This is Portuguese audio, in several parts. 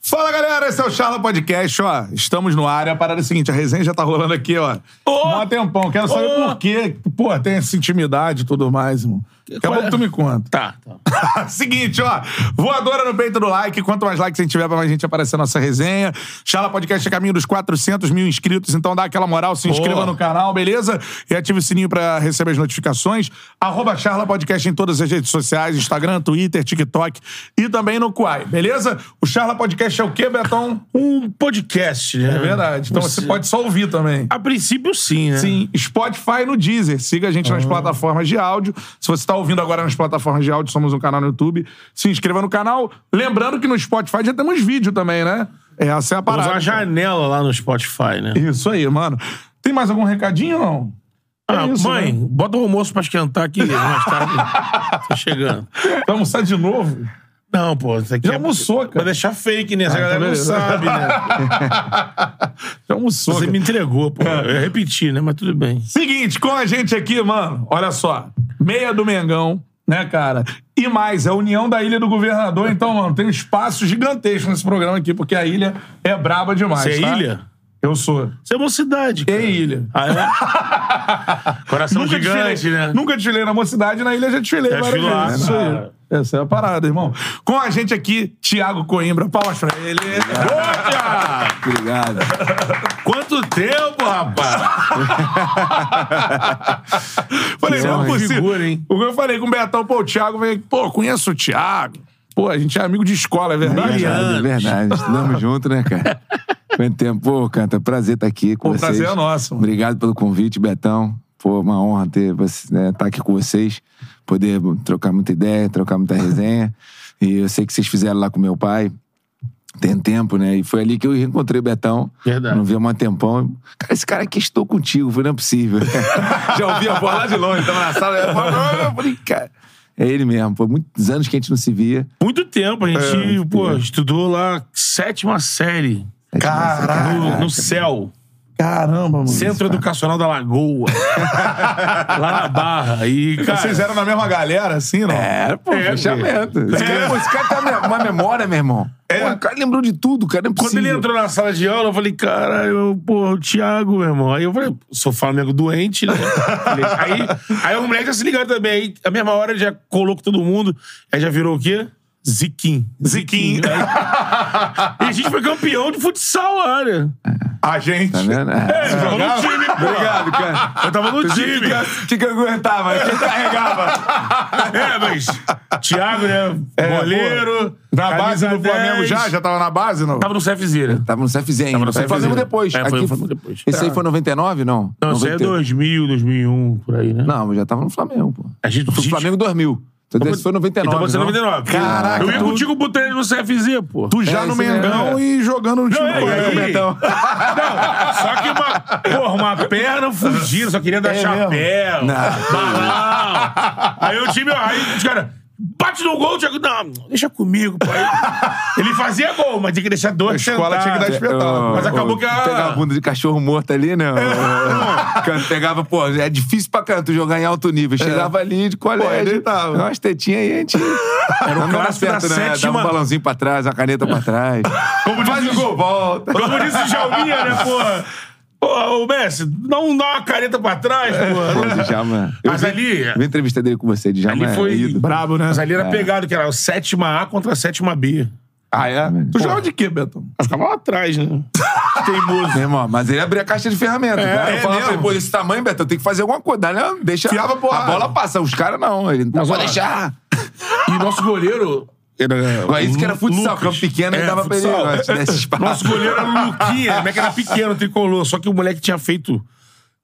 Fala galera, esse é o Charla Podcast, ó. Estamos no ar. E A parada é a seguinte: a resenha já tá rolando aqui, ó. Mó tempão. Quero saber Ô! por quê. Pô, tem essa intimidade e tudo mais, irmão. Daqui a qual pouco é? tu me conta. Tá. Seguinte, ó. Voadora no peito do like. Quanto mais likes a gente tiver, pra mais gente aparecer na nossa resenha. Charla Podcast é caminho dos 400 mil inscritos. Então dá aquela moral, se Boa. inscreva no canal, beleza? E ative o sininho pra receber as notificações. Arroba Charla Podcast em todas as redes sociais: Instagram, Twitter, TikTok e também no Quai, beleza? O Charla Podcast é o quê, Betão? Um podcast, né? É verdade. Então você pode só ouvir também. A princípio, sim, né? Sim, Spotify no Deezer. Siga a gente Ah. nas plataformas de áudio. Se você está ouvindo agora nas plataformas de áudio, somos um canal no YouTube. Se inscreva no canal. Lembrando que no Spotify já temos vídeo também, né? Essa é a Temos uma parada. janela lá no Spotify, né? Isso aí, mano. Tem mais algum recadinho ou não? É ah, isso, mãe, né? bota o almoço pra esquentar aqui mais tarde. tá chegando. Vai almoçar de novo? Não, pô, isso aqui Já almoçou, cara. Vai deixar fake, né? Essa Ah, galera então beleza. não sabe, né? Já almoçou. Você cara. me entregou, pô. É. Eu ia repetir, né? Mas tudo bem. Seguinte, com a gente aqui, mano, olha só. Meia do Mengão, né, cara? E mais, é a União da Ilha do Governador. Então, mano, tem um espaço gigantesco nesse programa aqui, porque a ilha é braba demais. Você é tá? ilha? Eu sou. Você é mocidade. É Cara. ilha. Ah, é? Coração gigante, desfilei, né? Nunca desfilei na mocidade, na ilha já desfilei Já várias desfilou, Ah. vezes. Isso cara. aí. Essa é a parada, irmão. Com a gente aqui, Tiago Coimbra. Palmas pra ele. Ô, Thiago! Obrigado. Quanto tempo, rapaz! Falei, Isso é não é uma possível. figura, hein? O que eu falei com o Betão, pô, o Thiago veio, pô, conheço o Thiago. Pô, a gente é amigo de escola, é verdade? Verdade. Obrigado, é verdade. Estudamos junto, né, cara? Quanto tempo, pô, canta. Prazer estar aqui com Pô, o vocês. prazer é nosso. mano. Obrigado pelo convite, Betão. Pô, uma honra ter você, né, estar aqui com vocês, poder trocar muita ideia, trocar muita resenha. E eu sei que vocês fizeram lá com meu pai. Tem tempo, né? E foi ali que eu reencontrei o Betão. Verdade. Não vi há um tempão. Cara, esse cara aqui estou contigo, foi não é possível. Já ouvi a voz lá de longe, tava na sala. eu falava, eu falei, cara. É ele mesmo. Foi muitos anos que a gente não se via. Muito É, tempo, a gente, pô, estudou lá sétima série. É Caraca. No, no céu. Caramba, mano. Centro Educacional da Lagoa. lá na Barra. E, cara, Vocês eram na mesma galera, assim, não? Era, pô, É, É. fechamento. Esse, cara, pô, esse cara tem uma me- uma memória, meu irmão. Pô, o cara lembrou de tudo, cara. Não é quando possível. ele entrou na sala de aula, eu falei, cara, eu, pô, o Thiago, meu irmão. Aí eu falei, sou Flamengo doente, né? Falei, aí, aí o moleque já se ligaram também. Aí, a mesma hora, ele já colou com todo mundo. Aí já virou o quê? Ziquim. Ziquim. Aí- E a gente foi campeão de futsal, né? olha. A gente. Tá vendo? É. Eu tava no time, pô. Obrigado, cara. Eu tava no time. O que, que eu aguentava? Quem carregava? É, mas. Thiago, né? É, Goleiro. pô, Na base camisa do Flamengo 10. já? Já tava na base, não? Tava no CFZ. né? Tava Tá no CFZ ainda. no Foi CFZ. Flamengo depois. É, foi Aqui- Flamengo depois. Esse aí foi 99, não? Não, isso aí é 98. 2000, 2001, por aí, né? um. Não, mas já tava no Flamengo, pô. A gente- Foi gente- Flamengo 2000. Então, esse foi 99. Então você é não? 99. Caraca, Eu ia tu- contigo botar ele no CFZ, pô. Tu já É, no isso aí, Mengão é. e jogando no time é, do é, Flamengo, é. Betão. Não, só que uma, porra, uma perna fugindo, só queria dar É chapéu, Não. balão. Aí o time, aí os caras, bate no gol, Thiago, não, deixa comigo, pai. Ele fazia gol, mas tinha que deixar dois A escola sentados. tinha que dar espetáculo. Mas acabou que a- Pegava a bunda de cachorro morto ali, né? O- Can- Pegava, pô, é difícil pra canto jogar em alto nível. Chegava ali de Pô, aí colégio. deitava. pegava umas tetinhas aí, a gente. Era o clássico da sétima- Dava um balãozinho pra trás, uma caneta pra trás. Como diz Faz o o gol, volta. Como disse o Jalminha, né, porra? Porra, ô Messi, dá, um, dá uma careta pra trás, Pô, porra. Djalma. Mas vi- ali- Vi a entrevista dele com você, Djalma. Ali foi É. é ídolo. É. Brabo, né? Mas ali era pegado, que era o sétima A contra a sétima B. Ah, é? Tu jogava de quê, Betão? Eu ficava lá atrás, né? Meu irmão, mas ele abria a caixa de ferramenta. cara. é Eu falava pra ele, mesmo? pô, esse tamanho, Beto, eu tenho que fazer alguma coisa. Dá-lhe uma- Deixa Fiava a a porrada. bola passa. Os caras não. Ele não Mas, pode ó, deixar. E nosso goleiro. Era Agora, isso que era futsal, campo pequeno, É, aí dava pra ele. futsal. ó, te dar esse espaço. Nosso goleiro era o Luquinha, como é que era pequeno, tricolor. Só que o moleque tinha feito,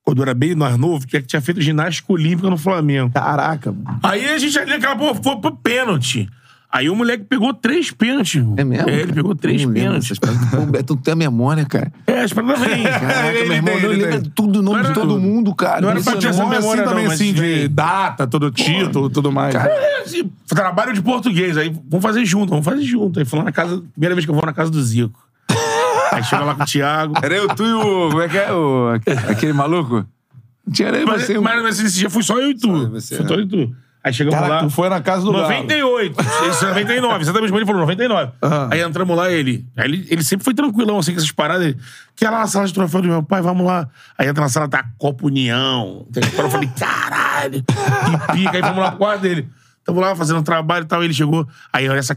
quando era bem mais novo, que tinha feito ginástica olímpica no Flamengo. Caraca, mano. Aí a gente ali acabou, foi pro pênalti. Aí o moleque pegou três pênaltis. irmão. É mesmo? É, ele cara? pegou três Eu não lembro pênaltis. dessas paradas. Pô, Beto, tu tem a memória, cara. É, as paradas vêm. Caraca, ele meu irmão, tem, eu ele lembro tem. de tudo o Não nome era de todo tudo. mundo, cara. é Não era pra Impressionante. tinha essa Memória assim memória, também, não, mas assim, de vem. data, todo título, tudo mais. Esse Trabalho de português. Aí vamos fazer junto, vamos fazer junto. Aí fui lá na casa, primeira vez que eu vou na casa do Zico. Aí chega lá com o Thiago. Era eu, tu e o. Como é que é? O, aquele maluco? Não tinha nem Mas, você. mas, mas esse dia fui só eu e tu. você, Fui só eu e tu. Aí chegamos Caraca, lá. tu foi na casa do Galo. 98. Isso, 99. Exatamente como ele falou, 99. Aham. Aí entramos lá, ele, aí ele. Ele sempre foi tranquilão, assim, com essas paradas. Ele, que é lá na sala de troféu do meu pai, vamos lá. Aí entra na sala, tá Copa União. Tem que parar, eu falei, caralho, que pica. Aí vamos lá pro quarto dele. Tamo lá fazendo um trabalho e tal. Ele chegou. Aí, olha essa.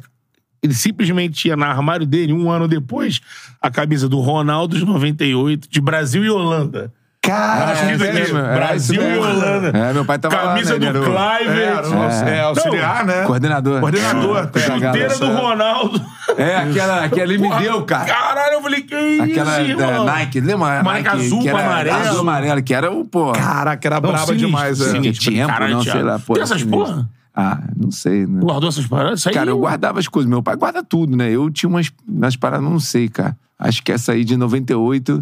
Ele simplesmente ia no armário dele, um ano depois, a camisa do Ronaldo de 98, de Brasil e Holanda. Cara, Acho que é isso aqui, mesmo, era Brasil isso e mesmo. Holanda. É, meu pai tava lá, Camisa né, ele do era o- Clive. É, era o nosso- é, auxiliar, né? Coordenador. Coordenador, Chuta, até. da Chuteira galera. do Ronaldo. É, aquela, aquela ali me deu, cara. Caralho, eu falei, que isso, Aquela da irmão? Nike, lembra? Marca a Nike, azul que com era amarelo. Azul amarelo, que era o, pô... Caraca, era braba sinistro, demais. é. sinistro. Tempo, Caralho, não, sei Thiago. lá, pô. Tem essas sinistro. porra? Ah, não sei, né? Guardou essas paradas? Isso aí. Cara, eu guardava as coisas. Meu pai guarda tudo, né? Eu tinha umas, umas paradas, não sei, cara. Acho que essa aí de 98.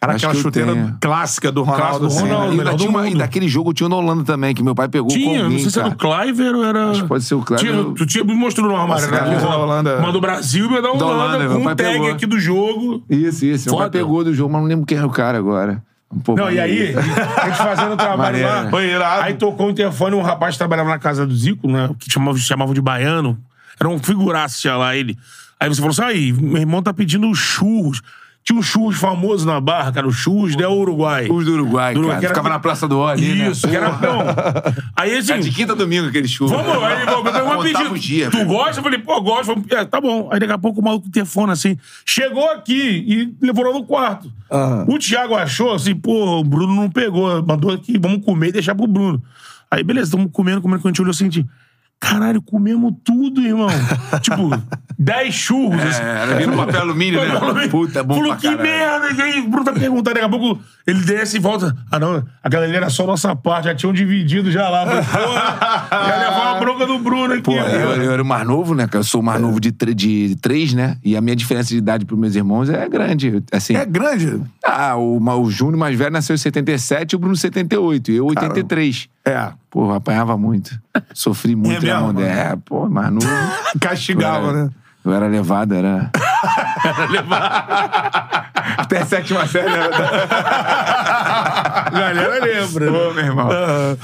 Era acho aquela que eu chuteira tenho. clássica do Ronaldo. Clássico do assim, né? Ronaldo, E melhor ainda do tinha uma- mundo. e daquele jogo tinha o Holanda também, que meu pai pegou com Tinha, alguém, não sei se era cara. do Cliver ou era. Acho que pode ser o Cliver. Tinha, tu tinha, me mostrou no armário, Nossa, né? cara, da Holanda. Uma do Brasil e uma da Da Holanda, Holanda, meu com um pai tag pegou. aqui do jogo. Isso, isso. Meu pai Foda. pegou do jogo, mas não lembro quem era o cara agora. Pô, Não, e aí, maneiro. a gente fazendo o trabalho Maneiro, lá. né? Foi irado. Aí tocou o interfone, um rapaz que trabalhava na casa do Zico, né? Que chamava, chamavam de baiano. Era um figuraço, tinha lá ele. Aí você falou assim: aí, meu irmão tá pedindo churros. Tinha um churros famoso na barra, cara. O churros da Uruguai. Os do Uruguai, Do Uruguai, cara. que era- Ficava na Praça do Ó ali, né? Isso, que era pão. Aí Era assim. é de quinta a domingo aquele show. Vamos, aí eu peguei um Contava o dia, pedido. Tu velho. gosta? Eu falei, pô, gosto. Vamos- é, tá bom. Aí daqui a pouco o maluco telefona assim. Chegou aqui e levou lá no quarto. Aham. O Thiago achou assim, pô, o Bruno não pegou. Mandou aqui, vamos comer e deixar pro Bruno. Aí, beleza, estamos comendo, comendo, quando a gente olhou assim, tipo, caralho, comemos tudo, irmão. tipo, 10 churros. É, assim. era vira papel alumínio, né? Puta, bom Falou, pra que caralho. merda. E aí, o Bruno tá perguntando. Daqui a pouco ele desce e volta. Ah, não. A galera era só nossa parte. Já tinham dividido já lá. Falei, Porra, já levar a bronca do Bruno aqui. Pô, ó. eu, eu era o mais novo, né? cara? Eu sou o mais novo de, tre- de três, né? E a minha diferença de idade pros meus irmãos é grande. Eu- Assim, É grande. ah, o, ma- o Júnior mais velho nasceu em 77 e o Bruno em 78. E eu em 83. É. Pô, eu apanhava muito. Sofri muito na mesmo, mão dela. É, pô, mais novo. Eu Castigava, era, né? eu era levado, era. Até sétima série. né? galera lembra. né? Pô, meu irmão.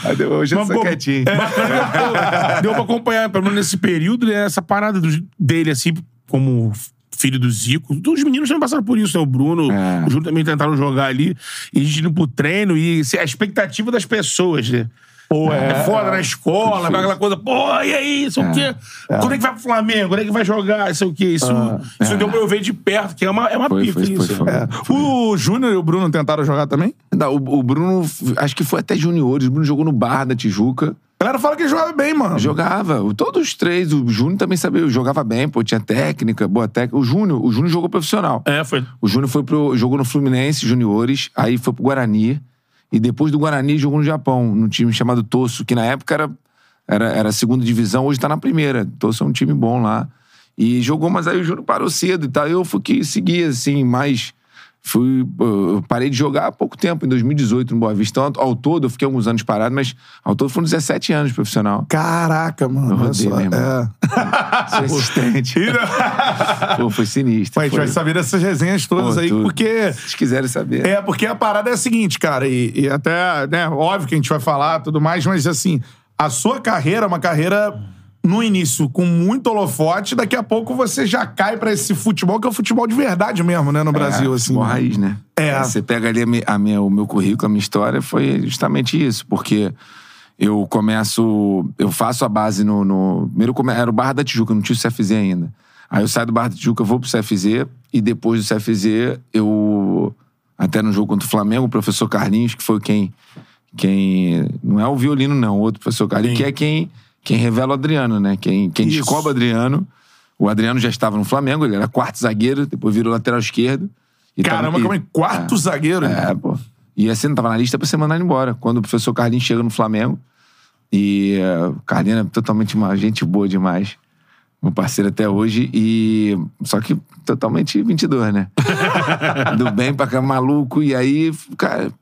Aí eu- Hoje eu Mas, sou pô, quietinho. É, Deu- Deu pra acompanhar, pelo menos nesse período, né, essa parada do- dele, assim, como filho do Zico. Os meninos também passaram por isso, né? O Bruno, É. o Júlio também tentaram jogar ali. E a gente indo pro treino e se- a expectativa das pessoas, né? Pô, é, foda na escola, vai aquela coisa, pô, e aí, isso é. o quê? Quando é que vai pro Flamengo? Quando é que vai jogar? Isso é o quê? Isso, isso deu pra eu ver de perto, que é uma, é uma Foi, pica foi, isso. foi, foi. É. O Júnior e o Bruno tentaram jogar também? Não, o, o Bruno, f- acho que foi até juniores. O Bruno jogou no Barra da Tijuca. A galera fala que jogava bem, mano. Jogava. O- Todos os três. O Júnior também sabia. Jogava bem, pô. Tinha técnica, boa técnica. O Júnior, o Júnior jogou profissional. É, foi. O Júnior foi pro, jogou no Fluminense, juniores, aí foi pro Guarani. E depois do Guarani jogou no Japão, num time chamado Tosso, que na época era, era, era a segunda divisão, hoje tá na primeira. Tosso é um time bom lá. E jogou, mas aí o Júnior parou cedo e tal. Eu fui que segui, assim, mais. Fui, eu parei de jogar há pouco tempo, em 2018, no Boa Vista. Então, ao todo, eu fiquei alguns anos parado, mas ao todo foram 17 anos profissional. Caraca, mano. Eu olha rodei só. mesmo. É. Sou assistente. Pô, foi sinistro. Pô, a gente foi. vai saber dessas resenhas todas Pô, aí, tudo. porque Se quiserem saber. É, porque a parada é a seguinte, cara, e, e até, né, óbvio que a gente vai falar tudo mais, mas assim, a sua carreira é uma carreira no início com muito holofote, daqui a pouco você já cai pra esse futebol que é o futebol de verdade mesmo, né, no Brasil, É, assim. futebol raiz, né? É. Você pega ali a mi- a minha- o meu currículo, a minha história, foi justamente isso, porque eu começo, eu faço a base no. no- primeiro come- era o Barra da Tijuca, não tinha o CFZ ainda. Aí eu saio do Barra da Tijuca, eu vou pro CFZ, e depois do CFZ, eu. Até no jogo contra o Flamengo, o professor Carlinhos, que foi quem. quem não é o violino, não, o outro professor Carlinhos, que é quem, quem revela o Adriano, né? Quem, quem Isso. descobre o Adriano. O Adriano já estava no Flamengo, ele era quarto zagueiro, depois virou lateral esquerdo. E Caramba, tava- e- como é quarto zagueiro? né? Então, é, pô. E assim, não tava na lista pra ser mandado embora. Quando o professor Carlinhos chega no Flamengo, e eh, o Carlinhos é totalmente uma gente boa demais. Meu parceiro até hoje, e. Só que totalmente 22, né? Do bem pra cá, maluco. E aí, cara,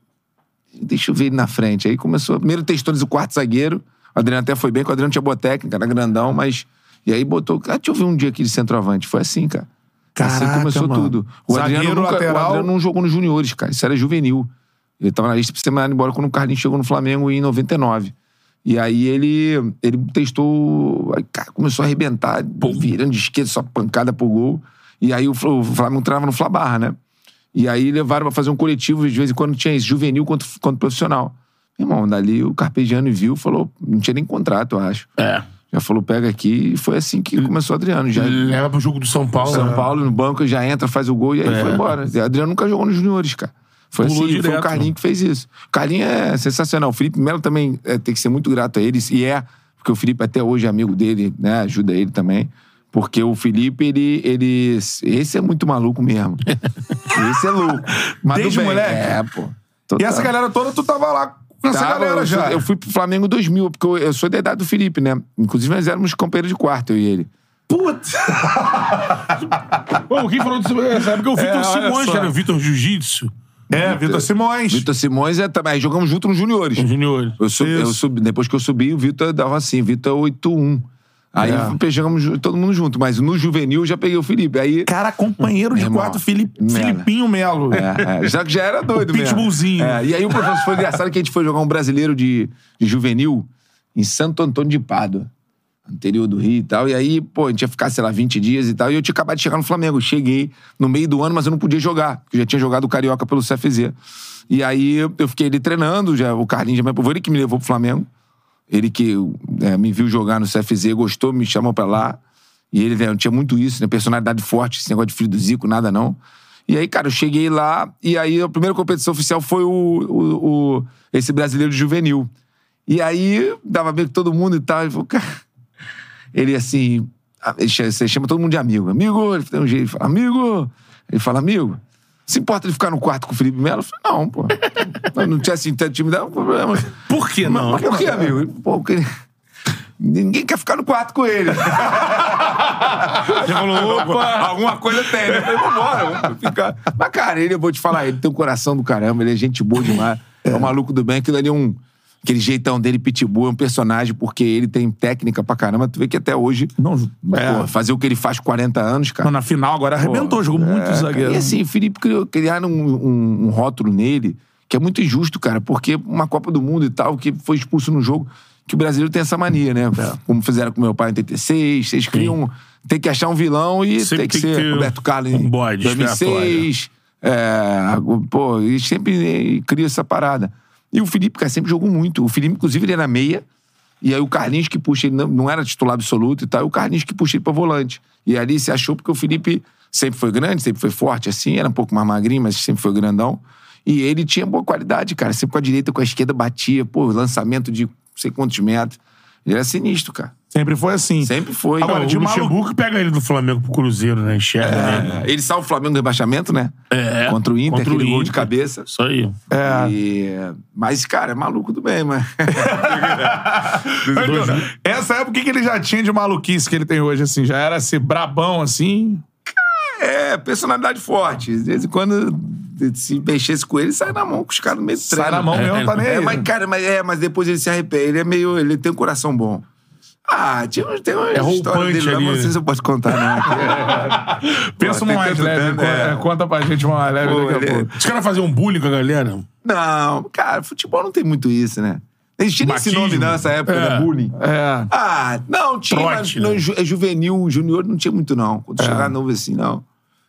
deixa eu ver ele na frente. Aí começou. Primeiro testou eles o quarto zagueiro. O Adriano até foi bem, que o Adriano tinha boa técnica, era grandão, mas. E aí botou. Ah, deixa eu ver um dia aqui de centroavante. Foi assim, cara. Caraca, assim começou mano. tudo. O Adriano, Zagueiro, nunca, o lateral. Adriano não jogou nos juniores, cara. Isso era juvenil. Ele tava na lista pra ser mandado embora quando o Carlinhos chegou no Flamengo em 99. E aí ele, ele testou. Aí, cara, começou a arrebentar, virando de esquerda, só pancada pro gol. E aí o, Fla- o Flamengo treinava no Flabarra, né? E aí levaram pra fazer um coletivo, de vez em quando tinha isso, juvenil quanto, quanto profissional. Meu irmão, dali o Carpegiani viu, falou, não tinha nem contrato, eu acho. É. Já falou, pega aqui, e foi assim que começou o Adriano. Já Leva pro jogo do São Paulo. São Paulo né? no banco, já entra, faz o gol e aí É. foi embora. E Adriano nunca jogou nos juniores, cara. Foi Pulou assim, foi direto. o Carlinho que fez isso. O Carlinho é sensacional. O Felipe Melo também é, tem que ser muito grato a ele, e é, porque o Felipe até hoje é amigo dele, né? Ajuda ele também. Porque o Felipe, ele. ele esse é muito maluco mesmo. esse é louco. Mas Desde do bem. moleque? É, pô. E essa Total. galera toda, tu tava lá com essa Tava, galera eu já. Fui, eu fui pro Flamengo 2000, porque eu, eu sou da idade do Felipe, né? Inclusive, nós éramos companheiros de quarto, eu e ele. Putz! Pô, quem falou disso? Sabe É, que o Vitor olha Simões, só. cara, o Vitor Jiu-Jitsu, É, Vitor Simões. Vitor Simões é também. aí Jogamos junto nos juniores. o junior. Eu subi, eu subi- depois que eu subi, o Vitor dava assim, Vitor 8-1. Aí É. pegamos ju- todo mundo junto, mas no juvenil eu já peguei o Felipe. Aí. Cara, companheiro de Irmão, quarto, Fili- Melo. Filipinho Melo. É, é, já, já era doido, O mesmo. pitbullzinho. É, e aí o professor foi engraçado que a gente foi jogar um brasileiro de, de juvenil em Santo Antônio de Pádua. Anterior do Rio e tal. E aí, pô, a gente ia ficar, sei lá, 20 dias e tal. E eu tinha acabado de chegar no Flamengo. Eu Cheguei no meio do ano, mas eu não podia jogar. porque Eu já tinha jogado o Carioca pelo CFZ. E aí eu eu fiquei ali treinando, já, o Carlinhos já me aprovou, ele que me levou pro Flamengo. Ele que é, me viu jogar no CFZ, gostou, me chamou pra lá. E ele né, tinha muito isso, né? Personalidade forte, esse negócio de filho do Zico, nada não. E aí, cara, eu cheguei lá e aí a primeira competição oficial foi o, o- o- esse brasileiro juvenil. E aí, dava bem com todo mundo e tal. Ele falou, cara. Ele assim. ah, ele cha- Você chama todo mundo de amigo. Amigo, ele tem um jeito, ele fala, amigo. Ele fala, amigo. Se importa ele ficar no quarto com o Felipe Melo? Eu falei, não, pô. Eu não tinha assim tanto time, não, problema. Por que Mas, não? mas por que, amigo? Pô, porque ninguém quer ficar no quarto com ele. Já falou, opa! Alguma coisa tem, né? Eu falei, vambora, vamos ficar. Mas, cara, ele, eu vou te falar, ele tem um coração do caramba, ele é gente boa demais. É, um maluco do bem, aquilo ali é um. Aquele jeitão dele, pitbull, é um personagem, porque ele tem técnica pra caramba. Tu vê que até hoje, Não, é. pô, fazer o que ele faz com 40 anos, cara. Não, na final agora arrebentou, jogou muito É, zagueiro. E assim, o Felipe criou, criaram um, um- um rótulo nele que é muito injusto, cara, porque uma Copa do Mundo e tal, que foi expulso num jogo, que o brasileiro tem essa mania, né? Como fizeram com meu pai em 86, vocês criam. Tem que achar um vilão e Sempre tem que tem que ser ter Roberto Carlos um em bode 2006. É, pô, e sempre né, cria essa parada. E o Felipe, cara, sempre jogou muito. O Felipe, inclusive, ele era meia. E aí o Carlinhos que puxa ele, não, não era titular absoluto e tal, e o Carlinhos que puxa ele pra volante. E ali se achou porque o Felipe sempre foi grande, sempre foi forte, assim, era um pouco mais magrinho, mas sempre foi grandão. E ele tinha boa qualidade, cara. Sempre com a direita, com a esquerda, batia, pô, lançamento de não sei quantos metros. Ele era sinistro, cara. Sempre foi assim. Sempre foi. Agora, O de maluco- Luxemburgo pega ele do Flamengo pro Cruzeiro, né? Enxerga, né? É, ele salva o Flamengo do rebaixamento, né? É. Contra o Inter, Contra o aquele gol de Inter. Ah. cabeça. Isso aí. É. E- Mas, cara, é maluco do bem, mas. Então, Essa época o que que ele já tinha de maluquice que ele tem hoje, assim? Já era esse brabão, assim? É, personalidade forte. De vez em quando, se mexesse com ele, sai na mão com os caras no meio do treino. Sai na mão É, mesmo, tá nem É, aí. mas, cara, mas, é, mas depois ele se arrepende. Ele é meio. Ele tem um coração bom. Ah, tinha, um- tem uma história É roupante dele lá, ali, mas não sei né? se eu posso contar, não. Pensa numa Pô, tem mais tanto leve. tempo, conta, é. conta pra gente uma mais leve Pô, daqui a ele- é- pouco. Os caras faziam bullying com a galera? não, cara, futebol não tem muito isso, né? Não existia nem esse Batismo. nome não, nessa época, É. né? Bullying. É. Ah, não, tinha, Trote, mas né? É. no, ju- é juvenil, junior não tinha muito, não. Quando chegar novo assim, não.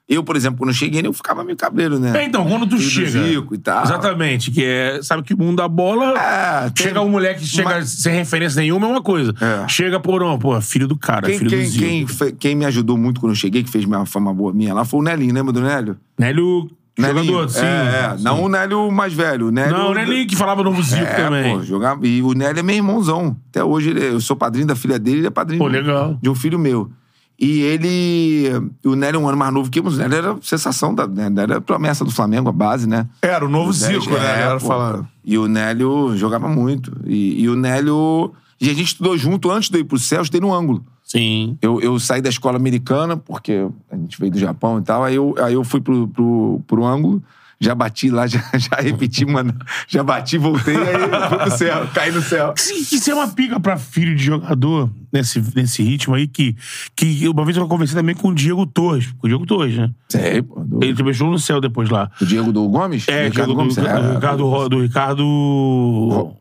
Eu, por exemplo, quando eu cheguei, eu ficava meio cabreiro, né? É, então, quando tu Filho do chega. Zico Ah. e tal. Exatamente, que é. Sabe que o mundo da bola. Ah, tem- Chega um moleque que chega Mas- sem referência nenhuma, é uma coisa. É. Chega por um, pô, filho do cara, Quem, filho do quem, Zico. quem, fe- quem me ajudou muito quando eu cheguei, que fez minha fama boa minha lá, foi o Nelinho, lembra do Nélio? Nélio, é jogador, Nelinho. sim. É, é. sim. Não o Nélio mais velho. O Nélio, Não, o Nélio que falava novo Zico É, também. pô, jogava. E o Nélio é meu irmãozão. Até hoje ele é- eu sou padrinho da filha dele, ele é padrinho Pô, legal. de um filho meu. E ele. O Nélio é um ano mais novo que eu, mas o Nélio era sensação, da, né? era a promessa do Flamengo, a base, né? Era o novo Nélio- Zico, né? é, A galera pô. falando. E o Nélio jogava muito. E, e o Nélio. E a gente estudou junto antes de eu ir pro céu, eu estudei no ângulo. Sim. Eu, eu saí da escola americana, porque a gente veio do Japão e tal, aí eu, aí eu fui pro, pro, pro ângulo, já bati lá, já, já repeti, mano. Já bati, voltei, aí fui pro céu, caí no céu. Que isso é uma pica pra filho de jogador nesse, nesse ritmo aí que, que uma vez eu conversei também com o Diego Torres. Com o Diego Torres, né? Sei, pô. Do, Ele também jogou no céu depois lá. do Diego do Gomes? né? É, Ricardo Diego do, do, é, Ricardo. Ro- Do Ricardo. Ro-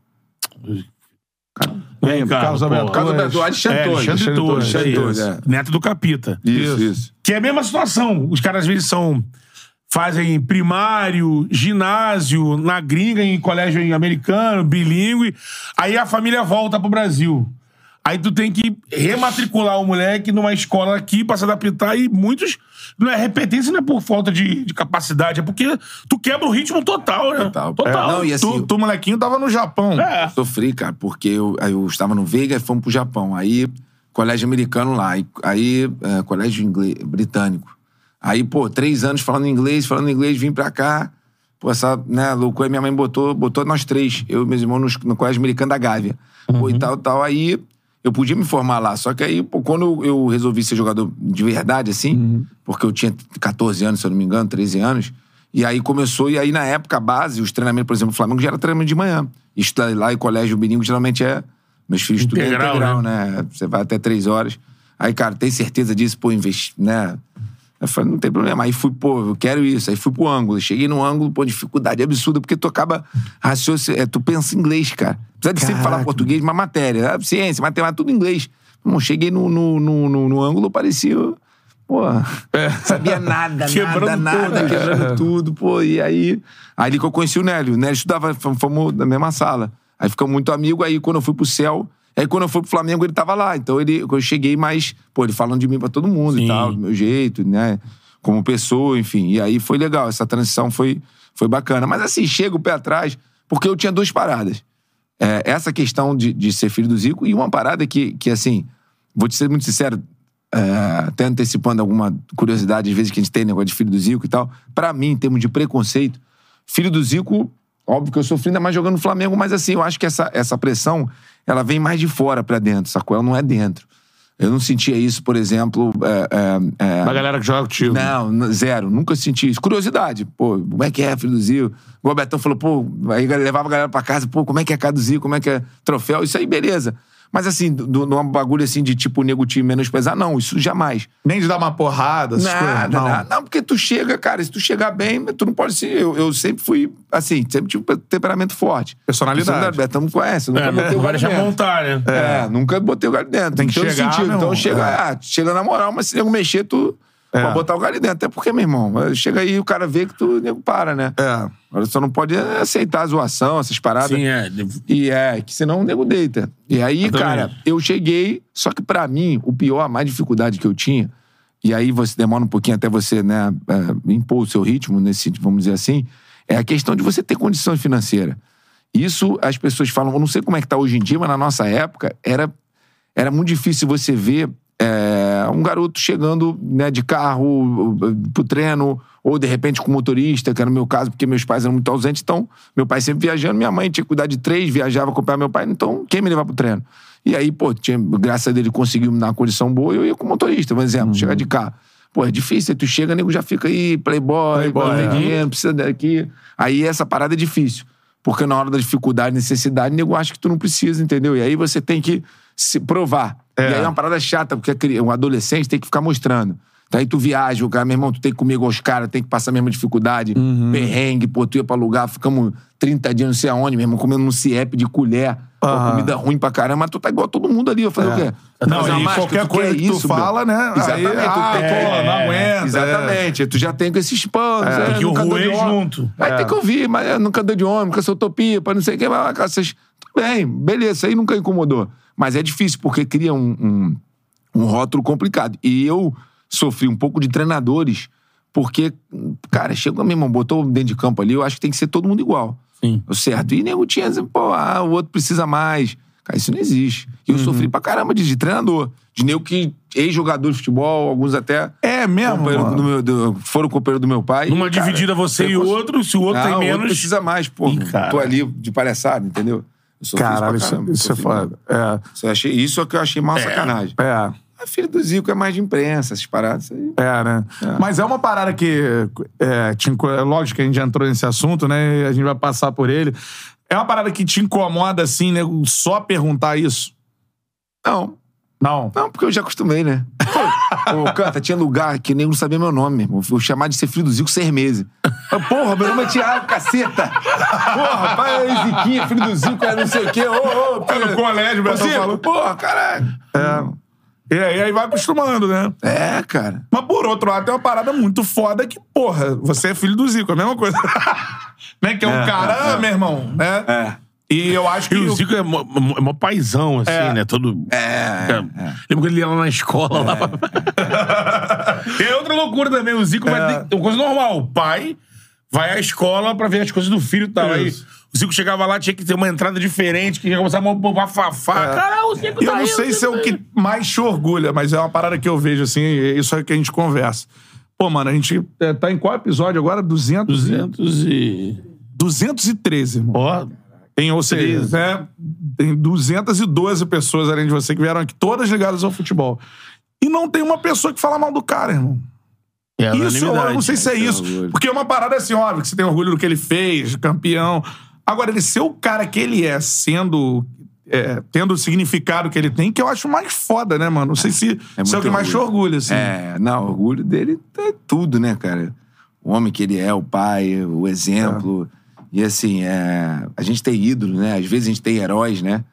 Vem, cara. Carlos pô. Alberto Carlos Torres. Alberto, Alexandre É, Torres. Alexandre Torres, isso aí. Torres, é. Neto do Capita. Isso, isso. Que é a mesma situação. Os caras às vezes são. Fazem primário, ginásio, na gringa, em colégio americano, bilíngue. Aí a família volta pro Brasil. Aí tu tem que rematricular o moleque numa escola aqui pra se adaptar. E muitos. Não é repetência, não é por falta de, de capacidade, é porque tu quebra o ritmo total, né? Total. total. É, não, e assim, hum, Tu, tu, molequinho, tava no Japão. É. Sofri, cara, porque eu, aí eu estava no Veiga e fomos pro Japão. Aí, colégio americano lá. Aí, aí, é, colégio inglês, britânico. Aí, pô, três anos falando inglês, falando inglês, vim pra cá. Pô, essa né, loucura, minha mãe botou, botou nós três, eu e meus irmãos, nos- no, colégio americano da Gávea. Pô, e tal, tal. Aí, eu podia me formar lá. Só que aí, pô, quando eu, eu resolvi ser jogador de verdade, assim, porque eu tinha 14 anos, se eu não me engano, 13 anos. E aí começou, e aí na época a base, os treinamentos, por exemplo, o Flamengo já era treinamento de manhã. Estudar lá e colégio bilingue geralmente é. Meus filhos estudam Integral, integral, né? Você vai até três horas. Aí, cara, tem certeza disso, pô, investi, né? Eu falei, não tem problema. Aí fui, pô, eu quero isso. Aí fui pro ângulo. Cheguei no ângulo, pô, dificuldade absurda, porque tu acaba raciocin... é, tu pensa em inglês, cara. Apesar de sempre falar português, mas matéria, né? ciência, matemática, tudo em inglês. Bom, cheguei no, no, no, no, no ângulo, parecia. Pô, sabia nada, nada, É. Quebrando nada, tudo, né? quebrando tudo, pô. E aí, aí ali que eu conheci o Nélio. O Nélio estudava, fomos fomos na mesma sala. Aí ficamos muito amigos. Aí quando eu fui pro céu, aí quando eu fui pro Flamengo, ele tava lá. Então ele, eu cheguei mais, pô, ele falando de mim pra todo mundo e Sim. tal, do meu jeito, né? Como pessoa, enfim. E aí foi legal, essa transição foi, foi bacana. Mas assim, chega o pé atrás, porque eu tinha duas paradas. É, essa questão de, de ser filho do Zico e uma parada que, que assim, vou te ser muito sincero, é, até antecipando alguma curiosidade, às vezes que a gente tem negócio de filho do Zico e tal, pra mim, em termos de preconceito, filho do Zico, óbvio que eu sofri ainda mais jogando no Flamengo, mas assim, eu acho que essa, essa pressão, ela vem mais de fora pra dentro, sacou? Ela não é dentro. Eu não sentia isso, por exemplo, é, é, é, Da galera que joga contigo. não, n- zero. Nunca senti isso. Curiosidade. Pô, como é que é, filho do Zio? O Albertão falou, pô, aí gal- levava a galera pra casa, pô, como é que é a casa do Zio? Como é que é troféu? Isso aí, beleza. Mas assim, do- do- num bagulho assim de tipo nego time menos pesar, não, isso jamais. Nem de dar uma porrada, essas Nada, coisas. Não. nada. Não, porque tu chega, cara, se tu chegar bem, tu não pode ser. Eu, eu sempre fui, assim, sempre tive um temperamento forte. Personalidade. O Albertão me conhece, nunca É, botei o não vai galho deixar dentro. montar, né? É, nunca botei o galho dentro. Tem que chegar, meu Então irmão. chega, É. ah, chega na moral, mas se nego mexer, tu É. pode botar o galho dentro. Até porque, meu irmão, eh, chega aí e o cara vê que tu nego para, né? É. Agora só não pode aceitar a zoação, essas paradas. Sim, é. E é, que senão o nego deita. E aí, também. cara, eu cheguei, só que pra mim, o pior, a mais dificuldade que eu tinha, e aí você demora um pouquinho até você, né, é, impor o seu ritmo, nesse, vamos dizer assim, é a questão de você ter condição financeira. Isso as pessoas falam, eu não sei como é que tá hoje em dia, mas na nossa época era, era muito difícil você ver é, um garoto chegando né, de carro eh, pro treino, ou de repente com motorista, que era o meu caso, porque meus pais eram muito ausentes, então meu pai sempre viajando, minha mãe tinha que cuidar de três, viajava, acompanhava meu pai, então quem me levar pro treino? E aí, pô, tinha, graças a Deus ele conseguiu me dar uma condição boa, eu ia com motorista, por exemplo, chegar de carro. Pô, é difícil, aí tu chega, nego já fica aí, playboy, Playboy, não tem é. dinheiro, precisa daqui. Aí essa parada é difícil. Porque na hora da dificuldade, necessidade, nego acha que tu não precisa, entendeu? E aí você tem que se provar. E aí é uma parada chata, porque a cri- um adolescente tem que ficar mostrando. Então aí tu viaja, o cara, meu irmão, tu tem que comer igual os caras, tem que passar a mesma dificuldade, Uhum. perrengue, pô, tu ia pra lugar, ficamos 30 dias não sei aonde, meu irmão, comendo num CIEP de colher, pô, Aham. É. comida ruim pra caramba, mas tu tá igual todo mundo ali, eu falei o quê? Vai Não, fazer uma e máscara? qualquer Tu coisa quer que tu isso, bro? fala, né? Exatamente, Aí, tu ah, tem que- pô, não aguenta. é. é. Exatamente. Tu já tem com esses panos. É. Tem que nunca o andou de Ruê homem. junto. Aí É. tem que ouvir, mas é, nunca andou de homem, nunca sou utopia, pra não sei o que. Mas, cara, vocês, tudo bem, beleza, isso aí nunca incomodou. Mas é difícil, porque cria um, um, um rótulo complicado. E eu sofri um pouco de treinadores, porque, cara, chegou meu irmão, botou dentro de campo ali, eu acho que tem que ser todo mundo igual. Sim. O certo. E nego tinha, assim, pô, ah, o outro precisa mais. Cara, isso não existe. E eu sofri pra caramba de, de treinador. De nego que ex-jogador de futebol, alguns até É mesmo. companheiro do mano. meu, do- foram companheiro do meu pai. Numa e, cara, dividida você eu e o cons- outro, se o outro Ah, tem o menos. precisa mais, pô. Ih, cara. Tô ali de palhaçada, entendeu? Eu sofri Caralho, pra isso, caramba, isso é sofri foda. É. Isso, eu achei, isso é que eu achei mal sacanagem. É. A filha do Zico é mais de imprensa, essas paradas. Isso aí. É, né? Mas é uma parada que. É, te inco- é lógico que a gente já entrou nesse assunto, né? E a gente vai passar por ele. É uma parada que te incomoda, assim, né? Só perguntar isso? Não, Não. não, porque eu já acostumei, né? Pô, Ô, canta, tinha lugar que nem não sabia meu nome, meu irmão. Fui chamar de ser filho do Zico seis meses. Eu, Porra, meu nome é Thiago, caceta! Porra, pai é Ziquinha, filho do Zico, é não sei o quê. Ô, ô, Tá no colégio, o um Betão falou. Porra, caralho. é, E aí, aí vai acostumando, né? É, cara. Mas por outro lado, tem uma parada muito foda que, porra, você é filho do Zico, é a mesma coisa. né? Que é um cara, meu irmão, né? É. E eu acho que. E o o- Zico é mó, mó- mó paizão, assim, É. né? Todo. É, Cara, Lembro que ele ia lá na escola. Lá. e é outra loucura também. O Zico vai ter. Uma coisa normal. O pai vai à escola pra ver as coisas do filho e tal. Aí, Isso. o Zico chegava lá, tinha que ter uma entrada diferente, que ia começar a bombar fafá. Caralho, o Zico E eu tá não aí, sei se é Zico o tá que aí. mais te orgulha, mas é uma parada que eu vejo, assim, e isso é o que a gente conversa. Pô, mano, a gente é, tá em qual episódio agora? 200? 200 e. 213, irmão. Ó. é Tem, ou seja, né, tem 212 pessoas além de você que vieram aqui, todas ligadas ao futebol. E não tem uma pessoa que fala mal do cara, irmão. É Isso, eu não sei se é Então, esse é o isso. orgulho. Porque é uma parada assim, óbvio, que você tem orgulho do que ele fez, campeão. Agora, ele ser o cara que ele é, sendo. é, tendo o significado que ele tem, que eu acho mais foda, né, mano? Não sei se se é, muito o que mais te orgulho. orgulha, assim. É, não, o orgulho dele é tudo, né, cara? O homem que ele é, o pai, o exemplo. E assim, é, a gente tem ídolo, né? Às vezes a gente tem heróis, né?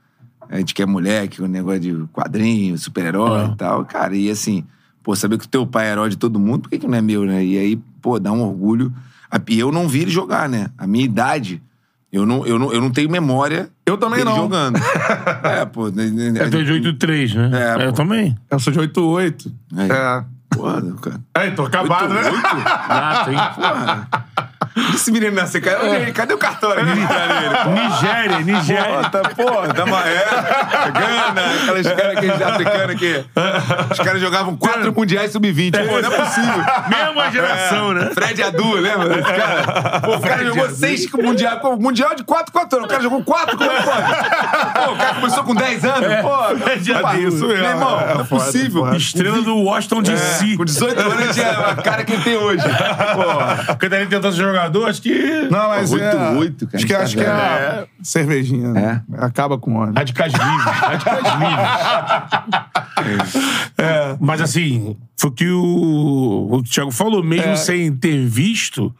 A gente quer moleque, o negócio de quadrinho, super-herói É. e tal. Cara, e assim, pô, saber que o teu pai é herói de todo mundo, por que, que não é meu, né? E aí, pô, dá um orgulho. A- E eu não vi ele jogar, né? A minha idade, eu não, eu não, eu não tenho memória Eu também dele não. jogando. é, pô. É teu de 8-3, né? É, eu pô. também. Eu sou de 8-8. Aí. É. Pô, cara. Aí, tô acabado, né? Ah, tem. Esse menino nascer, cara, Cadê- cadê o cartório? aqui? Nigéria, Nigéria. Tá, porra, tá uma é, Gana, aquelas caras que africanos aqui. Os caras jogavam É. quatro mundiais sub-20. Pô, não é possível. Mesma geração, né? Fred Adu, lembra? Esse cara, pô, o cara jogou seis com mundial, pô, mundial é de quatro, quatro anos. O cara jogou quatro, como é que pode? Pô, o cara começou com dez anos. Pô, Fred pô, Adu. Meu É, irmão, é não foda, é possível. foda. Estrela do Washington DC. É, com 18 anos ele tinha a cara que ele tem hoje. Pô, Porque daí ele tentou ser jogador, acho que. Não, mas é... 8-8, cara, Acho que, tá acho que é a velho. cervejinha. né? Acaba com o homem. Radicais livres. Radicais livres. Mas assim, foi o que o, o que o Thiago falou, É. mesmo sem ter visto.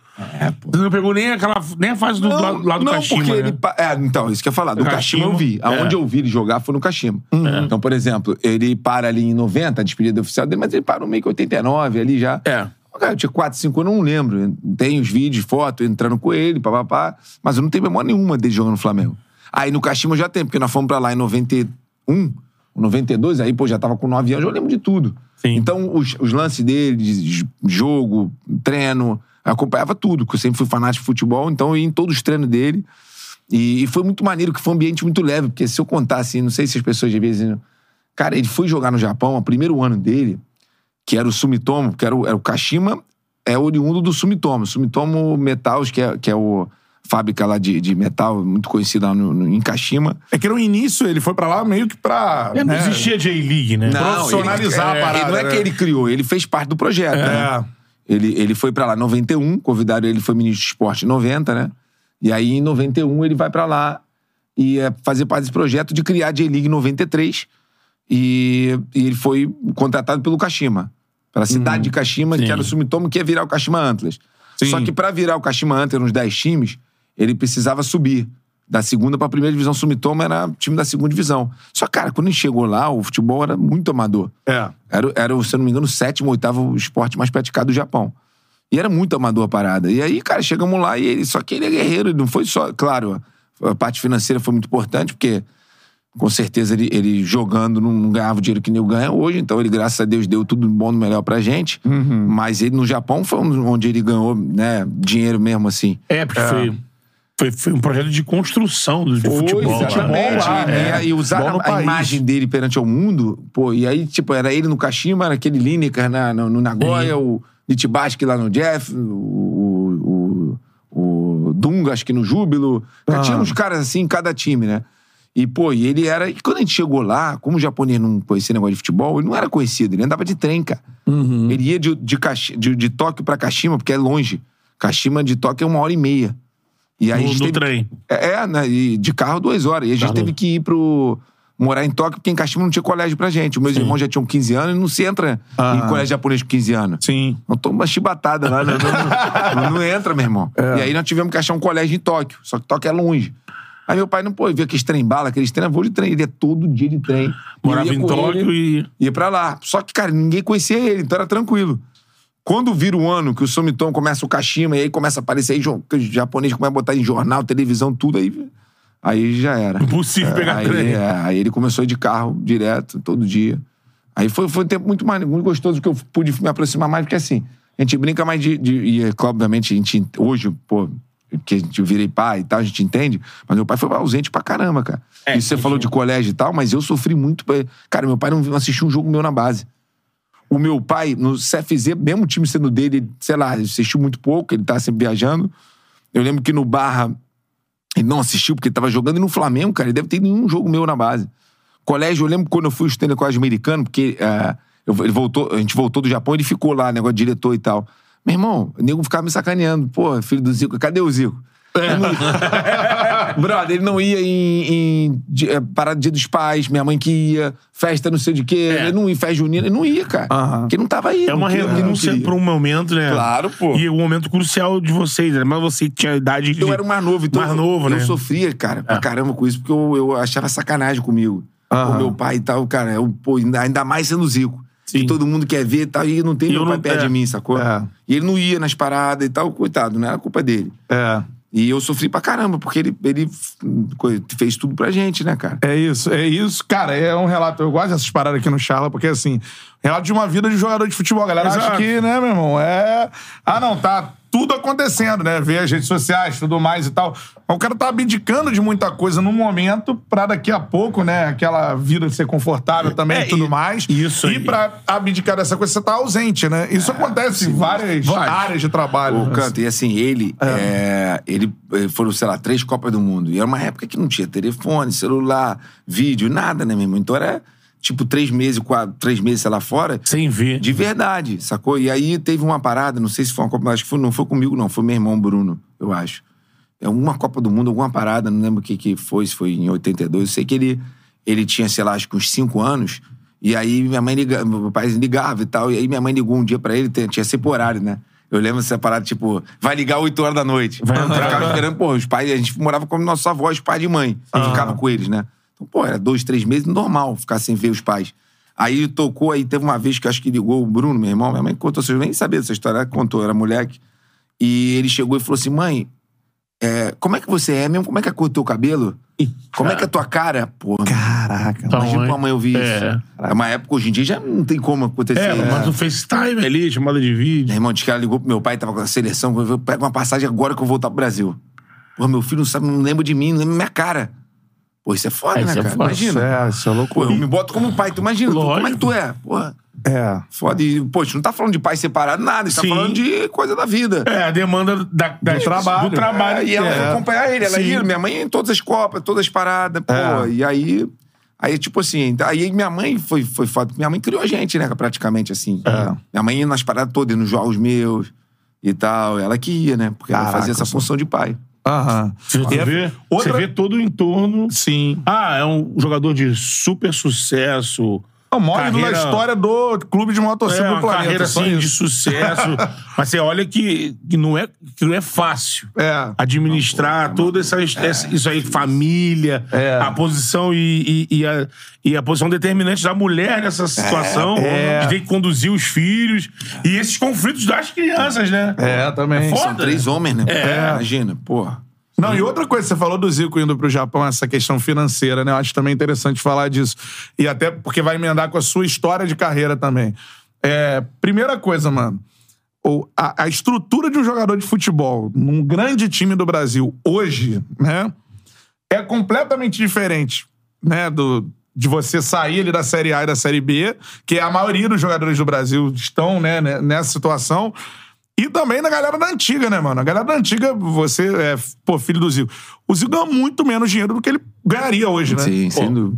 tu não pegou nem aquela. Nem a fase do lado do, É, lado do não Kashima, porque né? ele. pa- É, então, isso que eu ia falar. Do Do Kashima eu vi. Kashima, Aonde é. Uhum. eu vi ele jogar foi no Kashima. Então, por exemplo, ele para ali em 90, a despedida oficial dele, mas ele parou meio que 89 ali já. É. Cara, eu tinha 4, 5 anos, eu não lembro. Tem os vídeos, foto, entrando com ele, papapá. Mas eu não tenho memória nenhuma dele jogando no Flamengo. Aí no Kashima eu já tenho, porque nós fomos pra lá em 91, 92, aí, pô, já tava com 9 anos, eu lembro de tudo. Sim. Então, os, os lances dele, de j- jogo, treino, eu acompanhava tudo, porque eu sempre fui fanático de futebol, então eu ia em todos os treinos dele. E, e foi muito maneiro, que foi um ambiente muito leve, porque se eu contar assim, não sei se as pessoas às vezes. não- Cara, ele foi jogar no Japão, o primeiro ano dele, que era o Sumitomo, que era o, era o Kashima, é oriundo do Sumitomo. Sumitomo Metals, que é, que é o fábrica lá de, de metal, muito conhecida lá no- no- em Kashima. É que no início ele foi pra lá meio que pra... É, Não né? existia J-League, né? Não, É. Profissionalizar ele, a parada, Não é né? que ele criou, ele fez parte do projeto. É. né? Ele, ele foi pra lá em 91, convidaram ele, foi ministro de esporte em 90, né? E aí em 91 ele vai pra lá e é, fazer parte desse projeto de criar a J-League em 93. E, e ele foi contratado pelo Kashima, pela cidade de Kashima, sim. que era o Sumitomo, que ia virar o Kashima Antlers. Sim. Só que pra virar o Kashima Antlers nos 10 times, ele precisava subir. Da segunda pra primeira divisão, Sumitomo era time da segunda divisão. Só, cara, quando ele chegou lá, o futebol era muito amador. É. Era, o- era, o, se eu não me engano, o sétimo, oitavo esporte mais praticado do Japão. E era muito amador a parada. E aí, cara, chegamos lá e ele. Só que ele é guerreiro, ele não foi só. Claro, a parte financeira foi muito importante, porque com certeza ele, ele jogando não, não ganhava o dinheiro que nem eu ganho hoje. Então ele, graças a Deus, deu tudo bom do melhor pra gente. Mas ele no Japão foi um- onde ele ganhou, né, dinheiro mesmo assim. É, porque Foi, foi, foi um projeto de construção do de futebol. né? lá. Exatamente. lá, né? e, é. e- e usar Futebol no a, a país. imagem dele perante ao mundo, pô, e aí, tipo, era ele no Kashima, era aquele Lineker na, no, no Nagoya, o Nitibaski lá no Jeff, o, o, o, o Dunga, acho que no Júbilo. Cara, Ah. Tinha uns caras assim em cada time, né? E, pô, e ele era. E quando a gente chegou lá, como o japonês não conhecia negócio de futebol, ele não era conhecido, ele andava de trem, cara. Uhum. Ele ia de, de, Kashi- de, de Tóquio pra Kashima, porque é longe. Kashima de Tóquio é uma hora e meia. E aí a No, gente no teve- trem. é, né, e de carro duas horas. E a gente Carro. teve que ir pro morar em Tóquio, porque em Kashima não tinha colégio pra gente. Os meus irmãos já tinham 15 anos e não se entra Ah. em colégio japonês com 15 anos. Sim. Não toma uma chibatada lá, não, não- não- não entra, meu irmão. É. E aí nós tivemos que achar um colégio em Tóquio, só que Tóquio é longe. Aí meu pai não pôde ver aqueles trem bala, aqueles trem, eu vou de trem, ele é todo dia de trem. Morava Eu ia em com Tóquio ele, e. Ia pra lá. Só que, cara, ninguém conhecia ele, então era tranquilo. Quando vira o ano que o Somiton começa o Kashima, e aí começa a aparecer aí, jo- que os japoneses começam a botar em jornal, televisão, tudo, aí, aí já era. Impossível pegar aí, trem. é, aí ele começou a ir de carro direto, todo dia. Aí foi, foi um tempo muito, mane- muito gostoso que eu pude me aproximar mais, porque assim, a gente brinca mais de. de e é claro, obviamente, a gente, hoje, pô, que a gente virei pai e tal, a gente entende, mas meu pai foi ausente pra caramba, cara. É, Isso você falou de colégio e tal, mas eu sofri muito. pra- Cara, meu pai não assistiu um jogo meu na base. O meu pai, no CFZ, mesmo o time sendo dele, ele, sei lá, assistiu muito pouco, ele tava sempre viajando. Eu lembro que no Barra, ele não assistiu porque ele tava jogando. E no Flamengo, cara, ele deve ter nenhum jogo meu na base. Colégio, eu lembro quando eu fui estudando em colégio americano, porque ah, eu- ele voltou, a gente voltou do Japão, ele ficou lá, negócio de diretor e tal. Meu irmão, o nego ficava me sacaneando. Pô, filho do Zico, cadê o Zico? É. Eu não ia. Brother, ele não ia em, em di- eh, parada do dia dos pais, minha mãe que ia, festa não sei de quê, É. ele não ia, em festa junina, ele não ia, cara. Aham. Porque não tava aí. É uma não queria, não renúncia queria. pra um momento, né? Claro, pô. E o momento crucial de vocês, né? Mas você tinha a idade de. Eu um era o mais novo, então Mais novo, eu né? sofria, cara, pra caramba com isso, porque eu, eu achava sacanagem comigo. Aham. O meu pai e tal, cara, eu, pô, ainda, ainda mais sendo Zico. Sim. Que todo mundo quer ver e tal, e não tem E meu eu pai não- perto é. de mim, sacou? É. E ele não ia nas paradas e tal, coitado, não era culpa dele. É. E eu sofri pra caramba, porque ele, ele co- fez tudo pra gente, né, cara? É isso, é isso. Cara, é um relato. Eu gosto dessas paradas aqui no Charla, porque assim, relato de uma vida de jogador de futebol. A galera acha Exato. que, né, meu irmão, é. Ah, não, tá tudo acontecendo, né? Ver as redes sociais, tudo mais e tal. Mas o cara tá abdicando de muita coisa no momento pra daqui a pouco, né? Aquela vida ser confortável também É, e tudo e- mais. isso E aí. É, pra abdicar dessa coisa, você tá ausente, né? Isso acontece em várias várias. áreas de trabalho. O canto, e assim, ele, é, ele eh, foram, sei lá, três Copas do Mundo. E era uma época que não tinha telefone, celular, vídeo, nada, né, meu irmão? Então era tipo três meses, quatro, três meses, sei lá, fora. Sem ver. De verdade, sacou? E aí teve uma parada, não sei se foi uma Copa, acho que foi- não foi comigo, não, foi meu irmão Bruno, eu acho. É uma Copa do Mundo, alguma parada, não lembro o que, que foi, se foi em 82. Eu sei que ele, ele tinha, sei lá, acho que uns 5 anos. E aí minha mãe ligava, meu pai ligava e tal. E aí minha mãe ligou um dia pra ele, tinha tinha sempre horário, né? Eu lembro essa parada, tipo, vai ligar 8 horas da noite. Vai Eu entrar. ficava esperando, pô, os pais, a gente morava com nossos avós, pai e mãe. E ficava com eles, né? Então, pô, era dois, três meses, normal ficar sem ver os pais. Aí tocou, aí teve uma vez que eu acho que ligou o Bruno, meu irmão, minha mãe contou, vocês nem sabiam dessa história, ela contou, era moleque. E ele chegou e falou assim: mãe, é, como é que você é mesmo? Como é que é a cor do teu cabelo? Como é que é a tua cara? Pô, Caraca, Tá imagina bom, tua hein? mãe ouvir isso. É. É uma época, hoje em dia, já não tem como acontecer. É, isso. mas o FaceTime ali, chamada de Meu vídeo. irmão, diz que ela ligou pro meu pai, tava com a seleção, falou, pega uma passagem agora que eu vou voltar pro Brasil. Pô, meu filho não sabe, não lembra de mim, não lembra da minha cara. Pô, isso é foda, É, né, isso é cara? foda. Imagina. É, isso é Pô, loucura. eu me boto como pai, tu imagina, tu- como é que Lógico. tu é? Porra. É. Foda. E, pô, a gente não tá falando de pai separado, nada. A gente Sim. tá falando de coisa da vida. É, a demanda da, da- Do trabalho. Do trabalho. e ela é. foi acompanhar ele. Ela Sim. ia, minha mãe ia em todas as copas, todas as paradas. Pô, É. e aí... Aí, tipo assim, aí minha mãe foi, foi foda. Minha mãe criou a gente, né, praticamente, assim. É. Minha mãe ia nas paradas todas, nos jogos meus e tal. Ela que ia, né? Porque ela Caraca, fazia essa função de pai. Aham. Você, E é- vê, outra- você vê todo o entorno. Sim. Ah, é um jogador de super sucesso. É o maior ídolo da Carreira- história do clube de motociclo é do uma planeta. carreira só assim, de isso. sucesso. Mas você olha que, que, não é, que não é fácil É. administrar toda essa, essa- é, isso aí, família, É. a posição e, e- e a, e a posição determinante da mulher nessa situação, É. de ter que conduzir os filhos e esses conflitos das crianças, né? É, também. É foda. São três homens, né? É. Imagina, porra. Não, e outra coisa, você falou do Zico indo pro Japão, essa questão financeira, né? Eu acho também interessante falar disso. E até porque vai emendar com a sua história de carreira também. É, primeira coisa, mano. o- a, a estrutura de um jogador de futebol num grande time do Brasil hoje, né? É completamente diferente, né? Do, de você sair ali da Série A e da Série B, que a maioria dos jogadores do Brasil estão, né, né, nessa situação. E também na galera da antiga, né, mano? A galera da antiga, você é, pô, filho do Zico. O Zico ganha muito menos dinheiro do que ele ganharia hoje, né? Sim, Pô, sem dúvida.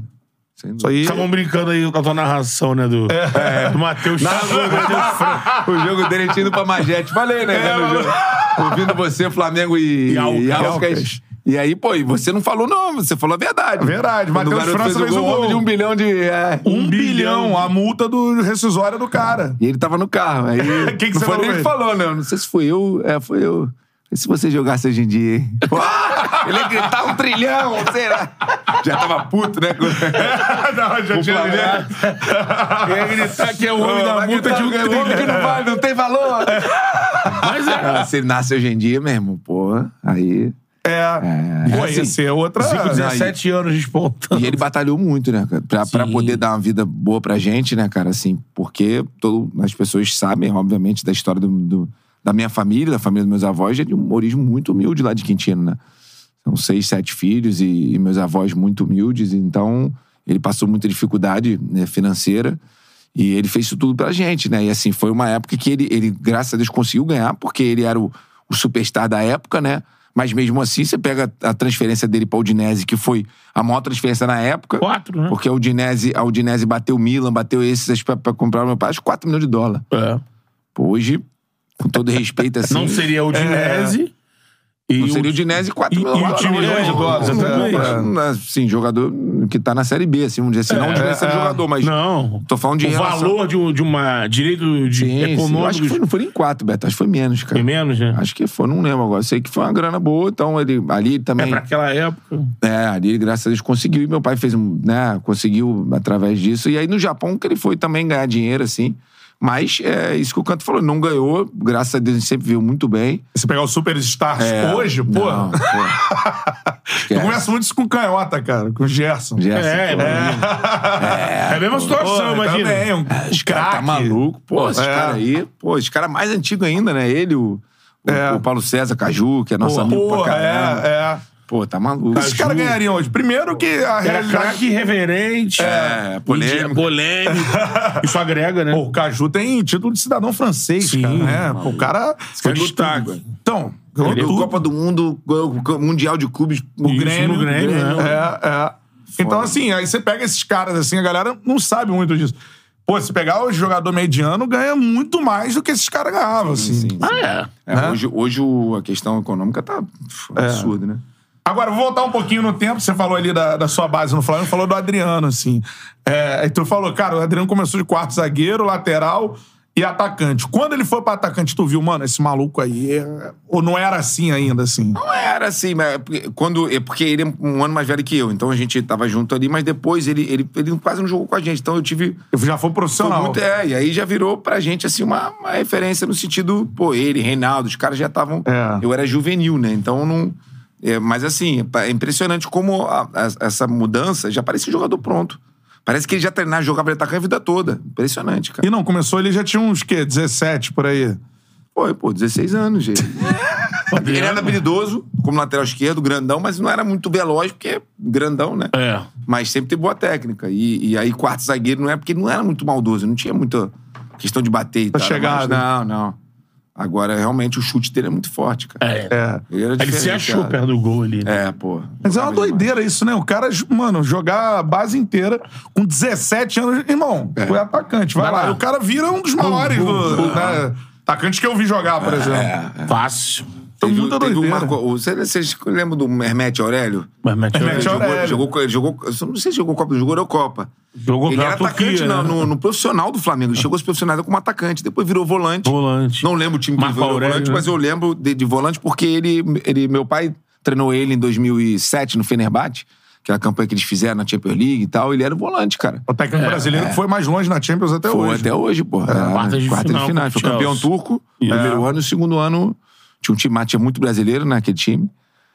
Sem dúvida. Isso aí. Estavam brincando aí com a tua narração, né, do, É. do Matheus O jogo dele tinha ido pra Magete. Falei, né? vendo o jogo. Ouvindo você, Flamengo e, E Alcas. e Alcas. E aí, pô, e você não falou não, você falou a verdade. Verdade, Quando Matheus o garoto França fez o o gol. homem de um bilhão de... é. Um bilhão, a multa do rescisória do cara. E ele tava no carro. Aí Que que não você foi falou nem pra que ele? falou, não. Não sei se foi eu. É, foi eu. E se você jogasse hoje em dia, hein? ele ia gritar um trilhão, será? Já tava puto, né? não, já tinha Flamengo. Quer gritar que é o homem Vai da multa gritar, de um "É homem que trilhão. não vale, não tem valor. Mas é. Ah, se ele nasce hoje em dia mesmo, porra, aí... É. É. Pô, Assim, esse é outra. Cinco, 17 anos E despontando. ele batalhou muito, né, cara? Pra, pra Sim. poder dar uma vida boa pra gente, né, cara? Assim, porque todo, as pessoas sabem, obviamente, da história do, do- da minha família, da família dos meus avós, é de uma origem muito humilde lá de Quintino, né? São seis, sete filhos e, e meus avós muito humildes, então ele passou muita dificuldade né, financeira e ele fez isso tudo pra gente, né? E assim, foi uma época que ele, ele graças a Deus, conseguiu ganhar, porque ele era o, o superstar da época, né? Mas mesmo assim, você pega a transferência dele pra Udinese, que foi a maior transferência na época. Quatro, né? Porque a Udinese, a Udinese bateu o Milan, bateu esses pra, pra comprar o meu pai, acho que 4 milhões de dólar. É. Pô, hoje, com todo respeito, assim. Não seria o Dinese. E Não seria o o Dinese 4 E- e o milhões de time dólares. milhões de dólares, Não, exatamente. não, não, Assim, jogador que tá na Série B, assim, vamos dizer assim. Não de ser jogador, mas. Não. Tô falando de o relação- valor de, um- de uma direito de Sim, sim. Eu Acho econômico que foi- não foi nem 4, Beto. Acho que foi menos, cara. foi menos, né? Acho que foi, não lembro agora. Sei que foi uma grana boa, então ele ali É também. pra aquela época. É, ali, graças a Deus, conseguiu. E meu pai fez, um- né? Conseguiu através disso. E aí no Japão que ele foi também ganhar dinheiro, assim. Mas é isso que o Canto falou, não ganhou. Graças a Deus, a gente sempre viu muito bem. Se pegar o Superstars É, hoje, pô. Não, pô. Eu Esquece. converso muito isso com o Canhota, cara, com o Gerson. Gerson, É, pô. é, é a mesma situação, imagina. Também, um Os caras tá craque. maluco. Pô, esses É. caras aí. Pô, esses caras mais antigos ainda, né? Ele, o, o- o Paulo César Caju, que é nosso amigo pra Porra, caramba. é, é. Pô, tá maluco. Esses caras ganhariam hoje. Primeiro que a Era realidade. craque irreverente. É, polêmico. Indi- polêmico. Isso agrega, né? Pô, o Caju tem título de cidadão francês, Sim, cara. né? Pô, o cara. Foi destaque. Então, ganhou Ganhou tudo. Copa do Mundo, ganhou o Mundial de Clubes no Isso, Grêmio. no Grêmio, né? É, é. Então, Foda. assim, aí você pega esses caras, assim, a galera não sabe muito disso. Pô, se pegar o jogador mediano, ganha muito mais do que esses caras ganhavam, assim. Sim, sim. Ah, é. É, Né? hoje, hoje o- a questão econômica tá pf, absurda, né? Agora, vou voltar um pouquinho no tempo. Você falou ali da, da sua base no Flamengo, falou do Adriano, assim. É, aí tu falou, cara, o Adriano começou de quarto zagueiro, lateral e atacante. Quando ele foi pra atacante, tu viu, mano, esse maluco aí. é- Ou não era assim ainda, assim? Não era assim, mas é porque- quando, é porque ele é um ano mais velho que eu, então a gente tava junto ali, mas depois ele, ele, ele quase não jogou com a gente, então eu tive Eu já foi Foi profissional. muito- é, e aí já virou pra gente, assim, uma, uma referência no sentido, pô, ele, Reinaldo, os caras já estavam. É. Eu era juvenil, né? Então não. é, mas assim, é impressionante como a- a- essa mudança já parece um jogador pronto. Parece que ele já treinava, jogava de atacante a vida toda. Impressionante, cara. E não, começou ele já tinha uns, quê? 17 por aí. Foi, pô, 16 anos, gente. ele era habilidoso, como lateral esquerdo, grandão, mas não era muito veloz, porque é grandão, né? É. mas sempre teve boa técnica. E, e aí, quarto zagueiro não é porque ele não era muito maldoso, não tinha muita questão de bater e Pra tal. chegar, mas né? Não, não. Agora, realmente, o chute dele é muito forte, cara. É. É. Ele, era Ele se diferente, achou cara. perto do gol ali. né? É, pô. Mas é Jogava uma demais. doideira isso, né? O cara, mano, jogar a base inteira com 17 anos. Irmão, É. Uhum. foi atacante, vai, Vai lá. lá. E o cara vira um dos maiores bum, do, bum. né? atacante que eu vi jogar, É. por exemplo. Fácil. Então, Teve, muita teve o doideira. Marco, o, você, vocês lembram do Hermete Aurélio? Mas meteu. Hermete jogou- Aurélio. Ele jogou, ele jogou, eu não sei se jogou Copa, jogou Eurocopa. Jogou ele pela era atacante Turquia, não, né? no, no profissional do Flamengo. Ele chegou a se profissionalizar como atacante, depois virou volante. Volante. Não lembro o time que Marco ele virou Aurélio, volante, né? mas eu lembro de, de volante porque ele, ele, meu pai treinou ele em 2007 no Fenerbahçe, aquela campanha que eles fizeram na Champions League e tal. Ele era volante, cara. O técnico brasileiro que foi mais longe na Champions até Foi hoje. até hoje, pô. É, quarta de quarta final de final. com o Foi campeão Chelsea. turco, primeiro ano e segundo ano. Tinha um time, mas tinha muito brasileiro naquele time.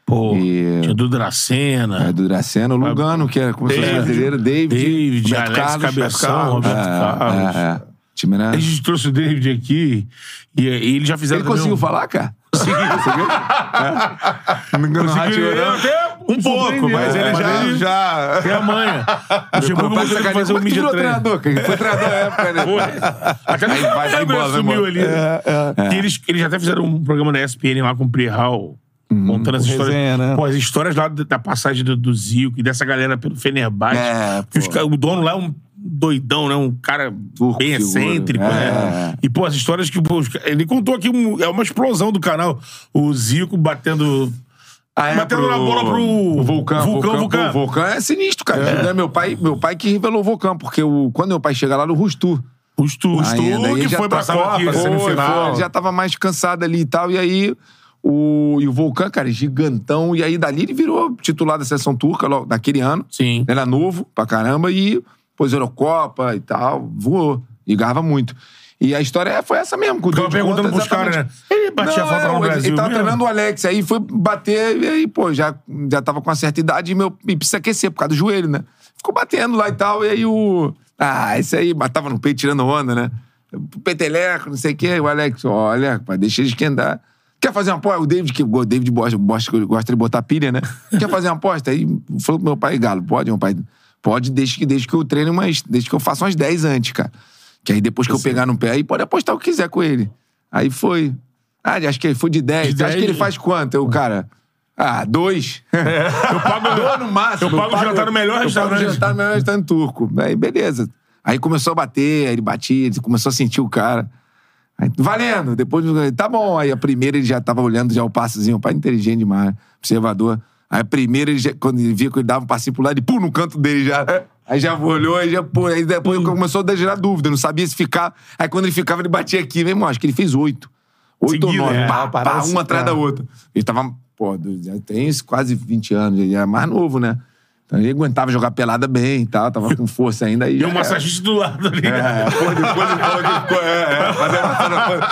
Pô, E- tinha do Dracena. É, do Dracena, o Lugano, que era começou a ser David. brasileiro, David, David, Roberto Alex Carlos, Cabeção, Roberto Roberto Carlos. É, é, é. O time era... A gente trouxe o David aqui e, e ele já fizeram Ele conseguiu também falar, cara? Você viu? É. Não engano, Conseguiu, rádio, não. né? Um pouco, surpreendeu, mas é, ele mas já. ele- já... um... É a manha. O Luxemburgo mandou Papai ele sacaneou. fazer um Como o é que mídia virou treino. treinador? Quem foi treinador na época, né? Foi. Até Aí vai, vai o embora, Gabriel vai sumiu embora. É. ali. É, né? Que eles, eles até fizeram um programa na ESPN lá com o Prihal, Hum, contando essa história. resenha, né? Pô, as histórias lá da da passagem do, do Zico e dessa galera pelo Fenerbahçe. É, que os pô. ca- o dono lá é um doidão, né? Um cara Turco, bem figura. excêntrico, É. né? E, pô, as histórias que... pô, os ca- ele contou aqui, um- é uma explosão do canal. O Zico batendo... Ah, é, Batendo na bola pro- Vulcão. Vulcão, Vulcão. pô, Vulcão é sinistro, cara. Meu, pai, meu pai que revelou o Vulcão, porque o, quando meu pai chega lá no Rustu. Rustu, Ainda, né? ele que já foi pra passava Copa, aqui, foi, foi, semifinal. ele já tava mais cansado ali e tal. E aí, o, e o Volcan, cara, gigantão. E aí, dali ele virou titular da seleção turca logo, naquele ano. Sim. Era novo pra caramba e pôs Eurocopa e tal. Voou. E ganhava muito. E a história é- foi essa mesmo. Com o Ficava Deu de perguntando conta, pros caras, né? exatamente. Ele batia Não, falta é, lá no ele, Brasil Ele tava mesmo? treinando o Alex, aí foi bater, e aí, pô, já, já tava com uma certa idade e, meu, e precisa aquecer por causa do joelho, né? Ficou batendo lá e tal, e aí o. Ah, esse aí batava no peito tirando onda, né? Peteleco, não sei o quê, o Alex, olha, pá, deixa ele esquentar. Quer fazer uma aposta? O David, que o David Bosta, Bosta que gosta de botar pilha, né? Quer fazer uma aposta? Aí falou pro meu pai, Galo, pode, meu pai? Pode, desde que, desde que eu treine umas. Desde que eu faça umas 10 antes, cara. Que aí depois que eu pegar no pé, aí pode apostar o que quiser com ele. Aí foi. Ah, acho que ele foi de 10. De Acho que 10? ele faz quanto? Eu, cara. Ah, dois. Eu pago dois no máximo. É. eu pago o jantar no melhor Eu pago restaurante. o jantar no melhor restaurante turco. Aí, beleza. Aí começou a bater, aí ele batia, ele começou a sentir o cara. Aí, valendo. Depois, tá bom. Aí a primeira ele já tava olhando já o passezinho. O pai inteligente demais, observador. Aí a primeira, ele já- quando ele via que ele dava um passinho pro lado, ele pum no canto dele já. Aí já olhou, aí já pô. Aí depois começou a dar- gerar dúvida, não sabia se ficar. Aí quando ele ficava, ele batia aqui. Meu irmão, acho que ele fez oito. Oito ou Seguido, nove. né? Pá, pá, Parece- uma atrás é. da outra. Ele tava, pô, do- já tem isso quase 20 anos, ele era mais novo, né? Então ele aguentava jogar pelada bem e tal, tava com força ainda. aí E já o era. massagista do lado ali. né? É, pô, depois ele falou que ficou. É, é, fazer uma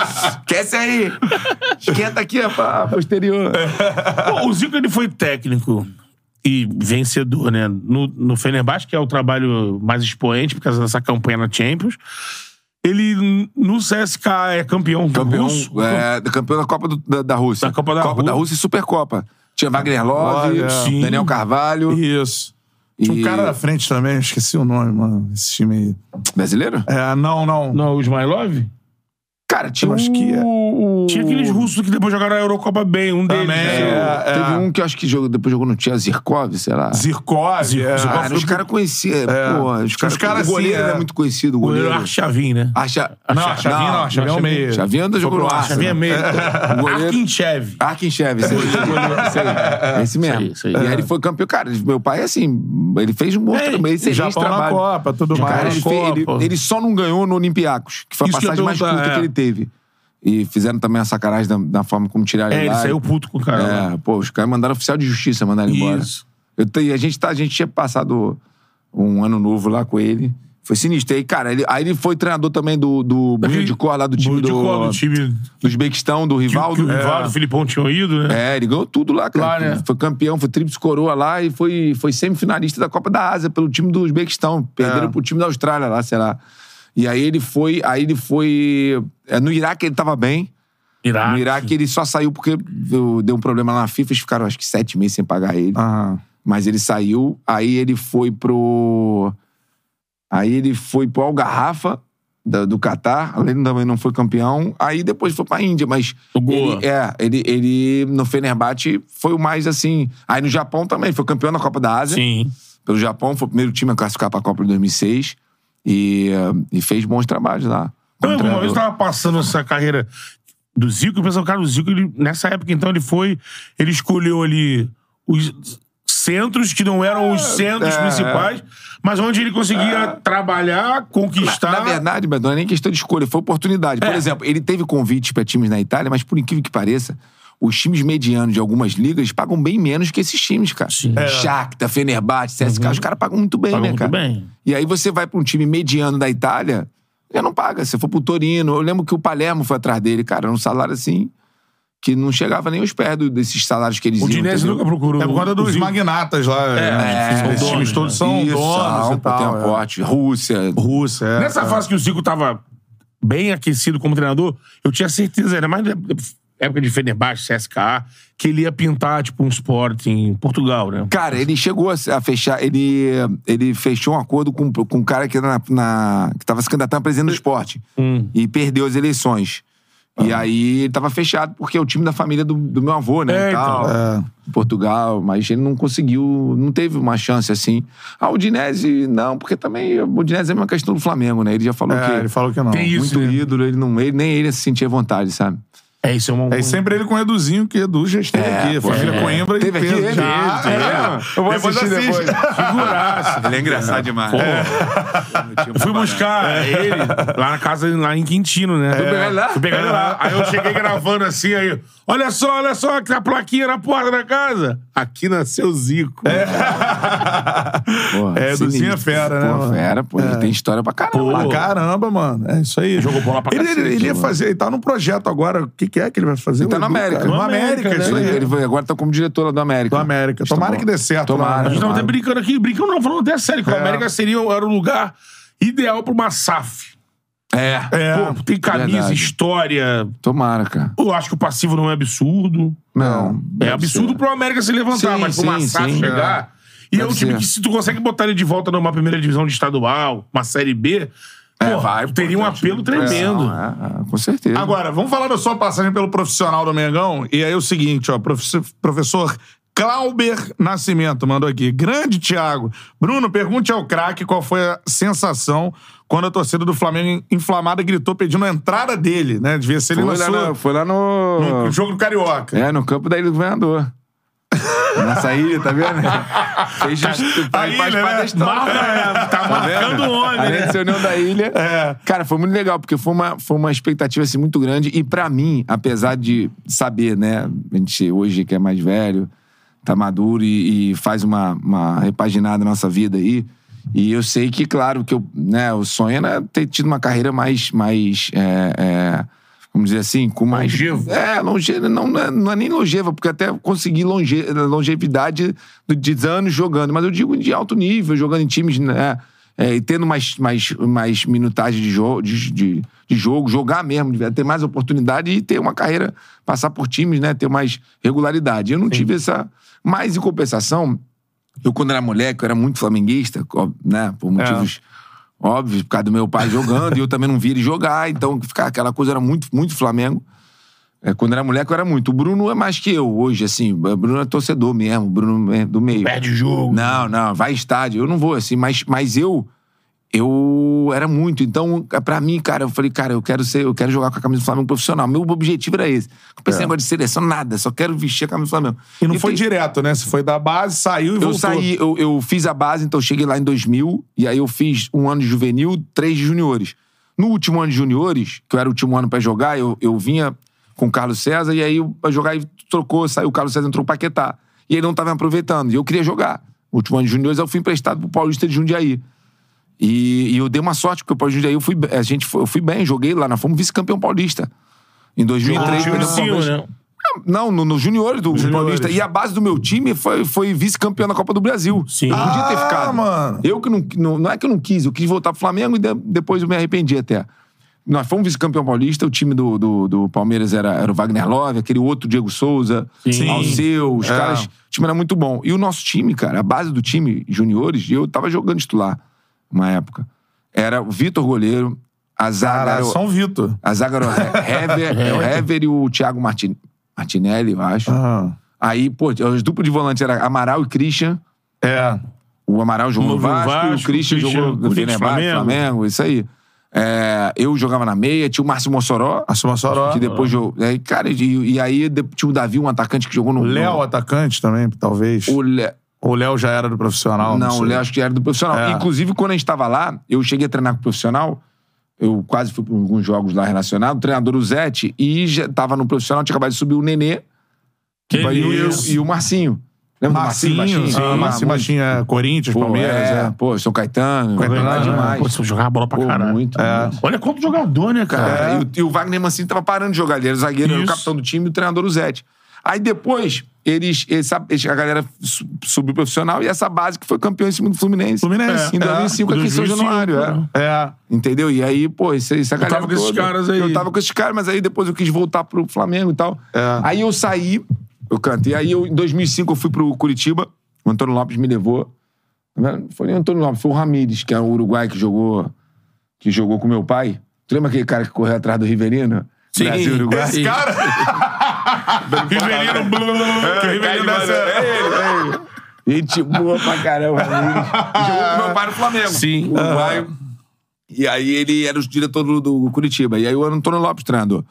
cena. Esquece aí! Esquenta aqui É, a, a posterior. Pô, o Zico ele foi técnico e vencedor, né? No, no Fenerbahçe, que é o trabalho mais expoente por causa dessa campanha na Champions. Ele n- no CSK é campeão, Campeão, russo. é, campeão da Copa do- da, da Rússia. Da Copa da Copa da Rú- Rússia e Supercopa. Tinha Wagner Love, Olha, sim. Daniel Carvalho. Isso. Tinha um E- cara da frente também, esqueci o nome, mano. Esse time Brasileiro? aí. É, não, não. Não, o Ismailov? Cara, tinha um Eu acho o- que é. o- Tinha aqueles russos que depois jogaram a Eurocopa bem, um deles. Também, né? é. Teve um que eu acho que jogou, depois jogou no Tia Zirkov, sei lá. Zirkov. é. Ah, os caras conheciam. Pô, os caras. cara o goleiro assim, era é. muito conhecido, o O goleiro goleiro. Arshavin, né? Acha... Não, a Chavinha não, a Chavinha é o meio. Chavinha ainda jogou no Arsenal. Arshavin é meio. goleiro- Arkinchev. Arkinchev, Ah, esse aí. Esse aí. Esse mesmo. Isso aí, E isso aí. aí ele foi campeão. Cara, meu pai, assim, ele fez um outro É, também. Excelente Japão na trabalho. Copa, tudo Cara, mais. ele, fe- Copa. ele- ele só não ganhou no Olympiacos, que foi a Isso que eu ia passagem mais perguntar, curta é. que ele teve. E fizeram também a sacanagem da, da forma como tiraram É, ele lá. saiu puto com o cara. lá. É, pô, os caras mandaram oficial de justiça mandar ele embora. Isso. Eu te- a, gente tá, a gente tinha passado um ano novo lá com ele. Foi sinistro. E aí, cara, ele, aí ele foi treinador também do, do Bruno de Cor, lá do time de do, qual? Do time do Uzbequistão, do que, Rivaldo. que o É. Rivaldo, o Filipão tinham ido, né? É, ele ganhou tudo lá, cara. Lá, né? Foi campeão, foi tríplice coroa lá e foi, foi semifinalista da Copa da Ásia pelo time do Uzbequistão. É. Perderam pro time da Austrália lá, sei lá. E aí ele foi, aí ele foi. é, no Iraque ele tava bem. Iraque. No É, Iraque ele só saiu porque deu, deu um problema lá na FIFA, eles ficaram acho que sete meses sem pagar ele. Aham. Mas ele saiu, aí ele foi pro. Aí ele foi pro Algarrafa da- do Catar, além também não foi campeão. Aí depois foi pra Índia, mas. O Goa. Ele, é, ele, ele no Fenerbahçe foi o mais assim. Aí no Japão também, foi campeão da Copa da Ásia Sim. pelo Japão, foi o primeiro time a classificar pra Copa de 2006 e, eh, e fez bons trabalhos lá. Eu, uma como vez treinador. eu tava passando essa carreira do Zico, eu pensava, cara, o Zico, ele- nessa época, então, ele foi. Ele escolheu ali os centros que não eram os centros é, principais, mas onde ele conseguia É. trabalhar, conquistar. Na verdade, Beto, não é nem questão de escolha, foi oportunidade. Por É. exemplo, ele teve convites para times na Itália, mas por incrível que pareça, os times medianos de algumas ligas pagam bem menos que esses times, cara. Sim. É. Shakhtar, Fenerbahçe, CSK, os caras pagam muito bem, Pagou né, muito cara? Tá bem. E aí você vai pra um time mediano da Itália, já não paga. Você for pro Torino, eu lembro que o Palermo foi atrás dele, cara, era um salário assim que não chegava nem aos pés do- desses salários que eles O iam. Dinese entendeu? nunca procurou. É por conta o dos Zico. magnatas lá. né? É, Esses donos, times todos um são Isso, ah, donos tá, são, e tal. é. tem aporte. Rússia, é. Rússia, é. Nessa é. fase que o Zico tava bem aquecido como treinador, eu tinha certeza, ainda mais na época de Fenerbahçe, CSKA, que ele ia pintar, tipo, um Sporting em Portugal, né? Cara, ele chegou a a fechar. Ele, ele fechou um acordo com, com um cara que, era na, na- que tava se candidatando a presidente do esporte. Hum. E perdeu as eleições. E Ah. aí ele tava fechado, porque é o time da família do, do meu avô, né? É, e então. tal, É. em Portugal, mas ele não conseguiu, não teve uma chance assim. Ah, o Dinese, não, porque também o Dinese é uma questão do Flamengo, né? Ele já falou É, que ele falou que não. Tem isso, muito né? ídolo, ele não, ele, nem ele se sentia à vontade, sabe? É, isso é uma... É sempre ele com o Eduzinho, que Edu já esteve É, aqui. pô, família é. Coimbra Teve e aqui Pedro. ele? Já, Teve, é. né? Eu vou Depois assistir assiste. depois. Figuraça. Ele é engraçado demais. É. Eu fui buscar ele lá na casa, lá em Quintino, né? pegar ele lá? Fui pegar ele lá. Aí eu cheguei gravando assim, aí... Olha só, olha só, que tá a plaquinha na porta da casa. Aqui nasceu Zico. É. Pô, É, sinistro. Eduzinho é fera, né, Pô, mano? fera, pô. Ele tem história pra caramba. Pra Pra caralho. caramba, mano. É isso aí. Jogou bola pra ele, cacete, ele, ele ia mano. fazer, ele tá num projeto agora. O que, que é que ele vai fazer? Ele tá O no Edu, América. cara? No No América, América, isso Ele, aí. ele foi- agora tá como diretor lá do América. Do América. Isso tá Tomara bom. que dê certo lá, Tomara. né? A gente tava até tomara. brincando aqui. Brincando não, falando até sério. Que É. o América seria, era o lugar ideal pra uma SAF. É. É. Pô, tem camisa, Verdade. história... Tomara, cara. Eu acho que o passivo não é absurdo. Não. É absurdo pro América se levantar, Sim, mas pro sim, Massaf sim. chegar. E é um Pode time ser. que, se tu consegue botar ele de volta numa primeira divisão de estadual, uma série B, É, pô, vai, pô, teria um tem apelo tremendo. Não, é, é, com certeza. Agora, vamos falar da sua passagem pelo profissional do Mengão. E aí é o seguinte, ó, profe- professor Clauber Nascimento mandou aqui. Grande Thiago. Bruno, pergunte ao craque qual foi a sensação quando a torcida do Flamengo inflamada gritou pedindo a entrada dele, né? Devia ser ele foi, na lá Ah. sua, no, foi lá no, no. jogo do Carioca. É, no campo da Ilha do Governador. Nessa ilha, tá vendo? Fez justi- A ilha, faz É. parte Tá né? da história. Marca- tá marcando o homem, Além né? de ser união da ilha. Cara, foi muito legal, porque foi uma, foi uma expectativa assim, muito grande. E pra mim, apesar de saber, né? A gente hoje que é mais velho, tá maduro e, e faz uma, uma repaginada na nossa vida aí. E eu sei que, claro, que eu, né, o sonho era ter tido uma carreira mais. mais é, é, vamos dizer assim, com mais. Longevo. É, longeva. Não, não, é, não é nem longeva, porque até consegui longe, longevidade de- de anos jogando, mas eu digo de alto nível, jogando em times. Né, é, e tendo mais, mais, mais minutagem de, jo de, de, de jogo, jogar mesmo, de- ter mais oportunidade e ter uma carreira, passar por times, né? Ter mais regularidade. Eu não tive essa. Mas, em compensação, eu, quando era moleque, eu era muito flamenguista, ó, né? Por motivos É. óbvios, por causa do meu pai jogando, e eu também não via ele jogar, então ficar aquela coisa era muito, muito Flamengo. É, quando era moleque, eu era muito. O Bruno é mais que eu hoje, assim. O Bruno é torcedor mesmo, o Bruno é do meio. Perde jogo. Não, não, vai estádio. Eu não vou, assim, mas, mas eu. Eu era muito. Então, pra mim, cara, eu falei, cara, eu quero ser, eu quero jogar com a camisa do Flamengo profissional. Meu objetivo era esse. Não pensei em negócio de seleção, nada, só quero vestir a camisa do Flamengo. É. E não foi tem- direto, né? Se foi da base, saiu e eu voltou. saí, eu, eu fiz a base, então eu cheguei lá em 2000, e aí eu fiz um ano de juvenil, três de juniores. No último ano de juniores, que eu era o último ano pra jogar, eu, eu vinha com o Carlos César, e aí eu- pra jogar e trocou, saiu o Carlos César, entrou o Paquetá. E ele não tava me aproveitando, e eu queria jogar. No último ano de juniores, eu fui emprestado pro Paulista de Jundiaí. E, e eu dei uma sorte, porque o Paulista de Jundiaí, eu fui, be- a gente, foi- eu fui bem, joguei lá, nós fomos vice-campeão paulista. Em 2003, Time perdemos em pro cima, Paulista. né? Não, no, no juniores do Juniores. Paulista. E a base do meu time foi, foi vice-campeão da Copa do Brasil. Sim. Eu podia ter Ah, ficado. mano. Eu que não, não. Não é que eu não quis, eu quis voltar pro Flamengo e de- depois eu me arrependi até. Nós fomos vice-campeão paulista, o time do, do, do Palmeiras era, era o Wagner Love, aquele outro Diego Souza, Sim. Alceu, os É. caras. O time era muito bom. E o nosso time, cara, a base do time, juniores, eu tava jogando titular uma época. Era o Vitor Goleiro, a zaga. Cara, era o- São Vitor. a zaga era o Hever, é o Hever e o Thiago Martin- Martinelli, eu acho. Ah. Aí, pô, os duplos de volante era Amaral e Christian. É. O Amaral jogou no No Vasco, Vasco, o Christian, o Christian, jogou no Corinthians, Fenerbahçe, Flamengo. Flamengo. isso aí. É, eu jogava na meia, tinha o Márcio Mossoró, Assuma Soró. que depois jogou. aí, Cara, e, e aí de- tinha o Davi, um atacante que jogou no. Léo, no- atacante também, talvez. O Léo. Ou O Léo já era do profissional. Não, sei. o Léo acho que era do profissional. É. Inclusive, quando a gente estava lá, eu cheguei a treinar com o profissional. Eu quase fui para alguns jogos lá relacionados. O treinador o Zete. E já tava no profissional, tinha acabado de subir o Nenê. Que e, o, isso. e o Marcinho. Lembra Marcinho, do Marcinho? Marcinho, Baixinho? sim, Ah, Marcinho, muito. Baixinho, é, Corinthians, Pô, Palmeiras, é, é. Pô, São Caetano. Caetano, jogava é, demais. Ah, né? Pô, você jogava bola pra Pô, caralho. É. muito. muito. Olha quanto jogador, né, cara? É, e o- E, o Wagner Mancini tava parando de jogar. Ele era o zagueiro, era o Isso. capitão do time e o treinador o Zete. Aí depois, eles, eles- sabe, eles- a galera su- subiu profissional e essa base que foi campeão em cima do Fluminense. Fluminense, Em é. 2005, aqui em São 2005, Januário. é. né? É. Entendeu? E aí, pô, isso, isso a galera tava com esses toda. caras aí. Eu tava com esses caras, mas aí depois eu quis voltar pro Flamengo e tal. É. Aí eu saí, eu cantei. Aí eu, em 2005 eu fui pro Curitiba, o Antônio Lopes me levou. Tá Não foi nem o Antônio Lopes, foi o Ramires, que é o uruguai que jogou, que jogou com meu pai. Tu lembra aquele cara que correu atrás do Riverino? Sim. Brasil, É Uruguai. Esse cara. Riverino Blue. que cai Riverino de dessa- maneira. Gente boa pra caramba, Ramires. Jogou com meu é pai no Flamengo. Sim. Ah. Uruguaio. E aí ele era o diretor do, do Curitiba. E aí o Antônio Lopes treinador.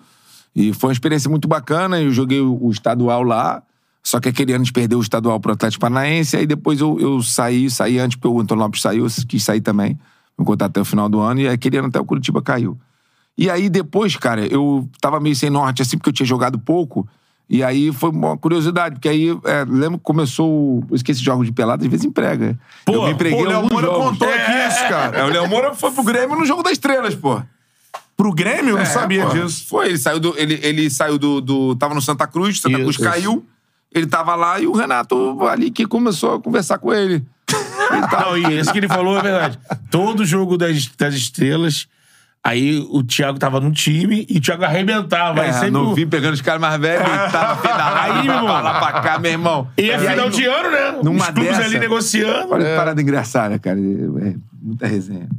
E foi uma experiência muito bacana. Eu joguei o, o estadual lá. Só que aquele ano a gente perdeu o estadual pro Atlético Paranaense. Aí depois eu, eu saí, saí antes, porque o Antônio Lopes saiu, eu quis sair também. Vou contar até o final do ano. E aquele ano até o Curitiba caiu. E aí depois, cara, eu tava meio sem norte, assim, porque eu tinha jogado pouco. E aí foi uma curiosidade, porque aí, é, lembro que começou. o- Eu esqueci jogos de pelada, às vezes emprega. Pô, eu me pô, empreguei o Léo alguns Moura jogos. contou aqui isso, cara. É, o Léo Moura foi pro Grêmio no Jogo das Estrelas, pô. É, Pro Grêmio, eu não É, sabia pô. disso. Foi, ele saiu do. Ele, ele saiu do, do- Tava no Santa Cruz, Santa Isso, Cruz isso. caiu. Ele tava lá e o Renato ali que começou a conversar com ele. Ele tava- Não, e isso que ele falou é verdade. Todo jogo das, das estrelas, aí o Thiago tava num time e o Thiago arrebentava. aí É, sempre não o- vi pegando os caras mais velhos, ele tá tava pedalado Aí, pra meu lá, irmão. pra cá, meu irmão. E é aí, final de ano, né? numa Os clubes dessa- ali negociando. Olha que parada engraçada, cara. É, é muita resenha.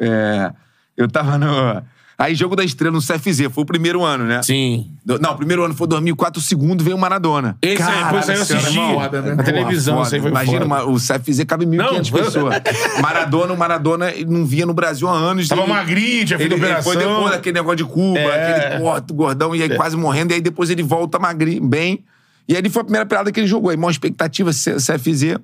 É, eu tava no. Aí, Jogo da Estrela no CFZ, foi o primeiro ano, né? Sim. Do- Não, o primeiro ano foi 2004, o segundo veio o Maradona. Esse aí, depois saiu esse era assistir uma roda, né? na Porra, televisão. é Foda. Isso aí foi Imagina, foda. uma- o CFZ cabe 1.500 Não, pessoas. Maradona, o Maradona ele não vinha no Brasil há anos. Tava ele, magrinho, tinha feito ele, ele operação. foi depois daquele negócio de Cuba, É. aquele corte gordão, e aí quase morrendo. E aí depois ele volta magrinho, bem. E aí ele foi a primeira pelada que ele jogou. Aí, maior expectativa, C- CFZ.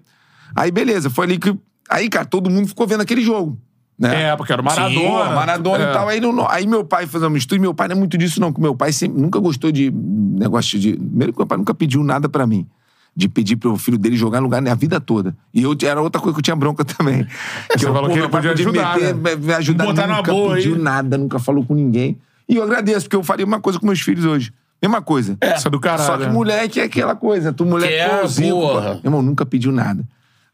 Aí, beleza, foi ali que... Aí, cara, todo mundo ficou vendo aquele jogo. Né? É, porque era o Pô, Maradona. Maradona É. e tal. Aí, não- aí meu pai fez uma mistura, e meu pai não é muito disso, não. Que meu pai sempre- nunca gostou de negócio de. Primeiro que meu pai nunca pediu nada pra mim. De pedir pro filho dele jogar em lugar a vida toda. E eu era outra coisa que eu tinha bronca também. Você falou que ele podia ajudar, né? meter, me ajudar, Botar numa nunca boa aí. pediu nada, nunca falou com ninguém. E eu agradeço, porque eu faria uma coisa com meus filhos hoje. Mesma coisa. Isso é do caralho, Só que né? moleque é aquela coisa. Tu moleque Quer, pô, Zico, pô. porra. Meu irmão, nunca pediu nada.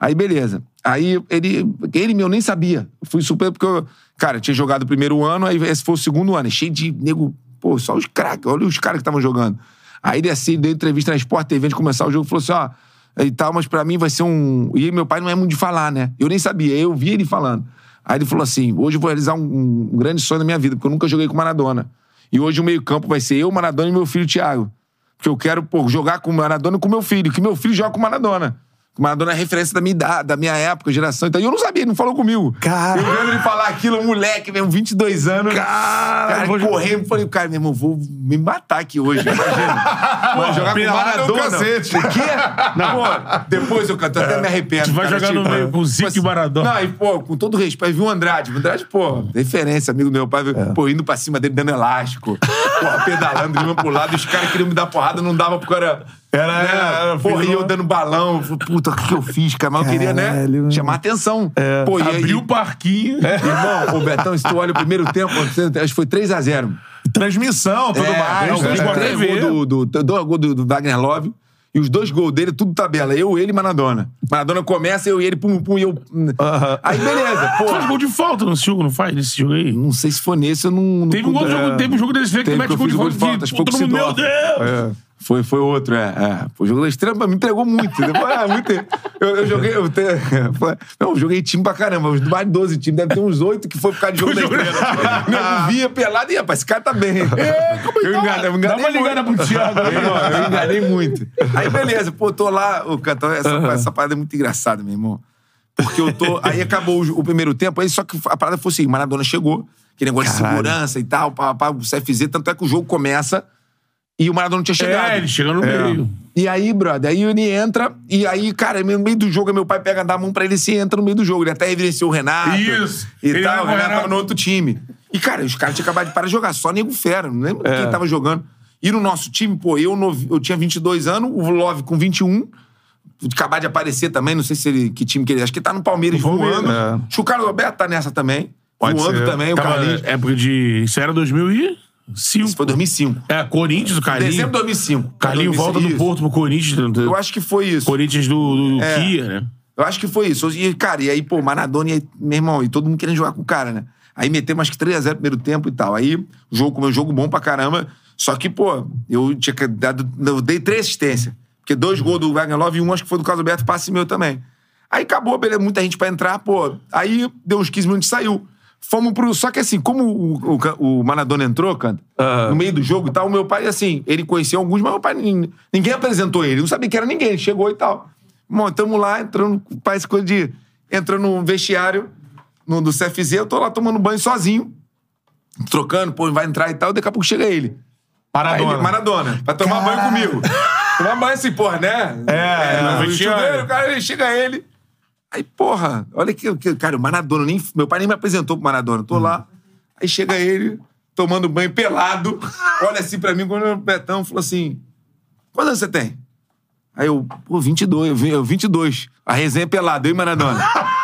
Aí, beleza. Aí, ele, ele meu, nem sabia. Eu Fui super, porque eu, cara, eu tinha jogado o primeiro ano, aí esse foi o segundo ano. É cheio de nego, pô, só os craques, olha os caras que estavam jogando. Aí desci, dei entrevista na Sport TV antes de começar o jogo, falou assim: ó, e tal, mas pra mim vai ser um. E meu pai não é muito de falar, né? Eu nem sabia, eu vi ele falando. Aí ele falou assim: hoje eu vou realizar um, um grande sonho da minha vida, porque eu nunca joguei com Maradona. E hoje o meio-campo vai ser eu, Maradona e meu filho Thiago. Porque eu quero, pô, jogar com o Maradona e com meu filho, que meu filho joga com o Maradona. O Maradona é referência da minha idade, da minha época, geração. Então, e eu não sabia, ele não falou comigo. Cara. Eu vendo ele falar aquilo, moleque, mesmo, 22 anos. Cara, eu vou- correndo. Falei, cara, meu irmão, vou me matar aqui hoje, imagina. Pô, jogar com pelada o é o Maradona. cacete. O quê? Pô, depois eu canto, até me arrependo. É. Tu vai cara, jogar no tipo, meio com Zico mas- e Maradona. Hum. Não, e, pô, com todo respeito, viu o Andrade. O Andrade, pô, referência, amigo do meu pai. É. Pô, indo pra cima dele, dando elástico. Pô, pedalando de um pro lado. Os caras queriam me dar porrada, não dava porque eu era... Era- né, era- Porra, e filho- eu dando balão. Puta, o que eu fiz, cara? Mas eu queria, né? Caralho. Chamar atenção. Pô, e aí- É. Abriu o parquinho. É Irmão, ô Betão, se tu olha o primeiro tempo, acho que foi 3x0. Transmissão, tudo é, mais. não, né? futebol Três TV. gols do, do, dois gols do, do Wagner Love e os dois gols dele, tudo tabela. Eu, ele e Maradona. Maradona começa, eu e ele, pum, pum, e eu. hum, Aí, beleza. Tu faz Pô, um gol de falta nesse jogo, não faz? Nesse jogo aí? não sei se foi nesse, eu não. não Teve um, gol, é. jogo, teve um jogo desse que Teve mete que eu gol de fiz falta. gol de falta, de- acho que todo foi mundo, com meu o Deus! É. Foi, foi outro, é. é. O jogo da estrela me entregou muito. Depois, ah, muito tempo. eu, eu joguei. Eu te... Não, eu joguei time pra caramba. Uns mais de 12 times, deve ter uns 8 que foi por causa de jogo da estrela. Não via pelado e, rapaz, esse cara tá É, bem. eu enganei, eu enganei Dá uma muito. ligada pro Thiago aí, Não, ó. eu enganei muito. Aí, beleza, pô, tô lá, o cantor, essa, essa parada é muito engraçada, meu irmão. Porque eu tô. Aí acabou o, o primeiro tempo, aí só que a parada foi assim: Maradona chegou, aquele negócio de segurança e tal, pá, pá, o CFZ, tanto é que o jogo começa e o Maradona não tinha chegado. É, ele chega no meio. E aí, brother, aí ele entra, e aí, cara, no meio do jogo, meu pai pega dá a mão pra ele e se entra no meio do jogo. Ele até reverenciou o Renato. Isso. E Ele tal, o vai Renato morar- tava no outro time. E, cara, os caras tinham acabado de parar de jogar, só nego fera, não lembro É. quem tava jogando. E no nosso time, pô, eu, novi- eu tinha 22 anos, o Love com 21. Acabar de aparecer também, não sei se ele, que time que ele. Acho que ele tá no Palmeiras, Palmeiras, voando. é. Acho que o Carlos Alberto tá nessa também. Pode voando ser. também, o né? Tava- Carlinhos. época de. Isso era 2005. Isso foi 2005. É, Corinthians, o Carlinhos. Dezembro de 2005. Carlinhos volta do Isso. Porto pro Corinthians. Eu acho que foi isso. Corinthians do, do É. Kia, né? Eu acho que foi isso. E, cara, e aí, pô, Maradona, e aí, meu irmão, e todo mundo querendo jogar com o cara, né? Aí metemos acho que 3x0 no primeiro tempo e tal. Aí, o jogo comeu um jogo bom pra caramba. Só que, pô, eu tinha que dado. Eu dei três assistências. Porque dois gols do Wagner Love e um acho que foi do Carlos Alberto, passe meu também. Aí acabou, beleza, muita gente pra entrar, pô. Aí deu uns 15 minutos e saiu. Fomos pro. Só que assim, como o, o Ca- o Maradona entrou, cara, Aham. no meio do jogo e tal, o meu pai, assim, ele conhecia alguns, mas meu pai, nin- ninguém apresentou ele, não sabia que era ninguém, ele chegou e tal. Bom, tamo lá, entrando, faz coisa de. entrando no vestiário no, do CFZ, eu tô lá tomando banho sozinho, trocando, pô, vai entrar e tal, daqui a pouco chega ele. Maradona. Aí ele- Maradona. Pra tomar banho comigo. tomar banho assim, porra, né? é, não, o o vestiário. chuveiro, o cara ele chega ele. Aí, porra, olha que, que cara, o Maradona, nem, meu pai nem me apresentou pro Maradona. Tô lá, aí chega ele, tomando banho pelado, olha assim pra mim, quando o Betão falou assim: quantos anos você tem? Aí eu, pô, 22, eu vi- eu 22. A resenha é pelada, eu e Maradona.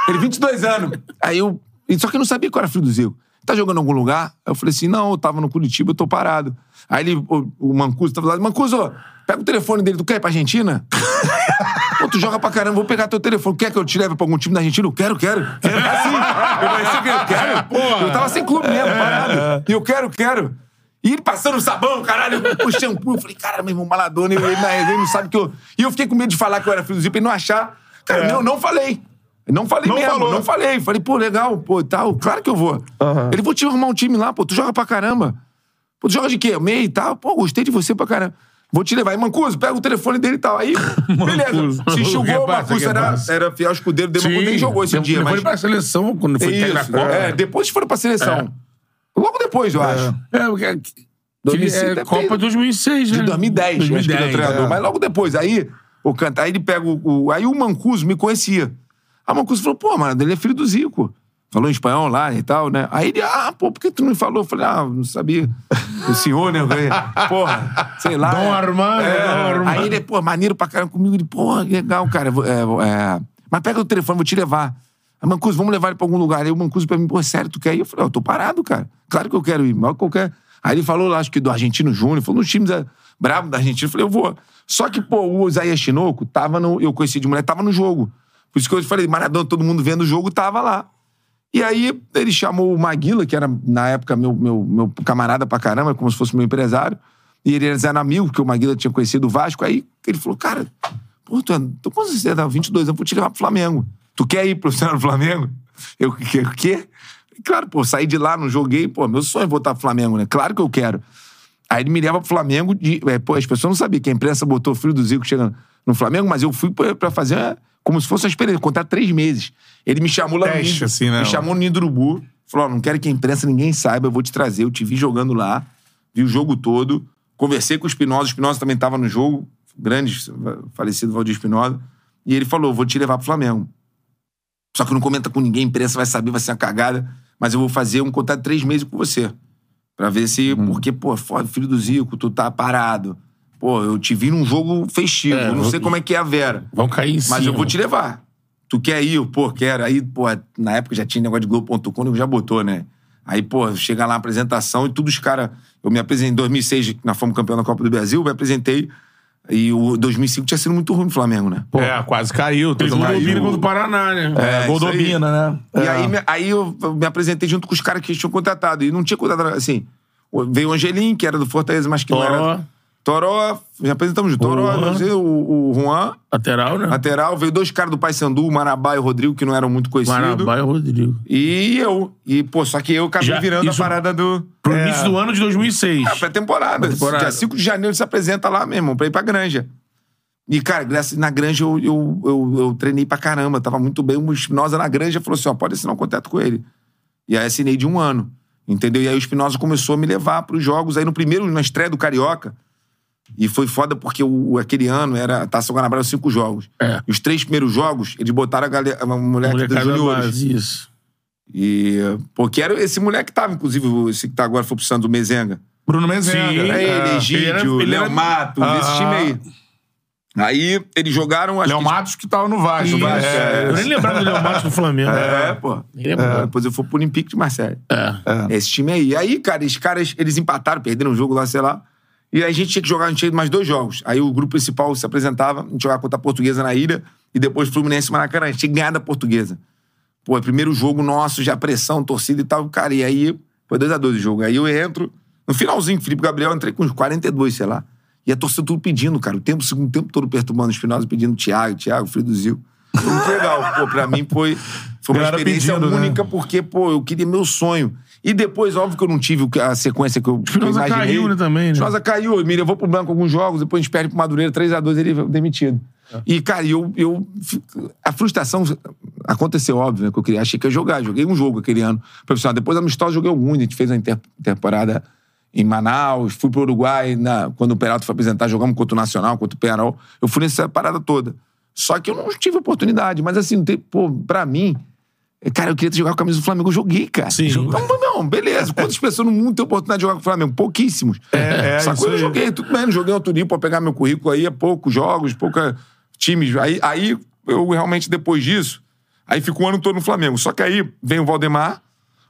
Ele, 22 anos. Aí eu, e só que eu não sabia qual era filho do Zico. Tá jogando em algum lugar? Aí eu falei assim, não, eu tava no Curitiba, eu tô parado. Aí ele, o, o Mancuso tava lá, Mancuso, pega o telefone dele, tu quer ir pra Argentina? Pô, tu joga pra caramba, vou pegar teu telefone. Quer que eu te leve pra algum time da Argentina? Eu quero, quero. Quero assim. Eu pensei que eu quero. Eu tava sem clube mesmo, É. parado. E eu quero, quero. E ele passando sabão, caralho, o shampoo. Eu falei, cara, meu irmão, maladona, ele, ele, na resenha, ele não sabe que eu. E eu fiquei com medo de falar que eu era filho do Zico e não achar. Cara, não, não falei. Não falei É. Não mesmo, falou. não falei. Falei, pô, legal, pô, e tal, claro que eu vou. Ele, vou te arrumar um time lá, pô, tu joga pra caramba. Pô, tu joga de quê? Meio e tal. Pô, gostei de você pra caramba. Vou te levar. Aí, Mancuso, pega o telefone dele e tal. Aí, beleza. Se enxugou, Que o passa, Mancuso que era, passa. era fiel escudeiro dele. Mancuso nem jogou esse dia, Depois mas... ele pra seleção, quando foi técnico da Isso, Copa. é, depois foram pra seleção. Logo depois, eu acho. né? É, porque aqui- aquele- 2005 é deve Copa ter- 2006, né? De 2010, acho que ele é o 2010, treinador. é. Mas logo depois, aí, o canta, aí ele pega o, o- Aí o Mancuso me conhecia. Aí o Mancuso falou, pô, mano, ele é filho do Zico. Falou em espanhol lá e tal, né? Aí ele, ah, pô, por que tu não me falou? Eu falei, ah, não sabia. O senhor, né? Eu falei, Porra, sei lá. Dom né? Armando, É. Dom Armando. Aí ele, pô, maneiro pra caramba comigo. Ele, pô, legal, cara. vou- é, vou- é, mas pega o telefone, vou te levar. Aí, Mancuso, vamos levar ele pra algum lugar. Aí o Mancuso pra mim, pô, é sério, tu quer ir? Eu falei, ó, eu tô parado, cara. Claro que eu quero ir, mal qualquer. Aí ele falou lá, acho que do Argentino Júnior, falou nos times é, brabo da Argentina. Eu falei, eu vou. Só que, pô, o Isaías Chinoco tava no. Eu conheci de mulher, tava no jogo. Por isso que eu falei, Maradona, todo mundo vendo o jogo, tava lá. E aí ele chamou o Maguila, que era na época meu, meu, meu camarada pra caramba, como se fosse meu empresário. E ele era Zé amigo, porque o Maguila tinha conhecido o Vasco. Aí ele falou, cara, pô, tu, é- tu quantos anos você tá? 22 anos, vou te levar pro Flamengo. Tu quer ir pro cenário do Flamengo? Eu, que- o quê? Claro, pô, saí de lá, não joguei. Pô, meu sonho é voltar pro Flamengo, né? Claro que eu quero. Aí ele me leva pro Flamengo. De, é, pô, as pessoas não sabiam que a imprensa botou o filho do Zico chegando no Flamengo, mas eu fui pra pra fazer é, como se fosse uma experiência, contar três meses. Ele me chamou lá Teste, no Ninho, assim, né? Me chamou no Ninho do Urubu. Falou, ó, não quero que a imprensa ninguém saiba, eu vou te trazer. Eu te vi jogando lá, vi o jogo todo. Conversei com o Espinosa, o Espinosa também tava no jogo. Grande, falecido Valdir Espinosa. E ele falou, vou te levar pro Flamengo. Só que não comenta com ninguém, a imprensa vai saber, vai ser uma cagada. Mas eu vou fazer um contrato de três meses com você. Pra ver se. Porque, pô, é foda, filho do Zico, tu tá parado. Pô, eu te vi num jogo festivo. É, eu não eu- sei como é que é a Vera. Vão cair em cima. Mas eu vou te levar. Tu quer ir? Eu, Pô, quero. Aí, pô, na época já tinha negócio de Globo.com, nego já botou, né? Aí, pô, chega lá na apresentação e todos os caras. Eu me apresentei em 2006, na fomos campeão da Copa do Brasil, me apresentei. E o 2005 tinha sido muito ruim pro Flamengo, né? É, quase caiu. Fez Todo um mundo domínio caiu. contra o Paraná, né? É, É, gol isso aí. domina, né? E É. aí, me- aí eu me apresentei junto com os caras que tinham contratado. E não tinha contratado, assim. Veio o Angelim, que era do Fortaleza, mas que não Toró, então era. Toró, já apresentamos junto. Toró, Juan. não sei, o, o Juan, lateral, né? lateral. Veio dois caras do Paysandu, o Marabá e o Rodrigo, que não eram muito conhecidos. Marabá e Rodrigo. E eu. E, pô, só que eu acabei Já- virando isso- a parada do. é. Pro início do ano de 2006. Ah, pré-temporada. Pré-temporada. Dia 5 de janeiro se apresenta lá, meu irmão, pra ir pra Granja. E, cara, graças- na Granja eu, eu, eu, eu treinei pra caramba, tava muito bem. O Espinosa na Granja falou assim: ó, pode assinar um contrato com ele. E aí assinei de um ano, entendeu? E aí o Espinosa começou a me levar pros jogos. Aí no primeiro, na estreia do Carioca, e foi foda porque o, o- aquele ano era a Taça Guanabara, eram cinco jogos. É. E Os três primeiros jogos, eles botaram a galera, uma moleque dos Molecada juniores. base, Isso. E, pô, que era esse moleque que tava, inclusive, o- esse que tá agora foi pro Santos, o Mezenga. Bruno Mezenga. Sim. Era É. ele, Egídio, ele Léo era- Mato, Ah. esse time aí. Aí eles jogaram... acho Léo que- Matos que tava no Vasco. Isso, Vasco, é. Eu nem lembrava do Léo Matos do Flamengo. É, pô. Nem lembrava. Depois eu fui pro Olympique de Marseille. É. Esse time aí. Aí, cara, esses caras, eles empataram, perderam um jogo lá, sei lá. E aí a gente tinha que jogar, a gente tinha mais dois jogos. Aí o grupo principal se apresentava, a gente jogava contra a Portuguesa na ilha e depois Fluminense e Maracanã. A gente tinha que ganhar da Portuguesa. Pô, é primeiro jogo nosso, já pressão, torcida e tal. Cara, e aí foi 2x2 o jogo. Aí eu entro, no finalzinho, Felipe Gabriel, eu entrei com uns 42, sei lá. E a torcida tudo pedindo, cara. O tempo, o segundo tempo todo perturbando os finais, pedindo Thiago, Thiago, Frio do Zil. Foi muito legal. Pô, pra mim foi, foi uma Galera experiência pedindo, né? única porque, pô, eu queria meu sonho. E depois, óbvio que eu não tive o que- a sequência que eu, que eu Espinosa imaginei. caiu, né, também, né? Espinosa caiu, ele me levou pro banco alguns jogos, depois a gente perde pro Madureira 3x2, ele é demitido. E, cara, eu, eu. A frustração aconteceu, óbvio, né? Que eu um, queria, achei que ia jogar. Joguei um jogo aquele ano profissional. Depois, amistosa, joguei alguns. A gente fez uma inter- temporada em Manaus, fui pro Uruguai, na- quando o Peralta foi apresentar, jogamos contra o Nacional, contra o Penarol. Eu fui nessa parada toda. Só que eu não tive oportunidade. Mas assim, não tem- pô, pra mim, é, cara, eu queria jogar com a camisa do Flamengo, eu joguei, cara. Sim. Então, não, beleza. Quantas pessoas no mundo têm oportunidade de jogar com o Flamengo? Pouquísssimos. É, é, Só isso que eu aí. joguei, tudo bem, não joguei em alto nível pra pegar meu currículo aí, é poucos jogos, pouca times. Aí, aí eu realmente, depois disso, aí fico um ano todo no Flamengo. Só que aí vem o Valdemar,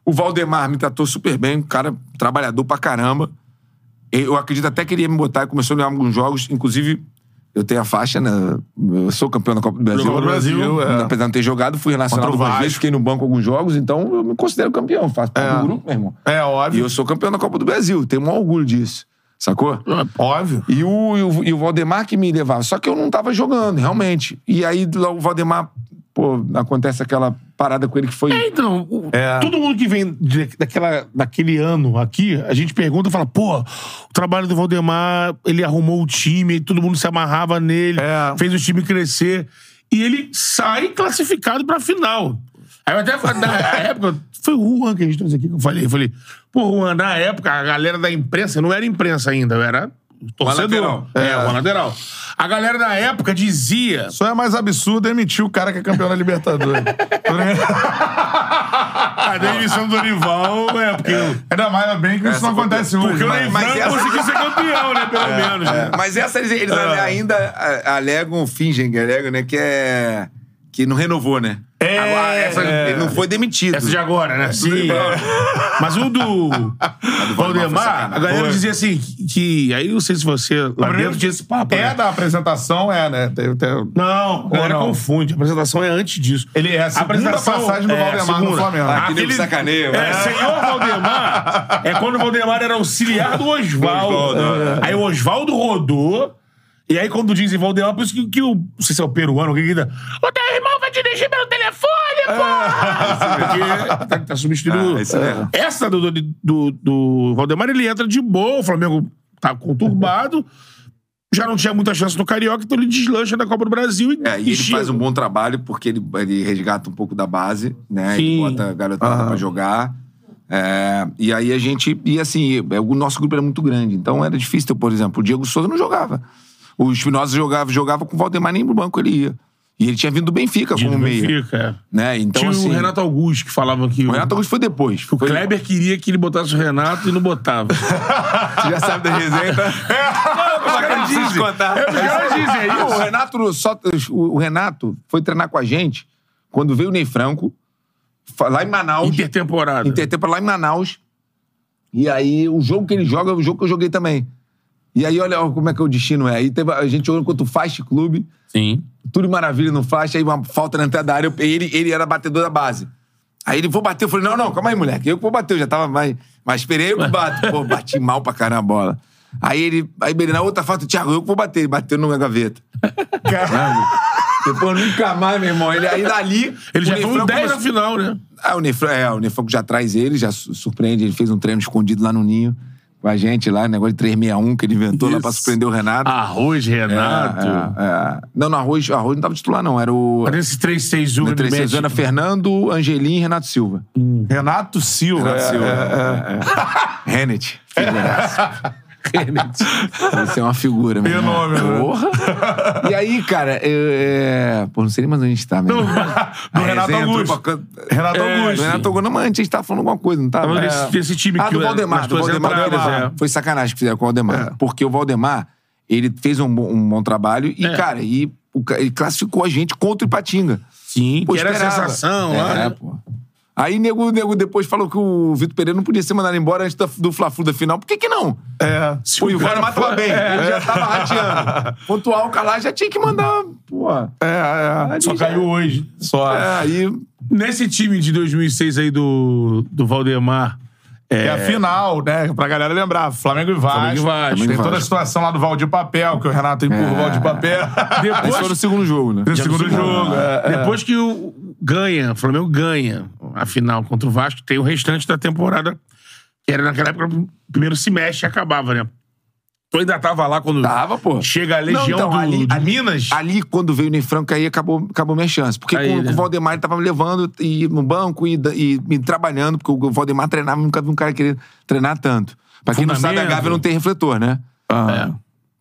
o Valdemar me tratou super bem, um cara trabalhador pra caramba. Eu acredito até que ele ia me botar, começou a ganhar alguns jogos, inclusive eu tenho a faixa, né? Eu sou campeão da Copa do Brasil. Copa do Brasil, é. Apesar de não ter jogado, fui relacionado Contra o algumas vezes, Vasco. fiquei no banco alguns jogos, então eu me considero campeão, faço parte do grupo, meu irmão. É E óbvio. eu sou campeão da Copa do Brasil, tenho o maior orgulho disso, sacou? Óbvio. E o, e, o, e o Valdemar que me levava. Só que eu não tava jogando, realmente. E aí lá o Valdemar, pô, acontece aquela parada com ele que foi. É, então, o- É. todo mundo que vem de- daquela, daquele ano aqui, a gente pergunta e fala, pô, o trabalho do Valdemar, ele arrumou o time, todo mundo se amarrava nele, É. fez o time crescer. E ele sai classificado pra final. Aí eu até falei, na época, foi o Juan que a gente trouxe aqui que eu falei. Eu falei, pô, Juan, na época, a galera da imprensa, eu não era imprensa ainda, eu era lateral. torcedor. É, o lateral. A galera da época dizia, Só é mais absurdo emitir o cara que é campeão da Libertadores. a demissão do Dorival é porque... Ainda mais bem que isso não acontece hoje. né? É, Porque o Ney mas- mas Franco essa- conseguiu ser campeão, né? Pelo menos, né? É. Mas essa eles, eles É. ainda a- alegam, fingem que alegam, né? Que é. Que não renovou, né? É. Agora, essa- É. Ele não foi demitido. Essa de agora, né? Sim. Mas o do Valdemar, a galera Foi. dizia assim, que- que... Aí eu não sei se você lá dentro tinha esse papo, É né? da apresentação, é, né? Teve- teve- Não, a galera não? confunde. A apresentação é antes disso. Ele é a segunda passagem do Valdemar no Flamengo. Ah, que nego sacaneia, É, né? senhor Valdemar é quando o Valdemar era auxiliar do Oswaldo. É. Osvaldo, Aí o Oswaldo rodou. E aí, quando dizem Valdemar, por isso que, que o. Não sei se é o peruano, alguém grita. O teu irmão vai dirigir pelo telefone, pô! Porque tá, tá substituindo. É. Ah, isso mesmo. Essa do, do, do, do Valdemar, ele entra de boa, o Flamengo tá conturbado. Já não tinha muita chance no Carioca, então ele deslancha da Copa do Brasil e, É, e ele chega. faz um bom trabalho porque ele, ele resgata um pouco da base, né? Ele Sim. bota a garotada pra jogar. É, e aí a gente. E assim, é, o nosso grupo era muito grande, então era difícil. Por exemplo, o Diego Souza não jogava. O Espinosa jogava, jogava com o Valdemar nem pro banco ele ia. E ele tinha vindo do Benfica como meia. Fica, é. Né? Então, Tinha assim, o Renato Augusto que falava que o o, Renato Augusto foi depois. que o Kleber queria que ele botasse o Renato e não botava. Você já sabe da resenha, tá? Os caras dizem. É, os caras dizem, é isso. O Renato, só, o Renato foi treinar com a gente quando veio o Ney Franco, fa- lá em Manaus. Intertemporada. Intertempo lá em Manaus. E aí, o jogo que ele joga é o jogo que eu joguei também. E aí, olha como é que o destino é. Aí teve- a gente jogou contra o Fast Clube. Sim. Tudo maravilha no flash, aí uma falta na entrada da área, eu- ele, ele era batedor da base. Aí ele, vou bater, eu falei, não, não, calma aí, moleque, eu que vou bater, eu já tava mais, mas esperei eu que bato. Pô, bati mal pra caramba a bola. Aí ele, aí ele, na outra falta, Thiago, eu que vou bater, ele bateu na gaveta. Caramba. Depois nunca mais, meu irmão, ele ainda ali... Ele o já Ney foi um Franco 10 na começou- final, né? ah, o Nefranco, é, o Nefranco já traz ele, já su- surpreende. Ele fez um treino escondido lá no Ninho com a gente lá, negócio de 361 que ele inventou lá pra Isso. surpreender o Renato. Arroz, É, Renato. é, é. Não, no Arroz, Arroz não tava titular, não. Era o... Cadê esse 3-6-1 No que ele 3 mete? Ana Fernando, Angelim e Renato Silva. Renato Silva. Renato é, Silva. é, é. É, é. Rennet. Você é uma figura, meu irmão. Fenômeno. Porra. E aí, cara, eu, é... Pô, não sei nem mais onde a gente tá, meu irmão. Do A Renato resenha entrou Augusto. pra can- Renato É, Augusto. Do Renato Augusto. Não, mas antes a gente tava falando alguma coisa, não tava? Falando desse- desse time ah, que do o- Valdemar. nas Do tuas Valdemar, do entradas, Valdemar. é. Foi sacanagem que fizeram com o Valdemar. Porque o Valdemar, ele fez um bom, um bom trabalho e, É. cara, e, o ca- ele classificou a gente contra o Ipatinga. Sim, Pô, que era a esperava. sensação é, lá. né? pô. Aí nego, nego depois falou que o Vitor Pereira não podia ser mandado embora antes da- do Fla-Flu da final. Por que que não? É. Pô, e o cara Valdemar tava for- bem. É. Ele já tava rateando. Quanto o Alca lá, já tinha que mandar, pô. É, é, é. Só caiu hoje. Só. É, aí... Nesse time de 2006 aí do, do Valdemar, É a final, né? Pra galera lembrar. Flamengo e Vasco. Flamengo e Vasco. Tem Flamengo e toda a Vasco. situação lá do Valdir Papel, que o Renato empurra o Valdir Papel. Esse foi no Depois segundo jogo, né? do segundo jogo. é, é. Depois que o ganha, o Flamengo ganha a final contra o Vasco, tem o restante da temporada, que era naquela época o primeiro semestre e acabava, né? Tu ainda tava lá quando Tava, pô. chega a legião Não, então, do, ali- de ali- Minas. Ali, quando veio o Ney Franco, aí acabou, acabou minha chance. Porque Aí, com, né? com o Valdemar, ele tava me levando e, no banco e, da- e me trabalhando, porque o Valdemar treinava, nunca vi um cara querer treinar tanto. Pra quem não sabe, a Fundamento. Ah. Gávea não tem refletor, né?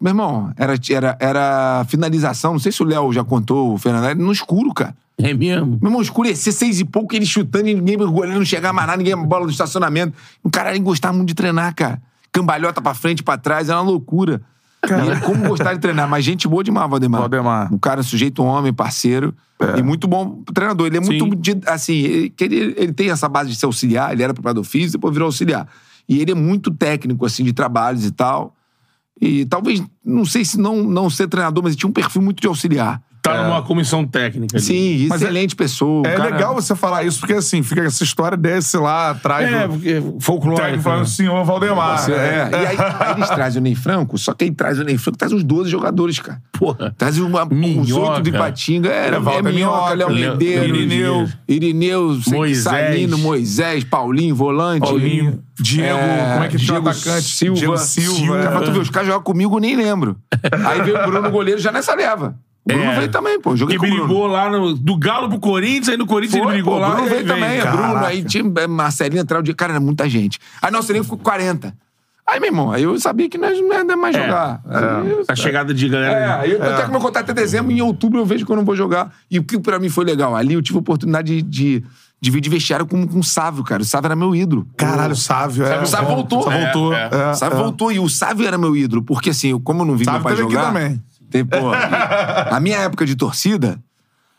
Meu irmão, era, era, era finalização. Não sei se o Léo já contou, o Fernando, era no escuro, cara. É. É mesmo. Meu irmão, escurecer seis e pouco, ele chutando e ninguém, o goleiro não chegar mais nada, ninguém é bola no estacionamento. O cara ele gostava muito de treinar, cara. Cambalhota pra frente, pra trás, era uma loucura. E ele, como gostar de treinar, mas gente boa demais, Valdemar. Valdemar. É. Um cara, um sujeito homem, parceiro. E muito bom treinador. Ele é muito. de- assim, ele, que ele, ele tem essa base de ser auxiliar, ele era preparador físico, depois virou auxiliar. E ele é muito técnico, assim, de trabalhos e tal. E talvez, não sei se não, não ser treinador, mas ele tinha um perfil muito de auxiliar. Tá numa comissão técnica. ali. É. Sim, Mas excelente pessoa. É cara- legal você falar isso, porque assim, fica essa história desse lá atrás. É, do... porque Tá folclórico. falando o senhor Valdemar. Você- é. É. E aí, aí eles trazem o Ney Franco, só que aí traz o Ney Franco, traz os 12 jogadores, cara. Porra. Traz uma, uns Minhoca. oito de Patinga. Era É, Walter é Minhoca, Minhoca, Léo Léo- Medeiros, Irineu. Irineu, Irineu sei que, Moisés. Salino, Moisés, Paulinho, Volante. Paulinho, Diego, como é que chama o Diego atacante? Silva. Diego Silva. é. Cara, pra tu ver, os caras jogam comigo, eu nem lembro. Aí veio o Bruno goleiro já nessa leva. O Bruno É. veio também, pô. Joguei Que com o Bruno. brigou lá no, do Galo pro Corinthians, aí no Corinthians Foi, ele brigou pô, lá. Bruno e veio veio. também, Cara, Bruno, aí tinha eh, Marcelinho entrar o dia. Cara, era muita gente. Aí nosso elenco ficou 40. Aí, meu irmão, aí eu sabia que nós não ia mais jogar. Aí eu- A chegada de galera. É, eu, até que meu contrato é dezembro, em outubro eu vejo que eu não vou jogar. E o que pra mim foi legal, ali eu tive a oportunidade de, de dividir vestiário com, com o Sávio, cara. O Sávio era meu ídolo. Caralho, Sávio. É. O Sávio voltou. Sávio voltou. É, O Sávio voltou e o Sávio era meu ídolo, porque assim, eu, como eu não vi Sávio meu pai teve aqui jogar... também. Teve, pô, a minha época de torcida,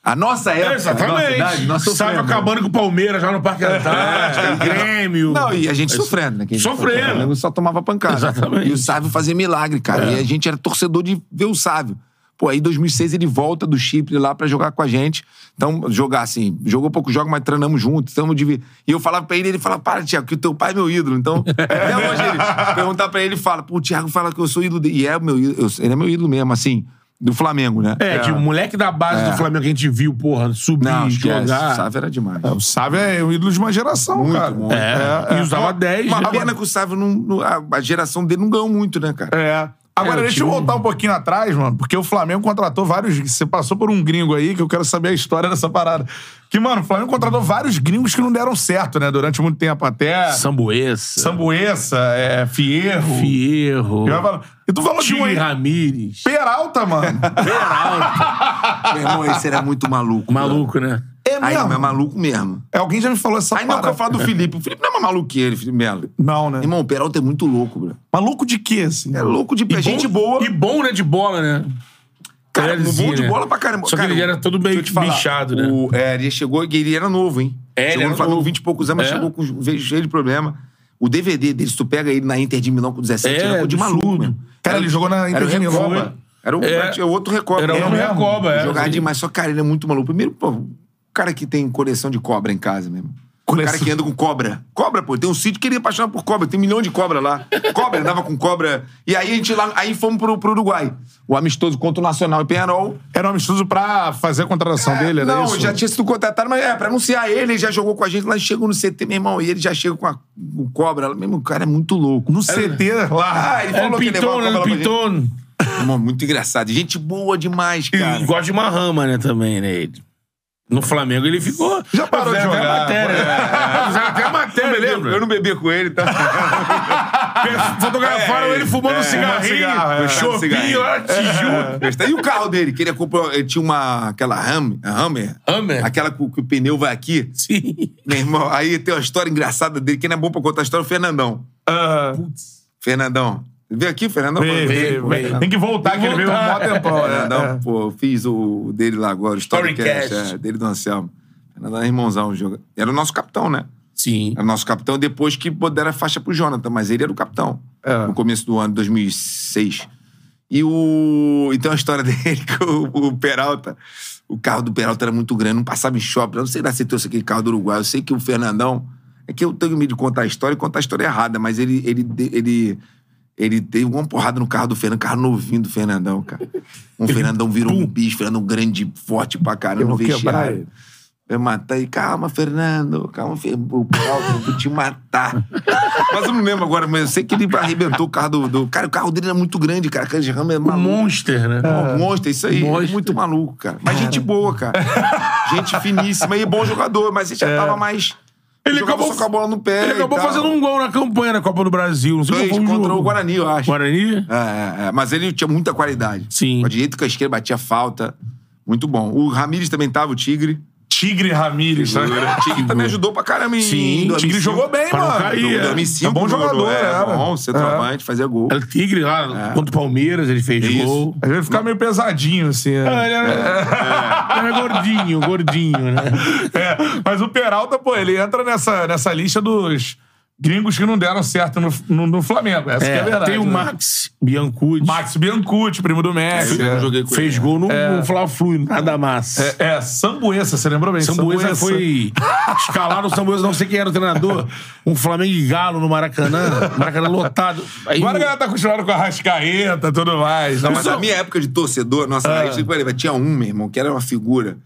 a nossa época... É, Nossa idade, exatamente. nós Sabe sofremos. acabando com o Palmeiras lá no Parque Antártico, Grêmio. Não, e a gente sofrendo, né? Que a gente é Sofrendo. O Flamengo só tomava pancada. Exatamente. É. E o Sávio fazia milagre, cara. E a gente era torcedor de ver o Sávio. Pô, aí em 2006 ele volta do Chipre lá pra jogar com a gente. Então, jogar assim, jogou pouco jogo, mas treinamos juntos, estamos de... E eu falava pra ele, ele falava, para, Tiago, que o teu pai é meu ídolo. Então, até hoje ele perguntar pra ele, ele fala, pô, o Tiago fala que eu sou ídolo dele. E é meu ídolo, eu- ele é meu ídolo mesmo, assim, do Flamengo, né? É, de moleque da base do Flamengo que a gente viu, porra, subir, É. Não, esquece, o jogar. Sávio era demais. O Sávio é o ídolo de uma geração, Muito cara. bom. É, e usava 10, Uma né? pena que o Sávio, não, não- a, a geração dele não ganhou muito, né, cara? É. Agora, É, o deixa eu time- voltar um pouquinho atrás, mano, porque o Flamengo contratou vários. Você passou por um gringo aí, que eu quero saber a história dessa parada. Que, mano, o Flamengo contratou vários gringos que não deram certo, né? Durante muito tempo. Até Sambuesa, Sambuesa, é, Fierro. Fierro, Eu ia falando- E tu falou de um Tigre aí. Ramírez, Peralta, mano. Peralta. Meu irmão, esse era muito maluco. Maluco, né? É Aí não, é mesmo. maluco mesmo. É, Alguém já me falou essa Aí não que parada. eu falo do Felipe. O Felipe não é mais maluco que ele, Felipe Melo. Não, né? Irmão, o Peralta é muito louco, bro. Maluco de quê, assim? É louco de E pé. Gente bom- boa. E bom, né, de bola, né? Cara, Pelelezinho, bom de né? bola pra caramba. Só que Cara, ele era todo meio deixa eu te falar, bichado, né? O, é, ele chegou, e ele era novo, hein? É, ele chegou era no Flamengo novo. 20 e poucos anos, mas É. chegou com veio cheio de problema. O DVD dele, se tu pega ele na Inter de Milão com 17, É, era coisa de absurdo. maluco, mesmo. Cara, ele jogou na Era Inter o de Milão. Recopa. mano. Era o, É. é outro Recopa. Era É um mesmo? recoba, é. Jogar demais, só cara, ele é muito maluco. Primeiro, pô, o cara que tem coleção de cobra em casa mesmo. O cara Coleção. que anda com cobra. Cobra, pô. Tem um sítio que ele é apaixonado por cobra. Tem um milhão de cobra lá. Cobra, andava com cobra. E aí a gente lá, aí fomos pro, pro Uruguai. O amistoso contra o Nacional e Penarol. Era um amistoso pra fazer a contratação dele, era É, não, isso? já tinha sido contratado, mas é, pra anunciar ele, ele já jogou com a gente lá, chegou no CT, meu irmão, e ele já chega com a com cobra. lá. Meu irmão, o cara é muito louco. No CT É. lá. Ah, ele Era falou um que levou pitone, a cobra era lá um pra gente. pitone. Meu irmão, muito engraçado. Gente boa demais, cara. E gosta de uma rama, né, também, né? ele. No Flamengo ele ficou. Já parou de Fizeram até jogar. a matéria. né? Fizeram até a matéria, É. Eu lembra? não bebi com ele, tá? Fotografaram É, ele fumando é, um cigarrinho, cigarro, é. um chopinho lá, Tijuca. É. E o carro dele, que ele comprou, ele tinha uma, aquela Ham, a Hammer, Hammer? aquela com- que o pneu vai aqui. Sim. Meu irmão, aí tem uma história engraçada dele, que não é bom pra contar a história, é o Fernandão. Ah, Fernandão. Veio aqui, Fernandão? veio, veio, veio. Tem que voltar, que ele veio um mó tempão. é, Fernandão, é. pô, eu fiz o dele lá agora, o Storycast, Storycast. é, dele do Anselmo. Fernandão é irmãozão, joga. era o nosso capitão, né? Sim. Era o nosso capitão depois que pô, deram a faixa pro Jonathan, mas ele era o capitão. É. No começo do ano, 2006. E o. Então a história dele com o, o Peralta. O carro do Peralta era muito grande, não passava em shopping. Eu não sei lá se ele trouxe aquele carro do Uruguai. Eu sei que o Fernandão. É que eu tenho medo de contar a história e contar a história errada, mas ele. ele, ele ele teve uma porrada no carro do Fernando, carro novinho do Fernandão, cara. Um Fernandão virou um bicho, Fernandão grande, forte pra caramba, Eu no vou quebrar vestiário. ele. Eu matar e calma, Fernando, calma, Fer- o Paulo, eu vou te matar. mas eu não lembro agora, mas eu sei que ele arrebentou o carro do. do- Cara, o carro dele era muito grande, cara. Aquele Rama é O maluco. Monster, né? Um monstro, isso aí. Monstro. Muito maluco, cara. Mas gente boa, cara. gente finíssima e bom jogador, mas ele já tava mais. É. Ele jogava acabou- só com a bola no pé. Ele acabou É, e tal. fazendo um gol na campanha na Copa do Brasil. Não sei Dois qual foi o contra jogo. o Guarani, eu acho. Guarani? É, é, é. Mas ele tinha muita qualidade. Sim. Com a direita e com a esquerda, batia falta. Muito bom. O Ramires também tava, o Tigre. Tigre Ramírez. tá? Ah, O Tigre também ajudou pra caramba em Sim, em 2005. Tigre jogou bem, Pra não mano. cair, Em é. 2005, É bom jogador, é, era. bom, centroavante, fazia gol. Era o Tigre lá, contra o Palmeiras, ele fez Isso. gol. Às vezes fica meio pesadinho, assim. né? Ah, Ele era, É. ele era gordinho, gordinho, né? É, mas o Peralta, pô, ele entra nessa, nessa lista dos gringos que não deram certo no, no, no Flamengo. Essa que é a verdade. tem o né? Max Biancucci. Max Biancucci, primo do Messi. Eu É, não joguei com fez ele. gol no, no Fla-Flu, É. nada massa. é, Sambuesa, você lembrou bem? Sambuesa foi escalado, o Sambuesa não sei quem era o treinador. Um Flamengo e Galo no Maracanã, Maracanã lotado. Aí Agora a o- galera tá acostumada com a rascaeta e tudo mais. Não, Não, mas na minha época de torcedor, nossa, aí eu falei pra ele, mas tinha um, meu irmão, que era uma figura.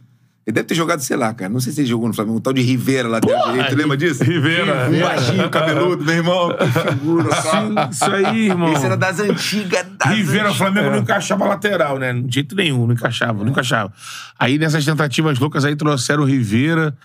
Ele deve ter jogado, sei lá, cara. Não sei se ele jogou no Flamengo, um tal de Rivera lá dentro direito. Lembra disso? Rivera. Um baixinho, cabeludo, meu irmão. Que figura, só. Isso aí, irmão. Esse era das antigas, das Rivera, o antigas. Flamengo não encaixava lateral, né? De jeito nenhum, não encaixava, não encaixava. Aí nessas tentativas loucas aí trouxeram o Rivera.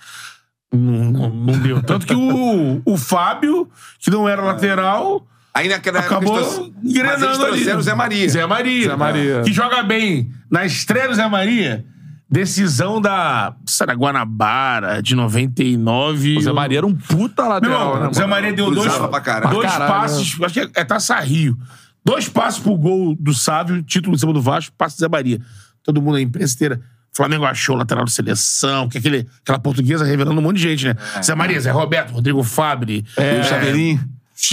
Não, não- não deu. Tanto que o, o Fábio, que não era lateral, Aí naquela Acabou época... É, eles trouxeram- engrenando Mas eles trouxeram ali. o Zé Maria. Zé Maria. Zé Maria. Que joga bem. Na estreia do Zé Maria, decisão da sei lá, Guanabara, de 99. O Zé Maria era um puta Meu lateral. irmão, né, Zé mano? Maria deu dois, Cruzava pra caralho. dois Pra caralho, passes, acho que é, é Taça Rio. Dois passes pro gol do Sávio, título em cima do Vasco, passe do Zé Maria. Todo mundo aí, imprensa inteira. Flamengo achou lateral de seleção, que aquele, aquela portuguesa revelando um monte de gente, né? Zé Maria, Zé Roberto, Rodrigo Fabre, E o Chaveirinho.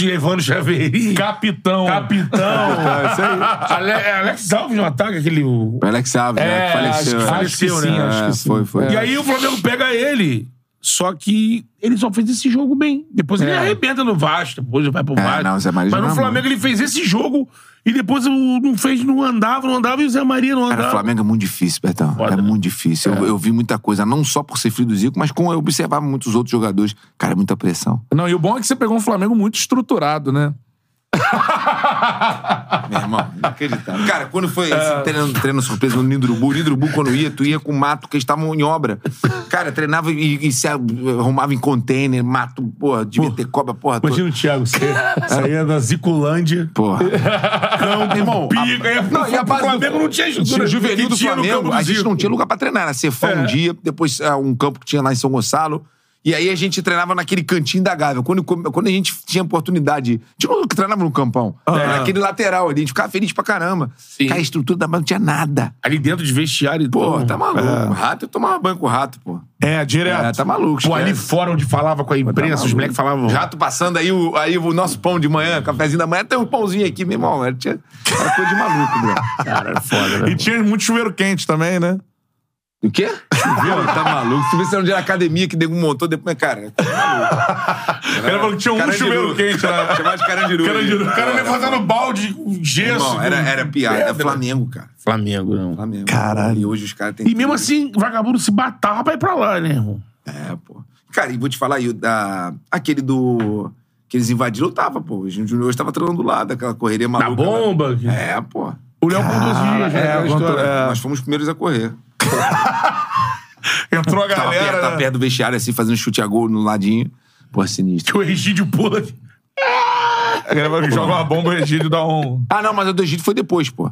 Evandro Chaveirinho, É. Capitão. Capitão, Ale, Alex Alves no ataque, aquele. o- O Alex Alves, né? É, Que faleceu. acho que né? faleceu, Acho que né? sim, Acho É, que sim. foi, foi. E aí o Flamengo pega ele. Só que ele só fez esse jogo bem. Depois ele É. arrebenta no Vasco, depois vai pro É, Vasco. não, o Zé Maria Mas no joga Flamengo ele fez esse jogo e depois o- não fez, não andava, não andava e o Zé Maria não andava. Cara, o Flamengo é muito difícil, Bertão. Foda, é né? muito difícil. Eu, eu vi muita coisa, não só por ser filho do Zico, mas como eu observava muitos outros jogadores. Cara, é muita pressão. Não, e o bom é que você pegou um Flamengo muito estruturado, né? Meu irmão, inacreditável. Cara, quando foi É. esse treino, treino surpresa no Nidrubu, o Nidrubu, quando ia, tu ia com mato, que eles estavam em obra. Cara, treinava e, e se arrumava em container, mato, porra, devia ter cobra, porra. toda. Imagina o Thiego, você saía da Zicolândia. Porra. Campo, irmão, pica, e a- Não, e a o base do- Flamengo não tinha estrutura. O juvenil do que tinha no Flamengo, campo do a gente Zico. É. não tinha lugar pra treinar. Era Cefão um dia, depois ah, um campo que tinha lá em São Gonçalo. E aí a gente treinava naquele cantinho da Gávea. Quando, quando a gente tinha oportunidade. Tinha um que treinava no campão. Ah. Era Naquele lateral ali. A gente ficava feliz pra caramba. Cara, a estrutura da base não tinha nada. Ali dentro de vestiário. Pô, então, tá maluco. Rato, eu tomava banho com o rato, pô. É, direto. É, tá maluco. Pô, ali esquece. fora onde falava com a imprensa, os moleques falavam. Jato passando aí o, aí o nosso pão de manhã, cafezinho da manhã, tem um pãozinho aqui, meu irmão. Era, tinha, era coisa de maluco, bro. Cara, é foda, né? E tinha muito chuveiro quente também, né? O quê? Viu? Tá maluco. Se você não era academia que nego montou depois, cara. Ele falou que tinha um chuveiro quente lá. Chamava de Carandiru. Carandiru. O cara levantando balde, com gesso. Irmão, era, com- era piada. Era Flamengo, cara. Flamengo, não. Flamengo. Caralho. E hoje os caras têm. E mesmo assim, vagabundo se batava pra ir pra lá, né, irmão? É, pô. Cara, e vou te falar aí, o da, aquele do. Que eles invadiram, eu tava, pô. Os juniores tava treinando lá, daquela correria Na maluca. lá. bomba. É, pô. né? O Léo conduzia, já é, era a história. contra- Nós fomos os primeiros a correr. Entrou a Tava galera. perto, tava né? perto do vestiário, assim, fazendo chute a gol no ladinho. Pô, sinistro. Que o Egídio pula. aqui. A galera falou que joga uma bomba, o Egídio dá um. Ah, não, mas o do Egito foi depois, pô.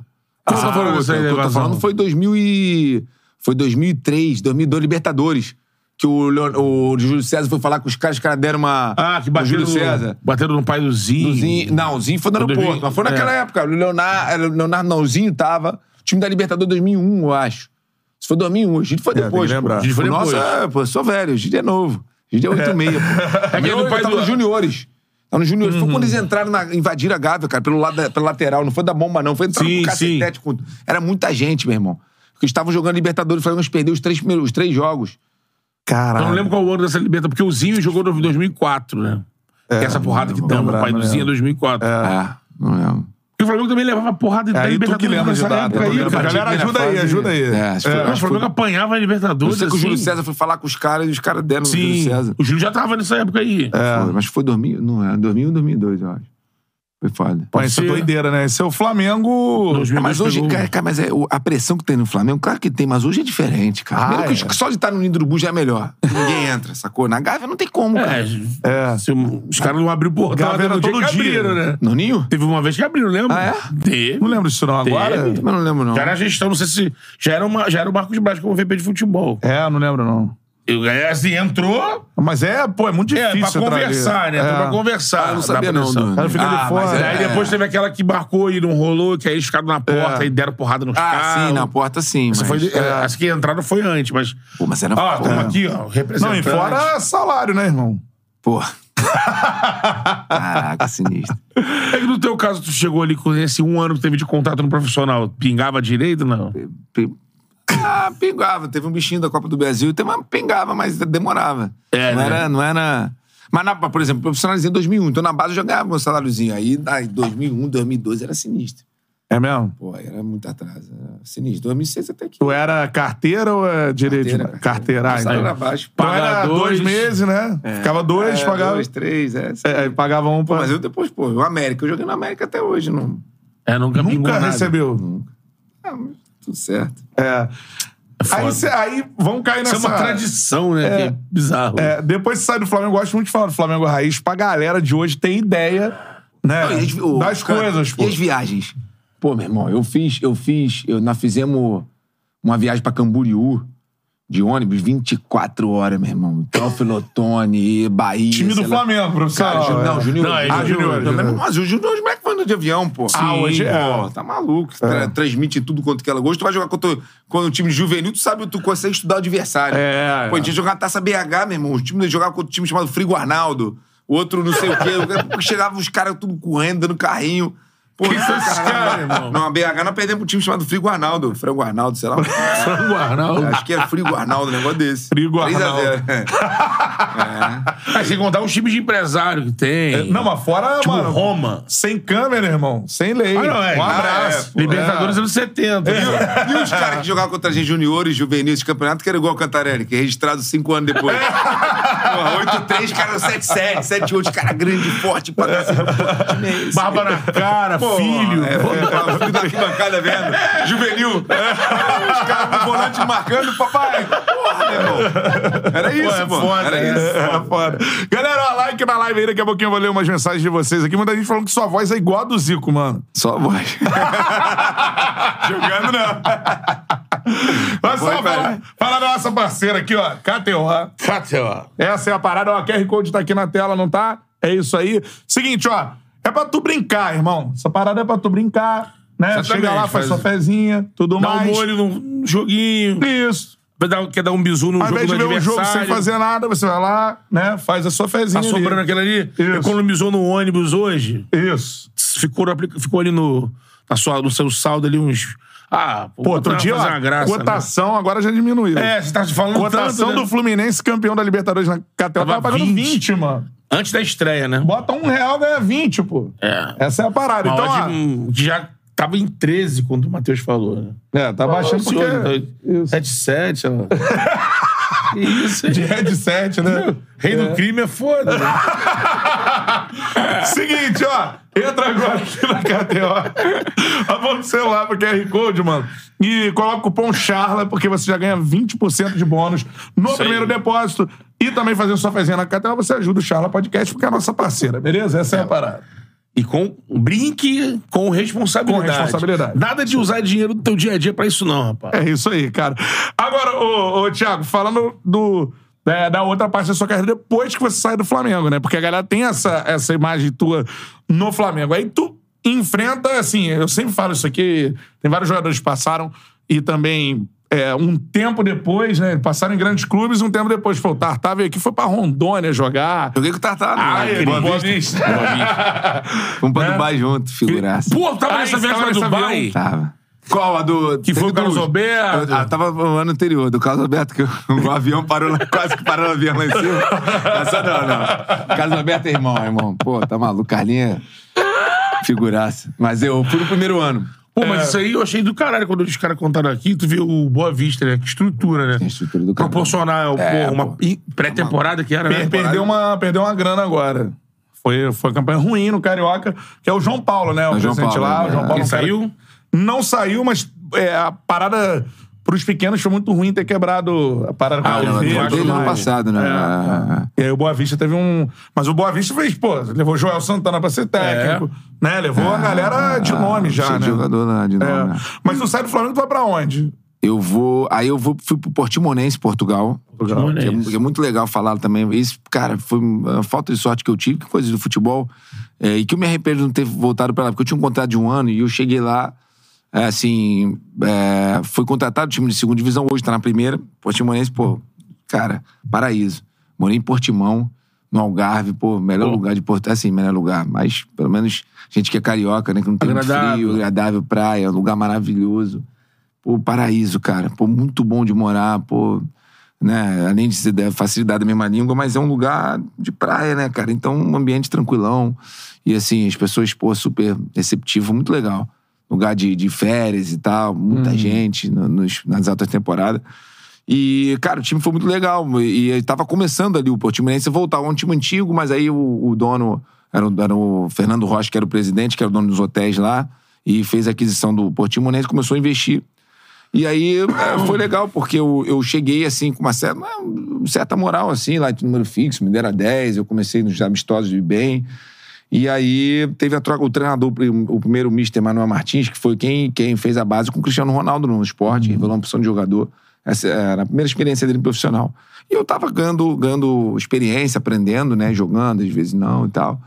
Ah, Quando foi essa o outro? O que eu tô elevação. falando foi 2000 e... Foi 2003, 2002, Libertadores. Que o, Leon... o Júlio César foi falar com os caras, os caras deram uma... Ah, que o bateram Júlio no, César. bateram no pai do Zinho. O Zinho- Não, o Zinho foi no Foi aeroporto, 2000, mas foi naquela época. O Leonardo, era o Leonardo não, o Zinho tava. O time da Libertadores 2001, eu acho. Isso foi 2001, o Egito foi tem depois, que pô. lembrar. O Egito foi depois. Nossa, é, pô, eu sou velho, o Egito é novo. O Egito é 8,6, pô. É que Não, do ele pai tava do... nos juniores. Tava nos juniores. Foi quando eles entraram, na, invadiram a Gávea, cara, pelo lado da- pela lateral. Não foi da bomba, não. Foi entrar Sim, com cacetete. Com... Era muita gente, meu irmão. Porque eles estavam jogando Libertadores, falando que perdeu os três, primeiros, os três jogos. Eu não Caralho. lembro qual o ano dessa liberta, porque o Zinho jogou em 2004, né? Que essa porrada que dão no lembrar, pai do não Zinho em 2004. É, Ah, não lembro. E o Flamengo também levava porrada de Aí tu que lembra de nessa data. época né, aí, cara. Galera, ajuda aí, ajuda aí. É, acho que foi- Não, o Flamengo apanhava a Eu Libertadores. sei é que o Júlio assim. César foi falar com os caras e os caras deram no Júlio Sim. É. César. O Júlio já tava nessa época aí. é? Foi, mas foi 2000, não é, 2001, 2002, eu acho. Foi foda. Pô, isso é ser. doideira, né? Esse é o Flamengo. É, 2002 mas hoje, pegou- cara, cara, mas é, o- a pressão que tem no Flamengo, claro que tem, mas hoje é diferente, cara. Ah, Primeiro que é. os- só de estar no Ninho do Urubu já é melhor. Ninguém entra, sacou? Na Gávea não tem como, cara. É, se o- os caras não abriram o portal Gávea até era no dia todo que dia, abriram, né? No Ninho? Teve uma vez que abriram, lembra? Ah, é? Teve. Não lembro disso não agora. Mas não lembro, não. Já era a gestão, não sei se. Já era, uma, já era o Marcos Braz como VP de futebol. É, não lembro não. Eu, assim, entrou Mas é, pô, é muito é, difícil. pra entrar ali. conversar, né? É. Entrou pra conversar. Ah, eu não da sabia, não, pressão. Dudu. Aí fica Ah, de fora. mas né? Aí depois teve aquela que marcou e não rolou, que aí eles ficaram na porta É. e deram porrada nos Ah, caras. sim, na porta sim. Isso Mas, foi, é, Acho que a entrada foi antes, mas. Pô, mas era Ah, foda. estamos aqui, ó, Não, e representante. fora salário, né, irmão? Pô. Caraca, sinistro. É que no teu caso, tu chegou ali com esse um ano que teve de contato no profissional, pingava direito, não? Pi- Ah, pingava. Teve um bichinho da Copa do Brasil, teve uma pingava, mas demorava. É, não né? era, não era. Mas, na, por exemplo, profissionalizei em 2001, então na base eu já ganhava meu saláriozinho. Aí, em 2001, 2002 era sinistro. É mesmo? Pô, aí era muito atraso, era sinistro. 2006 até que. Tu era carteira ou é direito? Carteira, Carteira. carteira. Meu ah, salário então. era baixo. Então era Pagar dois dois. meses, né? Ficava dois, É, pagava. Dois, três, é. sim. É, e pagava um Pô, pra. mas eu depois, pô, o América, eu joguei no América até hoje, não. É, nunca, pingou Nunca nada. recebeu. Ah, mas tudo certo. É. Aí, foda. cê- aí vão cair Isso nessa. é uma tradição, né? que é bizarro. É, depois que sai do Flamengo, eu gosto muito de falar do Flamengo Raiz, pra galera de hoje ter ideia, né? Não, e as- o- das cara, coisas, pô. E as viagens? Pô, meu irmão, eu fiz, eu fiz, eu, nós fizemos uma viagem pra Camboriú de ônibus, 24 horas, meu irmão. Teofilotone, Bahia. Time do sei lá. Flamengo, profissional. Cara, Ju- não, é. Junior. Não, é Ah, Junior, Junior. Junior. Mas o Junior, os moleques vão de avião, pô. Ah, hoje é. Pô, tá maluco. Tra- transmite tudo quanto que ela gosta. Tu vai jogar contra, contra um time juvenil, tu sabe, tu consegue estudar o adversário. É, é. Pô, a gente ia jogar na taça BH, meu irmão. O time jogava contra um time chamado Frigo Arnaldo. Outro não sei o quê. Daqui a pouco Chegavam os caras tudo correndo, dando carrinho. Pô, que são esses caras, irmão? Não, a BH nós perdemos pro time chamado Frigo Arnaldo. Frango Arnaldo, sei lá. Frango Arnaldo. Acho que é Frigo Arnaldo, um negócio desse. Frigo 3 a Arnaldo. 0. É. Ah, sem contar os times de empresário que tem. Não, mas fora, tipo mano. Roma. Sem câmera, irmão. Sem lei. Ah, não, é. Um Ah, abraço. é. Libertadores anos 70. né? E os caras que jogavam contra a gente juniores, juvenis, esse campeonato, que era igual o Cantarelli, que é registrado cinco anos depois. Porra, 8-3, cara, 7-7, 7-8, cara grande, forte, pra cacete. Pô, que time é esse? Barba na cara, Pô, filho. É, é, é, o filho da arquibancada vendo. Juvenil. É, Os caras com o volante marcando, papai. Porra, meu irmão. Era isso, é pô. foda, Era né? isso. É foda. Galera, ó, like na live aí, daqui a pouquinho eu vou ler umas mensagens de vocês aqui. Muita gente falando que sua voz é igual a do Zico, mano. Só a voz. Jogando não. Mas só Vai, vai. falar, falar da nossa parceira aqui, ó, KTO. Cátio. Essa é a parada, ó, QR Code tá aqui na tela, não tá? É isso aí. Seguinte, ó, é pra tu brincar, irmão. Essa parada é pra tu brincar, né? Exatamente, Chega lá, faz, faz- sua fezinha, tudo Dá um mais. molho num joguinho. Isso. Vai dar- Quer dar um bizu num Ao jogo invés do de ver um jogo sem adversário. fazer nada, você vai lá, né? Faz a sua fezinha. Tá ali. sobrando aquela ali. Isso. Economizou no ônibus hoje. Isso. Ficou, no aplica- ficou ali no, na sua, no seu saldo ali uns. Ah, Pô, outro dia, fazer uma ó, graça. cotação agora já diminuiu. né? É, você tá falando Cotação tanto, né? do Fluminense, campeão da Libertadores na Catel, tava, Tava pagando 20. 20, mano. Antes da estreia, né? Bota um real, ganha 20, pô. É. Essa é a parada. Uma então, odd, ó, hum, que já tava em 13 quando o Matheus falou, né? é, tá baixando porque... é Isso. 77, ó. Que Isso, hein? De headset, né? Rei do crime é foda. né? Seguinte, ó. Entra agora aqui na KTO. Aponta o celular pro QR Code, mano. E coloca o cupom CHARLA, porque você já ganha 20% de bônus no aí. primeiro depósito. E também fazendo sua fezinha na KTO, você ajuda o Charla Podcast, porque é a nossa parceira, beleza? Essa é a parada. E com brinque com responsabilidade. Com responsabilidade. Nada de usar dinheiro do teu dia a dia pra isso, não, rapaz. É isso aí, cara. Agora, ô, ô Thiago, falando do. é, da outra parte da sua carreira depois que você sai do Flamengo, né? Porque a galera tem essa, essa imagem tua no Flamengo. Aí tu enfrenta, assim, eu sempre falo isso aqui, tem vários jogadores que passaram e também é, um tempo depois, né? Passaram em grandes clubes, um tempo depois. Pô, o Tartar veio aqui, foi pra Rondônia jogar. Joguei com o Tartar. né? Aí, Boa Boa Vista. Vista. Vamos pra Dubai junto, figuraça. Né? Pô, tava Ah, nessa esse viagem tava pra nesse Dubai. avião. Tava. Qual? A do. Que foi o Carlos Alberto. Ah, tava o ano anterior, do Carlos Alberto, que o, o avião parou lá, quase que parou o avião lá em cima. Essa não, não. Carlos Alberto é irmão, irmão. Pô, tá maluco, Carlinha. Figuraça. Mas eu fui no primeiro ano. Pô, mas isso aí eu achei do caralho quando os caras contaram aqui. Tu viu o Boa Vista, né? Que estrutura, né? A estrutura do caralho. Proporcional, É, pô, uma pô. i- pré-temporada que era, né? Per- perdeu, uma, perdeu uma grana agora. Foi, foi uma campanha ruim no Carioca, que é o João Paulo, né? O É, João presidente Paulo, lá. O é. João Paulo Ele é um cara- saiu? Não saiu, mas é, a parada pros pequenos foi muito ruim ter quebrado a parada Ah, com a não, Oliveira. desde o Mas- ano passado, né? Ah, E aí o Boa Vista teve um. Mas o Boa Vista fez, pô, levou Joel Santana pra ser técnico, É. né? Levou Ah, a galera de nome já, cheio né? de jogador lá de É. nome. né? Mas tu sai do Flamengo, tu vai pra onde? Eu vou. Aí eu vou, fui pro Portimonense, Portugal. Que é, que é muito legal falar também. Isso, cara, foi uma falta de sorte que eu tive, que coisa do futebol. é, e que eu me arrependo de não ter voltado pra lá, porque eu tinha um contrato de um ano e eu cheguei lá, é, assim, é, fui contratado do time de segunda divisão, hoje tá na primeira. Portimonense, pô, cara, paraíso. Morei em Portimão, no Algarve, pô, melhor lugar de Porto. Assim, melhor lugar, mas pelo menos gente que é carioca, né, que não tem muito Agradável. frio, agradável, praia, um lugar maravilhoso. Pô, paraíso, cara. Pô, muito bom de morar, pô. Né? Além de ser da facilidade da mesma língua, mas é um lugar de praia, né, cara? Então, um ambiente tranquilão. E assim, as pessoas, pô, super receptivo, muito legal. Lugar de, de férias e tal, muita gente no- nos- nas altas temporadas. E, cara, o time foi muito legal. E, e tava começando ali o Portimonense voltar. Era um time antigo, mas aí o, o dono era, o- era o Fernando Rocha, que era o presidente, que era o dono dos hotéis lá, e fez a aquisição do Portimonense, começou a investir. E aí é, foi legal, porque eu, eu cheguei assim com uma certa, uma certa moral, assim, lá de número fixo, me deram 10, eu comecei nos amistosos de bem. E aí teve a troca, o treinador, o primeiro Mister Manuel Martins, que foi quem, quem fez a base com o Cristiano Ronaldo no esporte, revelou uma opção de jogador. Essa era a primeira experiência dele profissional. E eu tava ganhando, ganhando experiência, aprendendo, né? Jogando, às vezes não e tal.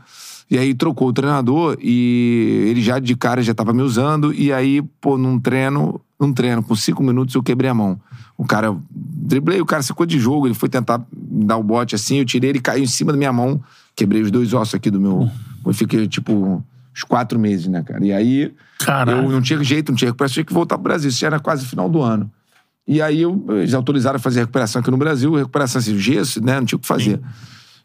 E aí trocou o treinador e ele já de cara já tava me usando. E aí, pô, num treino, num um treino, com cinco minutos eu quebrei a mão. O cara, driblei, o cara sacou de jogo, ele foi tentar me dar o bote assim, eu tirei, ele caiu em cima da minha mão, quebrei os dois ossos aqui do meu. Eu fiquei, tipo, uns quatro meses, né, cara? E aí. Caralho. Eu não tinha jeito, não tinha recuperação, tinha que voltar pro Brasil. Isso já era quase final do ano. E aí eu, eles autorizaram a fazer recuperação aqui no Brasil, recuperação assim, gesso, né? Não tinha o que fazer.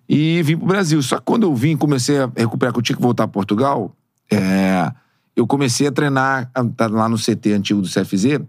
E vim pro Brasil. Só que quando eu vim, comecei a recuperar, que eu tinha que voltar a Portugal, é, eu comecei a treinar a- tá lá no CT antigo do CFZ.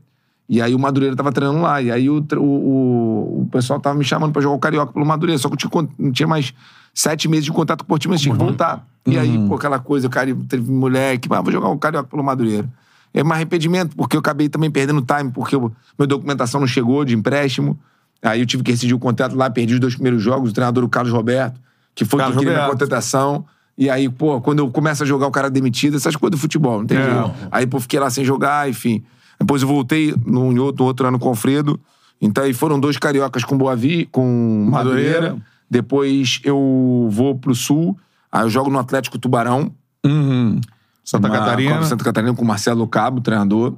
E aí o Madureira tava treinando lá. E aí o, tre- o, o, o pessoal tava me chamando pra jogar o Carioca pelo Madureira. Só que eu tinha, con- não tinha mais sete meses de contato com o Portimonense, Uhum. tinha que voltar. E aí, pô, aquela coisa, o cara teve moleque, mas vou jogar o Carioca pelo Madureira. É um arrependimento, porque eu acabei também perdendo time, porque eu, minha documentação não chegou de empréstimo. Aí eu tive que rescindir o contrato lá, perdi os dois primeiros jogos, o treinador, o Carlos Roberto, que foi Carlos quem queria minha Roberto. contratação. E aí, pô, quando eu começo a jogar, o cara é demitido, essas coisas do futebol, não tem É. jeito. Aí, pô, fiquei lá sem jogar, enfim. Depois eu voltei no, em outro, no outro ano com o Alfredo. Então aí foram dois cariocas com Boavi, com Madureira. Madureira. Depois eu vou pro Sul, aí eu jogo no Atlético Tubarão. Santa uma Catarina. Copa Santa Catarina com o Marcelo Cabo, treinador.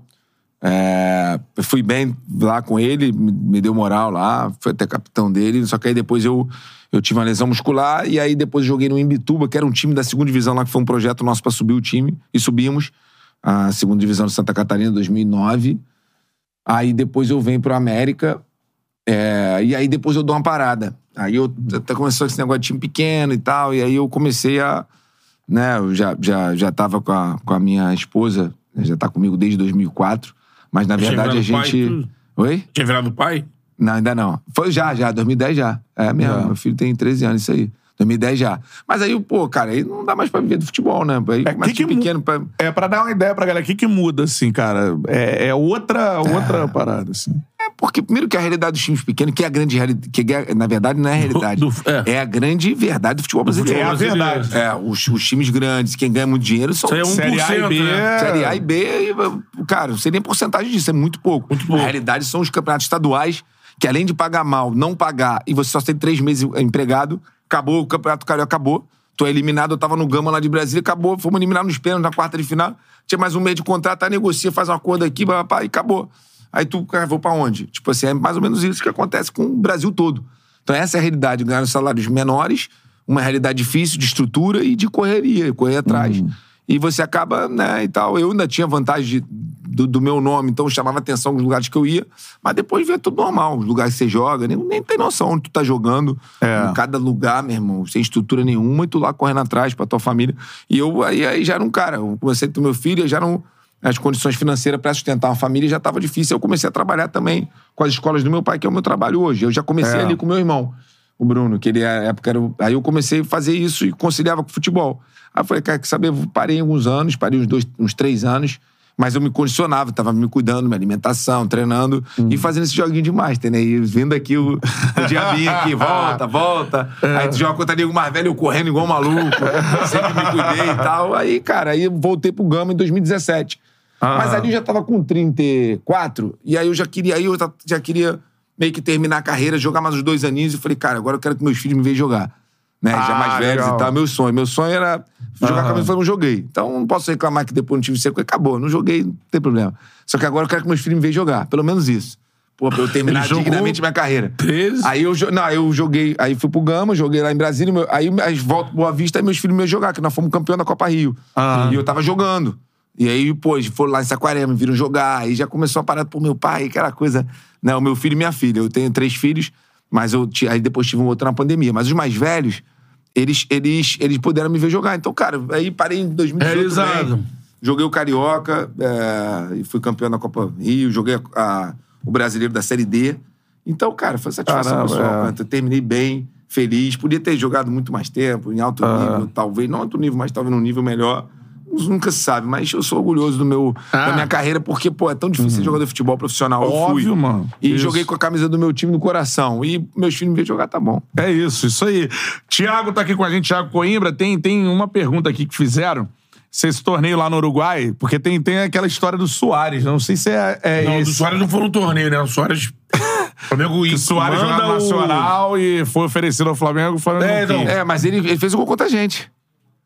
É, eu fui bem lá com ele, me, me deu moral lá, fui até capitão dele. Só que aí depois eu, eu tive uma lesão muscular e aí depois joguei no Imbituba, que era um time da segunda divisão lá, que foi um projeto nosso pra subir o time. E subimos a segunda divisão de Santa Catarina em 2009. Aí depois eu venho pro América. é, e aí depois eu dou uma parada. Aí eu até começou esse negócio de time pequeno e tal. E aí eu comecei a. Né, eu já, já, já tava com a, com a minha esposa, né, já tá comigo desde 2004. Mas na Tinha verdade a virado pai e gente. tudo? Oi? Tinha virado pai? Não, ainda não. Foi já, já, 2010 já. É mesmo, meu filho tem 13 anos, isso aí. 2010 já. Mas aí, pô, cara, aí não dá mais pra viver do futebol, né? Aí É, começa que que time pequeno pra. É, pra dar uma ideia pra galera, o que, que muda, assim, cara? É, é outra, outra parada, assim. É porque, primeiro, que a realidade dos times pequenos, que é a grande realidade. Que é- na verdade, não é a realidade. Do- do- é. é. a grande verdade do futebol É brasileiro. a verdade. É, os, os times grandes, quem ganha muito dinheiro são. Isso aí é um Série A e 1%, B. né? é- Série A e B, e, cara, não sei nem porcentagem disso, é muito pouco. Muito pouco. A realidade são os campeonatos estaduais, que além de pagar mal, não pagar, e você só tem três meses eh, empregado, acabou, o campeonato carioca acabou. Tô eliminado, eu tava no Gama lá de Brasília, acabou, fomos eliminados nos pênaltis na quarta de final. Tinha mais um mês de contrato, aí negocia, faz um acordo aqui, pá, pá, e acabou. Aí tu, cara, vou pra onde? Tipo assim, é mais ou menos isso que acontece com o Brasil todo. Então essa é a realidade, ganhar salários menores, uma realidade difícil de estrutura e de correria, correr atrás. E você acaba, né, e tal. Eu ainda tinha vantagem de- do, do meu nome, então chamava atenção os lugares que eu ia. Mas depois vê tudo normal, os lugares que você joga, nem, nem tem noção onde tu tá jogando. É. Em cada lugar, meu irmão, sem estrutura nenhuma, e tu lá correndo atrás pra tua família. E eu aí, aí já era um cara, eu comecei a ter meu filho, eu já não. As condições financeiras para sustentar uma família já tava difícil. Eu comecei a trabalhar também com as escolas do meu pai, que é o meu trabalho hoje. Eu já comecei É. ali com meu irmão. o Bruno, que ele é, na época era. o- Aí eu comecei a fazer isso e conciliava com o futebol. Aí eu falei, cara, quer saber? Eu Parei alguns anos, parei uns dois, uns três anos, mas eu me condicionava, tava me cuidando, minha alimentação, treinando Uhum. e fazendo esse joguinho de master, né? E vindo aqui o, o diabinho aqui, volta, volta. É. Aí tu joga contra nego mais velho, eu correndo igual um maluco, sempre me cuidei e tal. Aí, cara, aí eu voltei pro Gama em 2017. Ah. Mas ali eu já tava com 34, e aí eu já queria, aí eu já- já queria meio que terminar a carreira, jogar mais uns dois aninhos, e falei, cara, agora eu quero que meus filhos me vejam jogar. Né? já Ah, mais velhos legal. e tal. Meu sonho. Meu sonho era jogar camisa, mas não joguei. Então não posso reclamar que depois não tive seco, acabou. Não joguei, não tem problema. Só que agora eu quero que meus filhos me vejam jogar. Pelo menos isso. Pô, pra eu terminar Ele jogou dignamente minha carreira. 13? Aí eu, jo- não, aí eu joguei, aí fui pro Gama, joguei lá em Brasília, meu- aí as volto pro Boa Vista, aí meus filhos me iam jogar, que nós fomos campeão da Copa Rio. E eu tava jogando. E aí, pô, eles foram lá em Saquarema, viram jogar, aí já começou a parada pro meu pai, aquela coisa, né, o meu filho e minha filha. Eu tenho três filhos, mas eu ti- aí depois tive um outro na pandemia. Mas os mais velhos, eles, eles, eles puderam me ver jogar. Então, cara, aí parei em 2018 Realizado. bem. Joguei o Carioca é, e fui campeão da Copa Rio. Joguei a- a- o Brasileiro da Série D. Então, cara, foi satisfação Caramba, pessoal. é. cara. Eu terminei bem, feliz. Podia ter jogado muito mais tempo, em alto nível, talvez. Não alto nível, mas talvez num nível melhor. Nunca se sabe, mas eu sou orgulhoso do meu, da minha carreira, porque, pô, é tão difícil ser jogar de futebol profissional. eu Óbvio, fui. mano. E Isso. joguei com a camisa do meu time no coração. E meus filhos me viram jogar, tá bom. É isso, isso aí. Tiago tá aqui com a gente, Tiago Coimbra. Tem, tem uma pergunta aqui que fizeram. Se esse torneio lá no Uruguai, porque tem, tem aquela história do Soares, não sei se é, é Não, o do esse. Soares não foi no torneio, né? O Soares. O Flamengo Que e o Soares jogava no Nacional e foi oferecido ao Flamengo, o Flamengo É, não quis. então. É, mas ele, ele fez o gol contra a gente.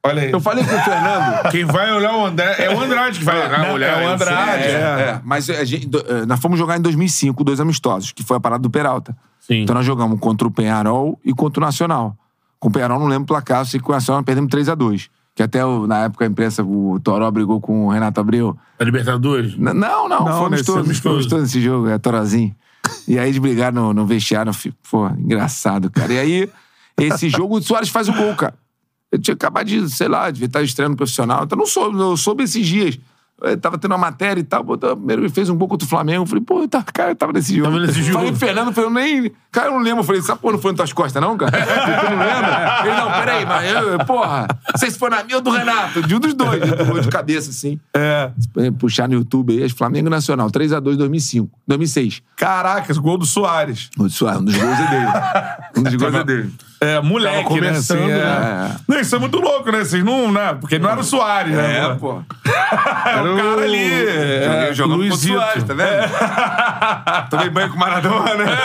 Olha aí. Eu falei com o Fernando. Quem vai olhar o André. É o Andrade que vai olhar. não, olhar, é o eu sei. Andrade, É, é. é. Mas a gente- do- eh, nós fomos jogar em 2005, dois amistosos, que foi a parada do Peralta. Sim. Então nós jogamos contra o Penharol e contra o Nacional. Com o Penharol não lembro o placar, eu sei que com o Nacional nós perdemos 3x2. Que até o- na época a imprensa, o Toró brigou com o Renato Abreu. Da Libertadores. N- Não, Não, não, foi né, nesse amistoso. amistoso. Foi amistoso esse jogo, é Torozinho. E aí eles brigaram no, no vestiário. eu fico, Pô, engraçado, cara. E aí, esse jogo, o Soares faz o gol, cara. Eu tinha acabado de, sei lá, devia estar estreando profissional. Então não soube, eu soube esses dias. Eu tava tendo uma matéria e tal. botou- Primeiro ele fez um gol contra o Flamengo. Eu falei, pô, eu tava, cara, eu tava nesse jogo. Tava nesse jogo. Falei, Fernando, eu falei, eu nem. Cara, eu não lembro. Eu falei, essa porra não foi nas tuas costas, não, cara? Tu não lembra? Ele, não, peraí, mas eu, porra, não sei se foi na minha ou do Renato, de um dos dois. Ele tomou de cabeça, assim É. puxar no YouTube aí, Flamengo e Nacional, 3x2 2005, 2006. Caraca, esse gol do Soares. O Suárez, um dos gols é dele. Um dos gols é dele. É, moleque, Tava começando, né? né? é. Não, isso é muito louco, né? Vocês não, né? Porque não era o Soares, né? É, pô? pô. Era o cara ali. É, Joguei jogando contra o Luizito. Suárez, tá vendo? Tomei banho com o Maradona, né?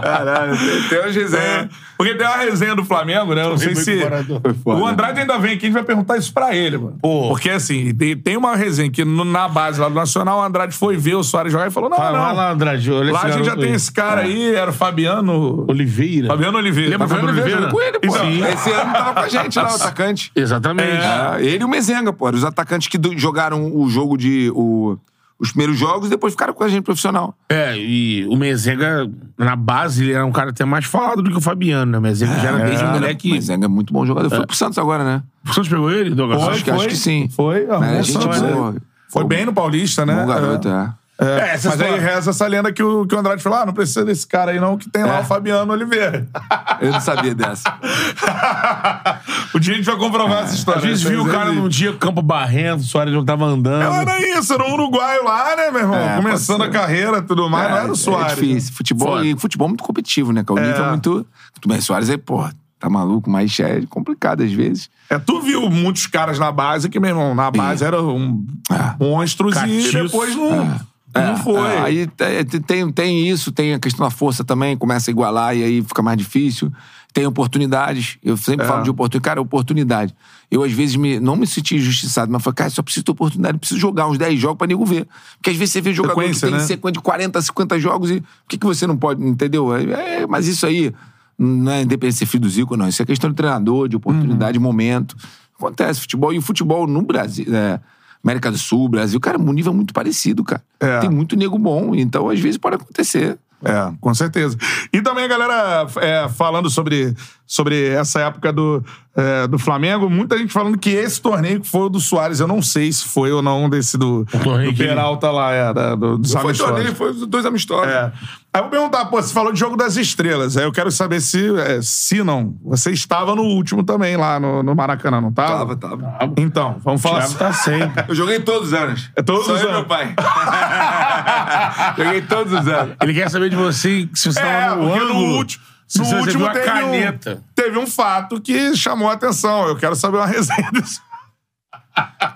Caralho, tem- tem umas É, resenhas. Porque tem uma resenha do Flamengo, né? Eu não sei bem se. comparado. foda. O Andrade ainda vem aqui, a gente vai perguntar isso pra ele, mano. Pô. Porque assim, tem, tem uma resenha que no- na base lá do Nacional, o Andrade foi ver o Soares jogar e falou: não, Vai não. vai lá, Andrade. Olha Lá esse a gente garoto já tem aí. esse cara aí, era o Fabiano. Oliveira. Fabiano Oliveira. Lembra o Fabiano Fabiano Oliveira. Oliveira? Com ele, pô. Sim. Esse ano tava com a gente lá, o atacante. Exatamente. É. Ah, ele e o Mezenga, pô. Eram os atacantes que do- jogaram o jogo de. o- os primeiros jogos e depois ficaram com a gente profissional. É, e o Mezenga, na base, ele era um cara até mais falado do que o Fabiano, né? O Mezenga já era desde Cara, moleque. É. Mezenga é muito bom jogador. Foi pro Santos agora, né? O Santos pegou ele, Douglas? Acho que- acho que sim. Foi, arrumou Mas a o gente Santos, boa. né? Ah, Foi bem no Paulista, né? Bom garoto, é. É, É, essa mas aí história- reza essa lenda que o, que o Andrade falou: ah, não precisa desse cara aí, não, que tem lá o Fabiano Oliveira. Eu não sabia dessa. o dia a gente vai comprovar essa história. Às vezes Essa viu o resenha cara existe. num dia, campo barrento, o Soares não tava né? Não andando. era isso, era um uruguaio lá, né, meu irmão? É, Começando a pode ser. carreira e tudo mais, não era o né? Soares. É difícil. Futebol, Foda. e futebol é muito competitivo, né? cara? O nível é muito. Tudo bem, Soares é, pô, tá maluco, mas é complicado às vezes. É, tu viu muitos caras na base que, meu irmão, na base era um É. monstros e Catiço. depois não, É, não foi. é, aí te- te- tem, tem isso, tem a questão da força também, começa a igualar e aí fica mais difícil. Tem oportunidades. Eu sempre É. falo de oportunidade. Cara, oportunidade. Eu, às vezes, me, não me senti injustiçado, mas falei, cara, só preciso de oportunidade, preciso jogar uns 10 jogos pra nego ver. Porque às vezes você vê jogador Sequência, que tem né? sequência de 40, 50 jogos e por que, que você não pode, entendeu? É, é, mas isso aí não é independente de ser filho do Zico, não. Isso é questão de treinador, de oportunidade, Uhum. de momento. Acontece futebol. E o futebol no Brasil, é, América do Sul, Brasil, cara, o nível é muito parecido, cara. É. Tem muito nego bom, então às vezes pode acontecer. É, com certeza. E também a galera é, falando sobre, sobre essa época do, é, do Flamengo, muita gente falando que esse torneio que foi o do Soares, eu não sei se foi ou não desse do, torneio do que- Peralta lá, é, da- do, dos Não foi amistosos. torneio, foi os dois amistosos. É. Aí eu vou perguntar, pô, você falou de Jogo das Estrelas. Aí eu quero saber se, é, se não, você estava no último também lá no, no Maracanã, não estava? Tava, tava. Então, vamos falar. Thiago tá sempre. Eu joguei todos os anos. É todos Só os eu e anos. meu pai. joguei todos os anos. Ele quer saber de você se você É, tava no porque ângulo. no último, se no você último viu a teve um- caneta. teve um fato que chamou a atenção. Eu quero saber uma resenha disso.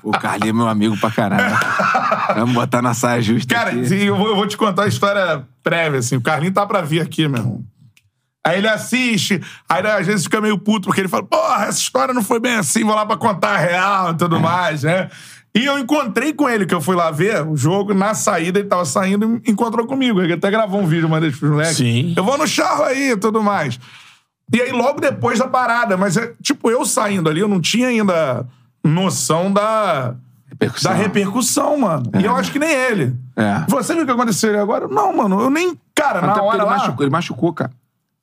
O Carlinhos é meu amigo pra caralho. Vamos botar na saia justa. Cara, aqui. e eu vou, eu vou te contar a história prévia, assim. O Carlinho tá pra vir aqui, meu irmão. Aí ele assiste, aí ele, às vezes fica meio puto, porque ele fala, porra, essa história não foi bem assim, vou lá pra contar a real e tudo mais, né? E eu encontrei com ele, que eu fui lá ver o jogo, na saída, ele tava saindo e encontrou comigo. Ele até gravou um vídeo, mandei pros moleques. Sim. Eu vou no charro aí e tudo mais. E aí, logo depois da parada, mas, é, tipo, eu saindo ali, eu não tinha ainda noção da Repercussão. da repercussão, mano. E eu acho que nem ele. É. Você viu o que aconteceu ali agora? Não, mano, eu nem. Cara, Até na porque hora ele, lá. machucou, ele machucou, cara.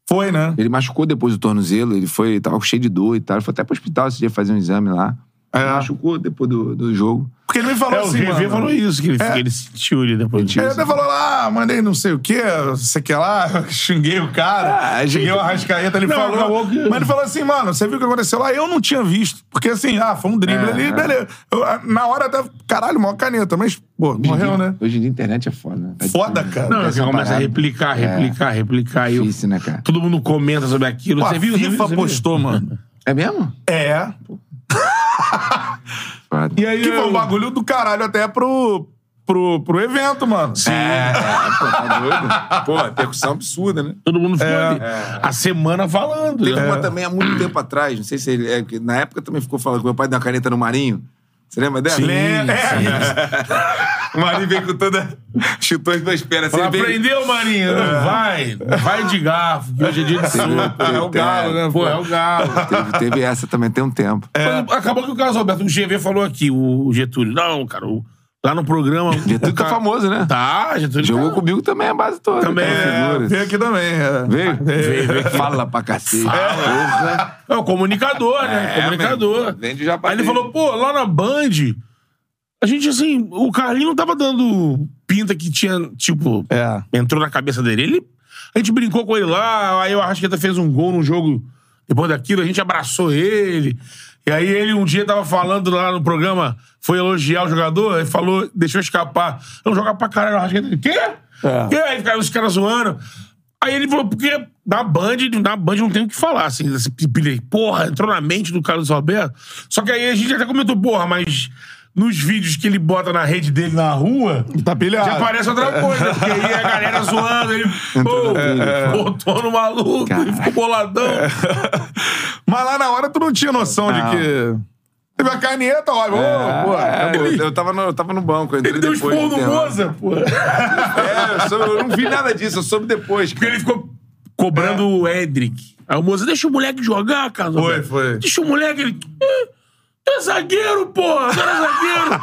Foi, né? Ele machucou depois do tornozelo, ele foi, ele tava cheio de dor e tal. Ele foi até pro hospital esse dia fazer um exame lá. É. Ele machucou depois do, do jogo. Porque ele me falou É, o assim. GV mano, É. falou isso, que ele, que ele sentiu ele depois disso. Ele até falou lá, "Ah, mandei não sei o quê, sei que lá, xinguei o cara, Ah, xinguei o Arrascaeta, ele Não, falou. acabou que- Mas ele falou assim, mano, você viu o que aconteceu lá? Eu não tinha visto. Porque assim, ah, foi um É. drible ali, beleza. Eu, ah, na hora até, caralho, mó caneta, mas, pô, morreu, né? Hoje em dia a internet é foda, né? Tá Foda, difícil, cara. Não, é você Essa começa a parada. replicar, É. replicar, replicar. E o- Difícil, né, cara? todo mundo comenta sobre aquilo. Pô, a você viu? você viu, FIFA você viu? postou, mano. É mesmo? É. Foda. E aí, Que foi eu- um bagulho do caralho até pro, pro, pro evento, mano. Sim. É, é, pô, tá doido? Pô, é percussão absurda, né? Todo mundo ficou É. ali. A semana falando. Teve né? uma também há muito tempo atrás, não sei se ele. É, que na época também ficou falando que meu pai deu uma caneta no Marinho. Você lembra dela? Lembra? O Marinho veio com toda. chutou as duas pernas. Fala, Ele veio- aprendeu, Marinho? né? É. Vai, vai de garfo, que hoje é dia de sopa. É o galo, né? Pô, é o galo. Teve, teve essa também, tem um tempo. Mas Acabou que o Carlos Alberto, o GV falou aqui, o Getúlio. Não, cara, o- lá no programa. Getúlio tá é Ca- famoso, né? Tá, Getúlio. Jogou tá- comigo também a base toda. Também, cara, É, figura. veio aqui também. é. Veio? Fala pra cacete. Porra. É o comunicador, né? É, comunicador. meu, Vende já pra é. Aí ele dele. falou, pô, lá na Band, a gente assim, o Carlinho não tava dando pinta que tinha, tipo, É. entrou na cabeça dele. Ele, a gente brincou com ele lá, aí o Arrascaeta fez um gol num jogo depois daquilo, a gente abraçou ele. E aí ele um dia tava falando lá no programa, foi elogiar o jogador, e falou, deixou escapar. Não, joga pra caralho o Arrascaeta. Quê? Quê? Aí ficaram os caras zoando. Aí ele falou, porque na Band, na Band não tem o que falar, assim, esse pilha aí. porra, entrou na mente do Carlos Alberto. Só que aí a gente até comentou, porra, mas nos vídeos que ele bota na rede dele na rua, Tá pilhado. já parece outra coisa, porque aí a galera zoando, ele pô, botou no maluco e ficou boladão. Mas lá na hora tu não tinha noção Ah. de que. Teve a caneta, ó. ô, pô, É, acabou. eu, eu tava no, eu tava no banco, eu entrei Ele deu um depois. esporro no intervalo. Moza, pô. É, eu, sou- eu não vi nada disso, eu soube depois. Porque cara. ele ficou cobrando o Edric. Aí o Moza, deixa o moleque jogar, cara. Foi, foi. Deixa o moleque, ele... "Eh, Tu é zagueiro, porra! Tu era zagueiro!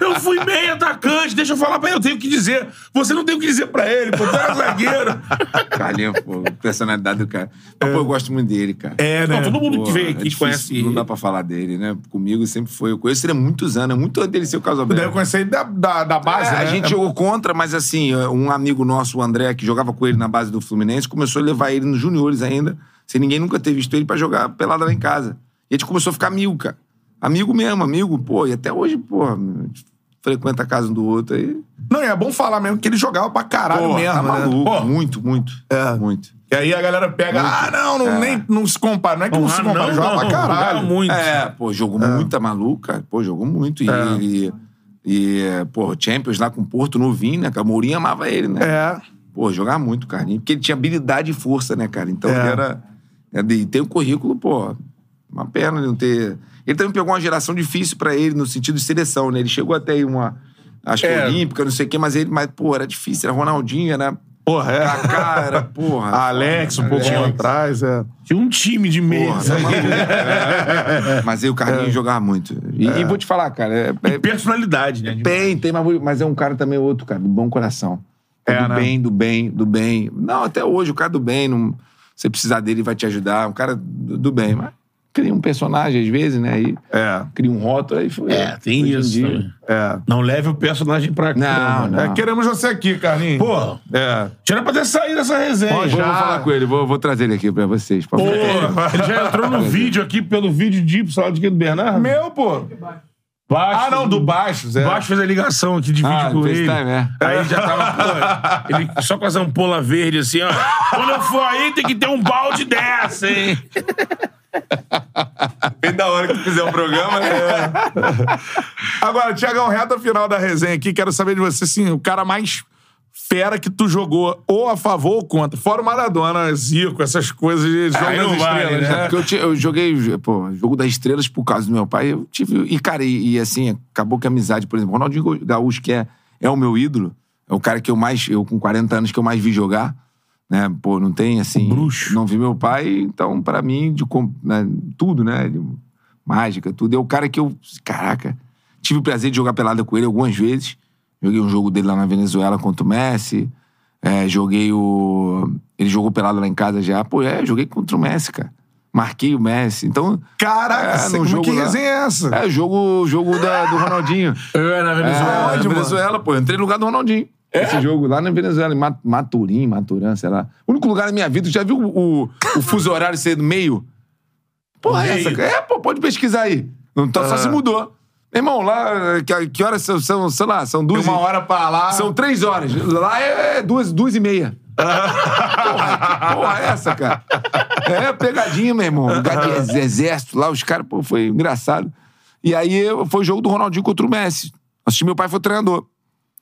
Eu fui meio atacante, deixa eu falar pra ele, eu tenho o que dizer. Você não tem o que dizer pra ele, pô, tu era zagueiro. Carlinho, pô, personalidade do cara. Mas, pô, eu gosto muito dele, cara. É, Não, todo mundo que Pô, veio é aqui te difícil, conhece. Não dá pra falar dele, né? Comigo sempre foi. Eu conheço ele há muitos anos, é muito antes dele ser o Caso Né, Daí eu Alberto. conheci ele da, da, da base, É, né? a gente jogou contra, mas assim, um amigo nosso, o André, que jogava com ele na base do Fluminense, começou a levar ele nos juniores ainda, sem ninguém nunca ter visto ele, pra jogar pelada lá em casa. E a gente começou a ficar amigo, cara. Amigo mesmo, amigo, pô, e até hoje, pô, a gente frequenta a casa um do outro aí. Não, e é bom falar mesmo que ele jogava pra caralho Pô, mesmo. tá né? maluco, Pô, muito, muito, É. muito. E aí a galera pega, ah, não, não, nem, não se compara. Não é que não se Ah, compara, joga pra caralho. jogava muito. É, pô, jogou muita maluca, pô, jogou muito. E, É. e, e, pô, Champions lá com o Porto novinho, né, cara? O Mourinho amava ele, né? É. Pô, jogava muito, Carlinhos. Porque ele tinha habilidade e força, né, cara? Então É. ele era. era- E tem um currículo, pô. Uma pena ele não ter. Ele também pegou uma geração difícil pra ele, no sentido de seleção, né? Ele chegou até aí uma. Acho que É. olímpica, não sei o quê, mas ele, mas, pô, era difícil, era Ronaldinho, era Porra, é. Kaká, era, porra. Alex, um pouquinho Alex. atrás, é. Tinha um time de Porra, mesa. tá maluco. É. Mas aí o Carlinhos jogava muito. E, e vou te falar, cara, é- é- Personalidade, né? tem, tem, mas, mas é um cara também outro, cara, de bom coração. É, do né? bem, do bem, do bem. Não, até hoje, o cara do bem, não, você precisar dele, ele vai te ajudar. Um cara do, do bem, mas cria um personagem às vezes, né? E É. cria um rótulo aí foi. É, tem hoje em isso. dia. também. É. Não leve o personagem pra cá. Não, não. É, Queremos você aqui, Carlinhos. Pô, É. já era pra ter saído dessa resenha. Vou, vou falar com ele, vou, vou trazer ele aqui pra vocês. Pra Pô, vocês. ele já entrou no vídeo aqui, pelo vídeo de sei lá de quem do Bernardo. Meu, pô. Baixo. Ah, não, do Baixos, é. Baixo fez a ligação aqui de vídeo Ah, com ele. FaceTime, é. Aí já tava, pô, ele só com as ampola verde assim, ó. Quando eu for aí, tem que ter um balde dessa, hein? Bem da hora que fizer um programa, né? Agora, Tiagão, reta final da resenha aqui, quero saber de você, assim, o cara mais fera que tu jogou, ou a favor ou contra. Fora o Maradona, Zico, essas coisas de jogo Aí das não estrelas, vale, né? né? Porque eu, ti- eu joguei, pô, jogo das estrelas por causa do meu pai. Eu tive. E, cara, e, e assim, acabou que a amizade, por exemplo, o Ronaldinho Gaúcho, que é, é o meu ídolo, é o cara que eu mais, eu com 40 anos, que eu mais vi jogar. Né? Pô, não tem assim. Bruxo. Não vi meu pai, então, pra mim, de, com- né, tudo, né? de mágica, tudo. É o cara que eu. Caraca, tive o prazer de jogar pelada com ele algumas vezes. Joguei um jogo dele lá na Venezuela contra o Messi. É, joguei o. Ele jogou pelada lá em casa já. Pô, é, joguei contra o Messi, cara. Marquei o Messi. Então. Caraca, É, você- num como é jogo que lá. resenha é essa? É, jogo, jogo da, do Ronaldinho. Eu na É, Aonde, na mano? Venezuela, pô. Eu entrei no lugar do Ronaldinho. Esse jogo lá na Venezuela, em Ma- Maturim, Maturã, sei lá. O único lugar na minha vida, tu já viu o, o, o fuso horário ser do meio? Porra, é essa? Meio. É, pô, pode pesquisar aí. Não tá, Só se mudou. Meu irmão, lá, que, que horas são, são, sei lá, são duas. e- Uma hora pra lá. São três horas. Lá é duas, duas e meia. porra, que porra é essa, cara? É pegadinha, meu irmão. Lugar de ex- exército lá, os caras, pô, foi engraçado. E aí eu- foi o jogo do Ronaldinho contra o Messi. Nosso time, meu pai foi treinador.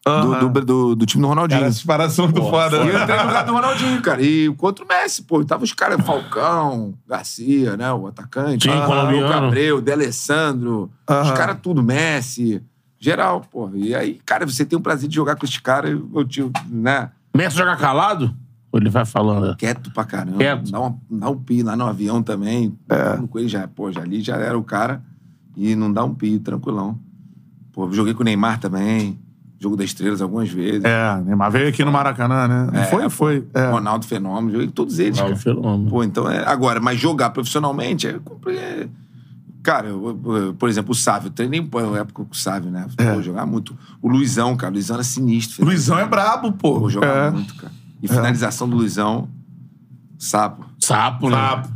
Do, do, do- do time do Ronaldinho. Cara, essas paradas são muito foda. E eu né? entrei no lugar do Ronaldinho, cara. E contra o Messi, pô. Tava os caras, Falcão, Garcia, né? O atacante. Sim, Aham. colombiano. o Cabreu, D'Alessandro. Os Aham. caras tudo, Messi. Geral, pô. E aí, cara, você tem o prazer de jogar com esses caras. Eu tio, né? Messi É. joga calado? Ou ele vai falando? Quieto pra caramba. Quieto. Dá, uma, dá um pi lá no avião também. É. Falando Com ele já, pô, já ali já era o cara. E não dá um pi, tranquilão. Pô, joguei com o Neymar também. Jogo das Estrelas algumas vezes. É, Neymar veio aqui no Maracanã, né? É. foi, foi. É. Ronaldo Fenômeno. Joguei com todos eles, Ah, cara. o fenômeno. Pô, então é. Agora, mas jogar profissionalmente é. compli- é- Cara, eu- eu- por exemplo, o Sávio, eu treinei é uma época com o Sávio, né? Pô, jogar muito. O Luizão, cara, o Luizão era sinistro. Luizão é brabo, pô. Pô, jogava É. muito, cara. E finalização do Luizão, sapo. Sapo, né? Sapo.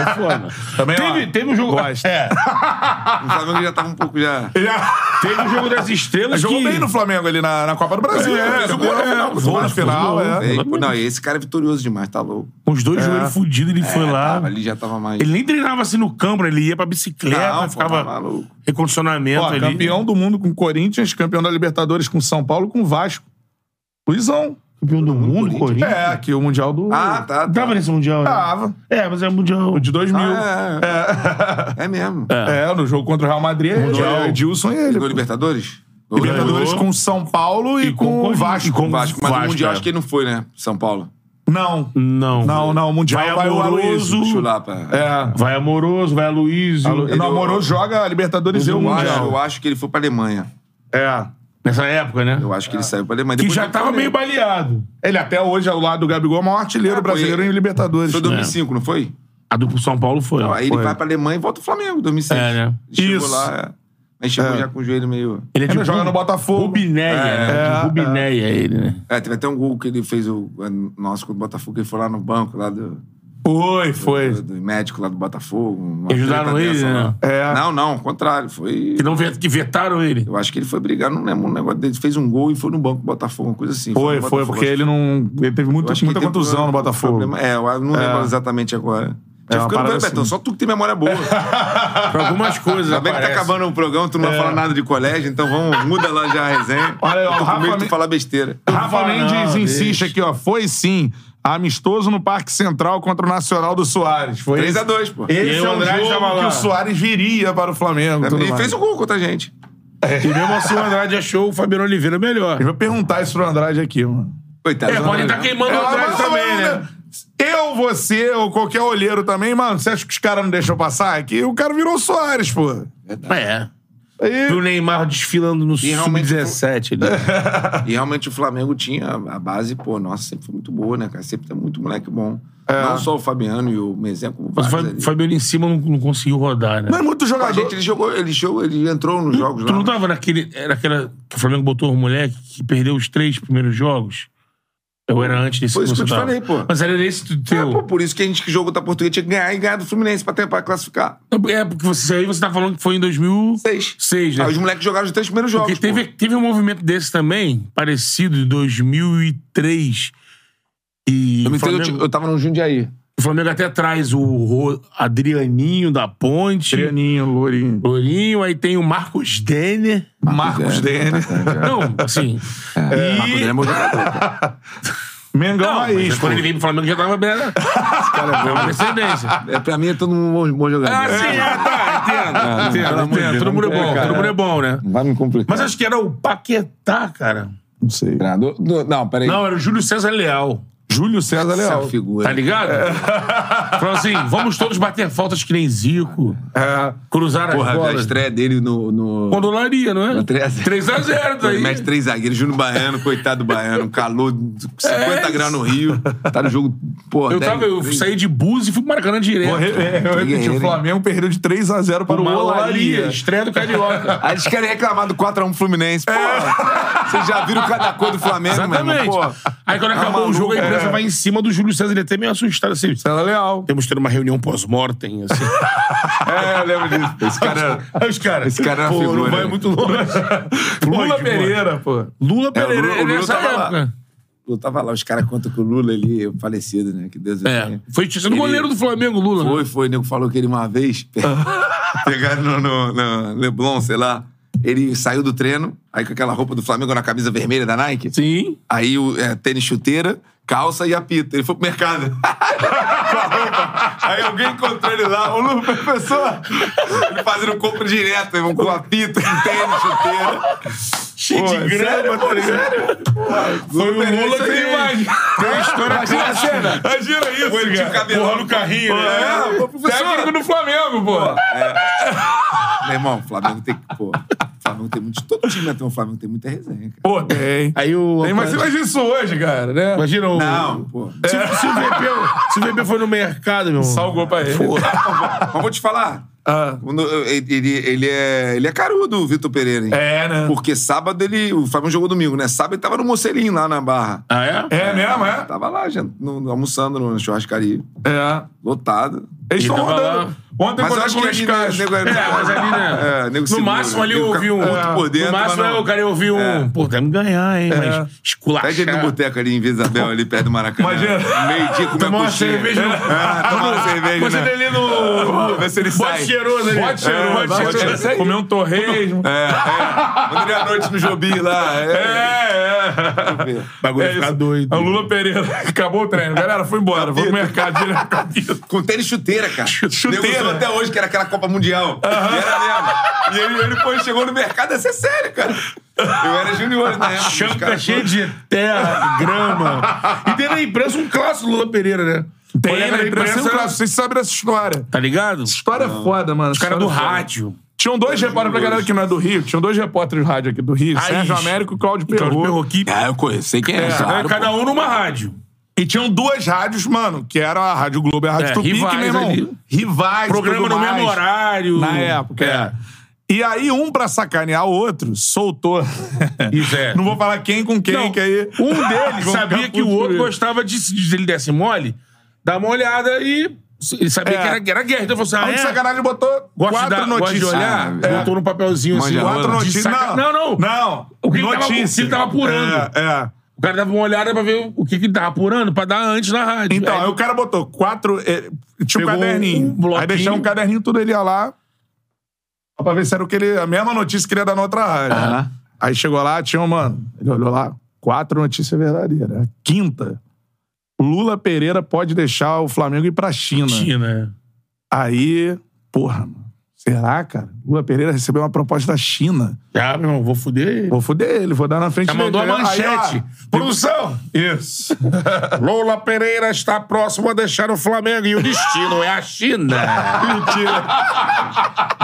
é foda. Também, teve, ó, teve um jogo. gosto. É, O Flamengo já tava um pouco já. Ele é- teve um jogo das Ele estrelas. jogou que... bem no Flamengo ali na, na Copa do Brasil. É, né? jogou na final, é, jogou jogou na na final, final, é. É, e, pô, Flamengo. não, esse cara é vitorioso demais, tá louco. Com os dois joelhos fudidos, ele É, foi lá. Tava ali já tava mais. Ele nem treinava assim no campo, né? ele ia pra bicicleta, Não, pô, ficava tá maluco. recondicionamento Ó, ali. campeão do mundo com o Corinthians, campeão da Libertadores com São Paulo, com o Vasco. Luizão. Campeão do mundo, Corinthians. É, aqui o Mundial do. Ah, tá. tá. Tava nesse mundial, né? Tava. É, mas é mundial. O de 2000. Ah, é, é. é mesmo. é. no jogo contra o Real Madrid, é Edilson e ele. Jogou Libertadores? Jogou Libertadores Ganhou. com São Paulo e, com o com o Corinthians. Vasco. E com o Vasco, mas Vasco, no Mundial é. acho que ele não foi, né? São Paulo. Não. Não. Não, não. O Mundial Vai vai, o amoroso. Aloysio. Chulapa. É. Vai Amoroso, vai Aloysio. Ele, no Amoroso joga a Libertadores e o Eu acho, eu Mundial. acho que ele foi pra Alemanha. É. Nessa época, né? Eu acho que ele saiu pra Alemanha. Que Depois já ele tava foi- meio baleado. Ele até hoje, ao lado do Gabigol, é o maior artilheiro Ah, foi- brasileiro em Libertadores. Foi em 2005, não foi? A do São Paulo foi. Não, aí ele foi. vai pra Alemanha e volta pro Flamengo, 2006. É, né? Ele Chegou Isso. lá, é. mas chegou já com o joelho meio... Ele é Ele joga Ru- no Botafogo. Rubinéia, né? é, De Rubinéia ele, né? É, teve até um gol que ele fez, o é, nosso, contra o Botafogo, que ele foi lá no banco, lá do, Foi, foi. do, do médico lá do Botafogo. uma E ajudaram treta ele, dessa né? lá. É. Não, não, ao contrário, foi... Que, não vet- que vetaram ele. Eu acho que ele foi brigar, não lembro um negócio dele, fez um gol e foi no banco do Botafogo, uma coisa assim. Foi, no foi, Botafogo, porque acho que- ele não. Ele teve muito, Eu acho que muita tem contusão problema- no Botafogo. problema- É, eu não lembro exatamente agora. Tipo, É Já uma ficando parada velho, Betão, assim. só tu que tem memória boa. Ainda Pra algumas coisas, bem que tá aparece. acabando o programa, tu não vai falar nada de colégio, então vamos, muda lá já a resenha. É. Olha aí, ó, Eu tô Rafa com medo de Me- tu falar besteira. Rafa Não, Mendes deixa. insiste aqui, ó. Foi sim. Amistoso no Parque Central contra o Nacional do Soares. Foi 3x2, pô. Esse, E aí esse o é o Andrade tava jogo que lá. o Soares viria para o Flamengo. tudo Ele mais. fez um o gol contra a gente. E mesmo assim o Andrade achou o Fabiano Oliveira melhor. Eu vou perguntar isso pro Andrade aqui, mano. Coitado. É, não, pode não, estar não. queimando o Andrade um também, né? Eu, você ou qualquer olheiro também, mano, você acha que os caras não deixam passar aqui? O cara virou o Soares, pô. É. Vi o Neymar desfilando no realmente É, Sub-17 ali. E realmente o Flamengo tinha a base, pô, nossa, sempre foi muito boa, né, cara? Sempre tem muito moleque bom. É. Não só o Fabiano e o Mezen, como Mas vários o Fa- ali. Fabiano em cima não, não conseguiu rodar, né? Mas é muito A jogador. gente, ele jogou, ele jogou, ele entrou nos jogos Tu lá. não tava naquele. Naquela, que o Flamengo botou o moleque que perdeu os três primeiros jogos? Eu era antes desse Foi isso você que eu te tava. falei, pô. Mas era esse do É, pô, teu. por isso que a gente que jogou da Portuguesa tinha que ganhar e ganhar do Fluminense pra, ter, pra classificar. É, porque você, aí você tá falando que foi em 2006. Seis. né? Aí Ah, os moleques jogaram os três primeiros jogos. Porque teve, teve um movimento desse também, parecido, em 2003. E pô. Eu, o me entendo, tipo, eu, Flamengo, ti- eu tava no Jundiaí. o Flamengo até traz o Ro- Adrianinho da Ponte. Trianinho, Lourinho. é Lourinho, aí tem o Marcos Denner. Marcos tá Dene. Não, assim. É, Marco E... Dene é né, bom jogador. cara. Mengão Não, Raiz. mas é quando pô. ele veio pro Flamengo já tava bem. né? Tava uma descendência. É, pra mim né? é todo mundo um bom, bom jogador. Ah, sim, é, tá, entendo. pelo entendo, amor de entendo. Deus, Todo mundo é não bom, tem, todo cara. mundo é bom, né? Não vai me complicar. Mas acho que era o Paquetá, cara. Não sei. Treinador- do- Não, peraí. Não, era o Júlio César Leal. Júlio César Essa Leal. figura. Tá ligado? É. Falou assim: vamos todos bater faltas que nem Zico. Cruzar as É. Porra, a bolas. estreia dele no. no... Quando olaria, não é? No 3 a 0. 3x0, Ele daí. mete três zagueiros, Júnior Baiano, coitado do Baiano, um calor, 50 É isso. graus no Rio. Tá no jogo, porra. Eu, dez- tava, eu três- saí de bus e fui pro Maracanã direto. Corre- é, eu repeti, o Flamengo perdeu de 3x0 para o Uma olaria. Olaria. Estreia do Carioca. Aí eles querem reclamar do 4x1 Fluminense. Porra, vocês já viram cada cor do Flamengo, meu É. Exatamente. irmão? Porra. Aí quando acabou o jogo, a imprensa vai em cima do Júlio César. Ele é até meio assustado assim. César Leal. Temos que ter uma reunião pós-mortem, assim. É, eu lembro disso. Esse cara. Aí os caras. Esse cara é uma pô, figura, não vai né? muito longe. Lula Lula Pereira. Pereira, pô. É, Lula Pereira. Lula- o Lula nessa tava lá. época. Eu tava lá, os caras contam que o Lula ali, falecido, né? Que Deus o É. tenha. Foi sendo goleiro do Flamengo, Lula. né? Foi, foi. O nego falou que ele uma vez pe- pegaram no, no- no Leblon, sei lá. Ele saiu do treino, aí com aquela roupa do Flamengo na camisa vermelha da Nike. Sim. Aí o é, tênis chuteira, calça e apita. Ele foi pro mercado. Com a roupa. Aí alguém encontrou ele lá. Ô, Lu, professor! Ele fazendo compra direto, irmão, com apito, com tênis, chuteira. é Cheio de grana, tá ligado? Foi o Lula que Tem mais. Tem uma história Imagina a clássica. cena. Imagina Foi isso, de cara. cabelão. Porra no carrinho, né? É, pô, professor. Técnico do Flamengo, pô. Meu irmão, o Flamengo tem que. Pô, o Flamengo tem muito. Todo time até o Flamengo tem muita resenha, cara. Pô, tem. Aí o. Tem, mas você imagina isso hoje, cara, né? Imagina o. Não, pô. Se, se o VP, se o VP foi no mercado, meu irmão. Salgou pra ele. Mas vou te falar. Ah. Quando eu- Ele, ele- ele é, ele é carudo, o Vitor Pereira, hein? É, né? Porque sábado ele. O Flamengo jogou domingo, né? Sábado ele tava no Mocelinho lá na Barra. Ah, é? É mesmo, é? Tava lá, gente, no- no- almoçando no churrascaria, É. lotado. Eles estão tava rodando. lá. Ontem Mas eu encontrei acho com o que Luiz ali, né, Castro. nego, é, É, mas ali, né? é, nego no segura, máximo ali eu nego ouvi fica um. puto por dentro, no É. máximo mas não- eu, cara, eu ouvi um. Pô, temos que ganhar, hein? Mas esculachar. Pede ele no boteco ali em Isabel, ali perto do Maracanã. Imagina. Meio-dia com Tomar uma coxinha. cerveja no- É, tomar uma cerveja, Você né? ali no. Vê se ele Bote sai. cheiroso ali. Bote cheiro, É, bote cheiro. cheiro. Comeu um torresmo. É, é. Quando ele à noite no Jobim lá. É. É, é. O bagulho fica isso. doido. É o Lula Pereira. Acabou o treino. Galera, foi embora. Vou pro mercado direto com a vida. Com tênis chuteira, cara. Chuteira. Nego falou até hoje que era aquela Copa Mundial. E era mesmo. E ele, ele foi, chegou no mercado, essa é sério, cara. Eu era junior na época. os Chanta caras cheia de terra, grama. E tem na imprensa um clássico Lula Pereira, né? Olha, Olha, cara, impressão clássica. Vocês sabem dessa história. Tá ligado? Os História é foda, mano. Os caras do rádio. Tinham dois repórteres, pra galera que não é do Rio, tinham dois repórteres de rádio aqui do Rio, Raiz. Sérgio Américo e Cláudio Cláudio Perro. Perroqui. Ah, eu conheço, sei quem é, claro. Cada um numa rádio. E tinham duas rádios, mano, que era a Rádio Globo e a Rádio É, Tupi, rivais que, meu irmão, ali. rivais, Programa tudo no mais. mesmo horário. Na época, é. E aí, um pra sacanear o outro, soltou. Isso é. Não vou falar quem com quem, Não, que aí... Um deles Vão sabia ficar que o puto outro comigo. gostava de, se ele desse mole, dar uma olhada e. Ele sabia É. que era, que era guerra. Então eu falei Aí, de assim: ah, é? sacanagem, botou Gosta de quatro dar- gosta notícias. de olhar, É. botou no papelzinho assim. Manja Quatro rola. notícias. De saca- Não, não, não. Não. O que ele tava- notícia. o que ele tava apurando. É, é. O cara dava uma olhada pra ver o que, que ele tava apurando, pra dar antes na rádio. Então, Aí, aí o cara botou quatro. eh, tinha um Pegou um caderninho. bloquinho. aí deixava um caderninho, tudo ele ia lá. só Pra ver se era o que ele. A mesma notícia que ele ia dar na outra rádio. Aham. Aí chegou lá, tinha um, mano. Ele olhou lá, quatro notícias verdadeiras. A quinta. Lula né? Pereira pode deixar o Flamengo ir pra China. China. Aí, porra, mano. Será, Ah, cara? Lula Pereira recebeu uma proposta da China. Já, "Ah, meu irmão, vou fuder ele. Vou foder ele, vou dar na frente Já mandou a dele. manchete. Produção! Isso. Lola Pereira está próximo a deixar o Flamengo e o destino é a China. Mentira.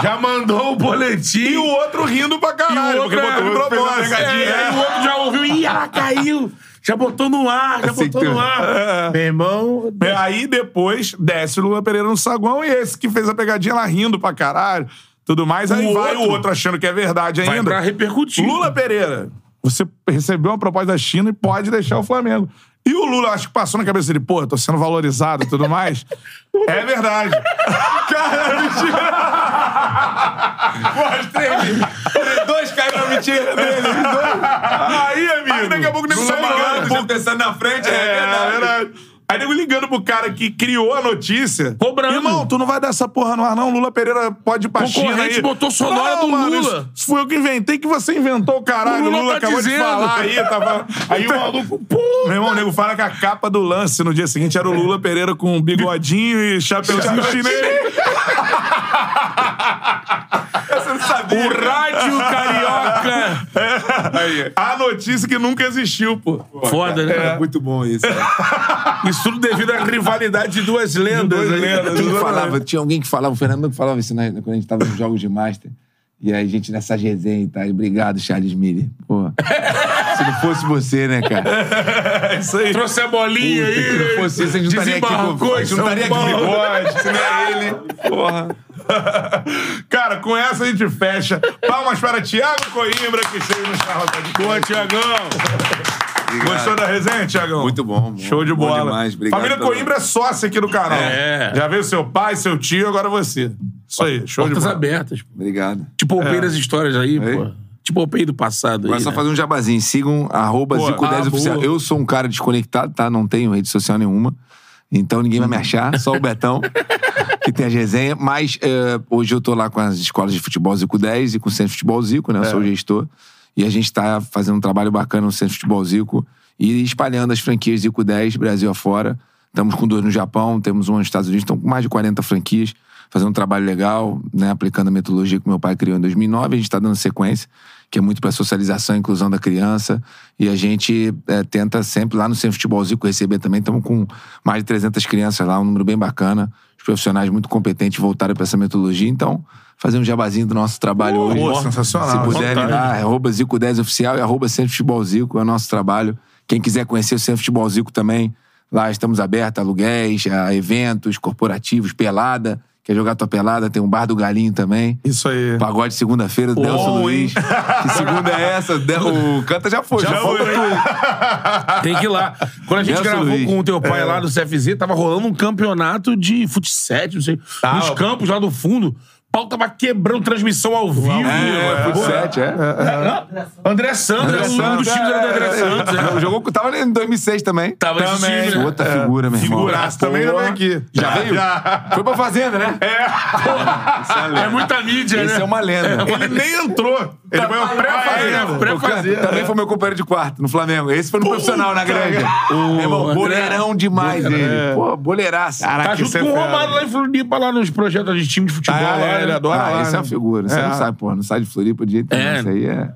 Já mandou o boletim. E o outro rindo pra caralho. E o outro porque botou é, outro fez uma propósito. pegadinha. É, e o outro já ouviu. Ih, ela caiu. Já botou no ar, Assim já botou Aceitou. no ar. Meu irmão. É, Aí depois desce o Lula Pereira no saguão e esse que fez a pegadinha lá rindo pra caralho, tudo mais. Aí O vai o outro- outro achando que é verdade Vai pra ainda. repercutir. Lula Pereira, você recebeu uma proposta da China e pode deixar o Flamengo. E o Lula, acho que passou na cabeça dele, pô, tô sendo valorizado e tudo mais. é verdade. Cara, mentira. Pô, três, dois caíram na mentira dele. Aí, amigo. Aí daqui a pouco o nego tá ligando pro pensando na frente, é, é verdade. Aí nego ligando pro cara que criou a notícia. Cobrando. Irmão, tu não vai dar essa porra no ar, não. Lula Pereira pode ir pra Concorrente China aí. botou sonora não, do mano, Lula. Isso, isso foi eu que inventei que você inventou, caralho. O Lula tá acabou de dizendo. falar aí. Tava... Aí o maluco, pô. Meu irmão, o nego fala que a capa do lance no dia seguinte era o Lula Pereira com um bigodinho e chapeuzinho chinês. Você não sabia. O rádio carioca. A notícia que nunca existiu, pô. Foda, né? Cara, muito bom isso. Isso tudo devido à rivalidade de duas lendas. duas né? lendas. Quem Tudo falava, tinha alguém que falava, o Fernando que falava isso né, quando a gente tava nos jogos de Master. E aí a gente nessa resenha e tal. e Obrigado, Charles Miller. Pô. Se não fosse você, né, cara? É isso aí. Trouxe a bolinha aí. Se não fosse isso, a gente não estaria aqui com Desembarcou, a gente não estaria aqui com São Paulo. bigode, se não é ele. Porra. Cara, com essa a gente fecha. Palmas para Tiago Coimbra, que chega no Charlatão de Boa, Conte. Tiagão. Gostou da resenha, Tiagão? Muito bom, bom. Show de Bom bola. demais, obrigado Família pelo- Coimbra é sócia aqui do canal. É. Já veio seu pai, seu tio, agora você. Isso aí, show de Portas bola. É. abertas. pô. Obrigado. Te poupei das histórias aí, pô. Te poupei do passado Agora aí, só né? fazer um jabazinho. Sigam arroba Boa. Zico10 Ah, Oficial. boa. Eu sou um cara desconectado, tá? Não tenho rede social nenhuma. Então ninguém vai Uhum. me achar, só o Betão, que tem as resenhas. Mas eh, hoje eu tô lá com as escolas de futebol Zico 10 e com o Centro de Futebol Zico, né? Eu sou É. o gestor. E a gente tá fazendo um trabalho bacana no Centro de Futebol Zico e espalhando as franquias Zico 10, Brasil afora. Estamos com dois no Japão, temos um nos Estados Unidos, estão com mais de 40 franquias, fazendo um trabalho legal, né? aplicando a metodologia que meu pai criou em 2009. A gente está dando sequência, que é muito para socialização e inclusão da criança. E a gente eh, tenta sempre, lá no Centro Futebol Zico, receber também. Estamos com mais de 300 crianças lá, um número bem bacana. Os profissionais muito competentes voltaram para essa metodologia. Então, fazer um jabazinho do nosso trabalho hoje. Pô, Ah, sensacional. Se puderem Vontade. lá, ah, é arroba Zico10 Oficial e arroba Centro Futebol Zico, é o nosso trabalho. Quem quiser conhecer o Centro Futebol Zico também, lá estamos abertos a aluguéis, a eventos corporativos, pelada. Quer jogar tua pelada? Tem um bar do Galinho também. Isso aí. Pagode segunda-feira, do Delcio Luiz. Que segunda é essa? Del- O Canta já foi, já, né, Já foi. foi. Tem que ir lá. Quando a gente Nelson gravou Luiz. com o teu pai lá do CFZ, tava rolando um campeonato de futsal, não sei. nos campos lá do fundo. O pau tava quebrando transmissão ao vivo. É, Pô, foi sete, é. Hã? André Santos, era um dos times era do André Santos. é. O jogo que tava em 2006 também. Tava nesse Também. time, né? Outra figura, meu irmão. Figuraça também já Porra. veio aqui. Já veio? Foi pra Fazenda, né? É muita mídia, Esse né? é uma lenda. Ele nem entrou. Ele foi o Ah, é, pré-fazenda. pré- Eu canto. também foi meu companheiro de quarto no Flamengo. Esse foi no profissional na granja. Meu irmão, André- boleirão demais ele. Pô, boleiraço. Tá que junto você com o é fera. Romário lá em Floripa, lá nos projetos de time de futebol. Ah, lá, é, né? ele adora Ah, lá. esse é uma né? figura. Você É. não sai, porra. Não sai de Floripa de jeito nenhum. É. Isso aí é,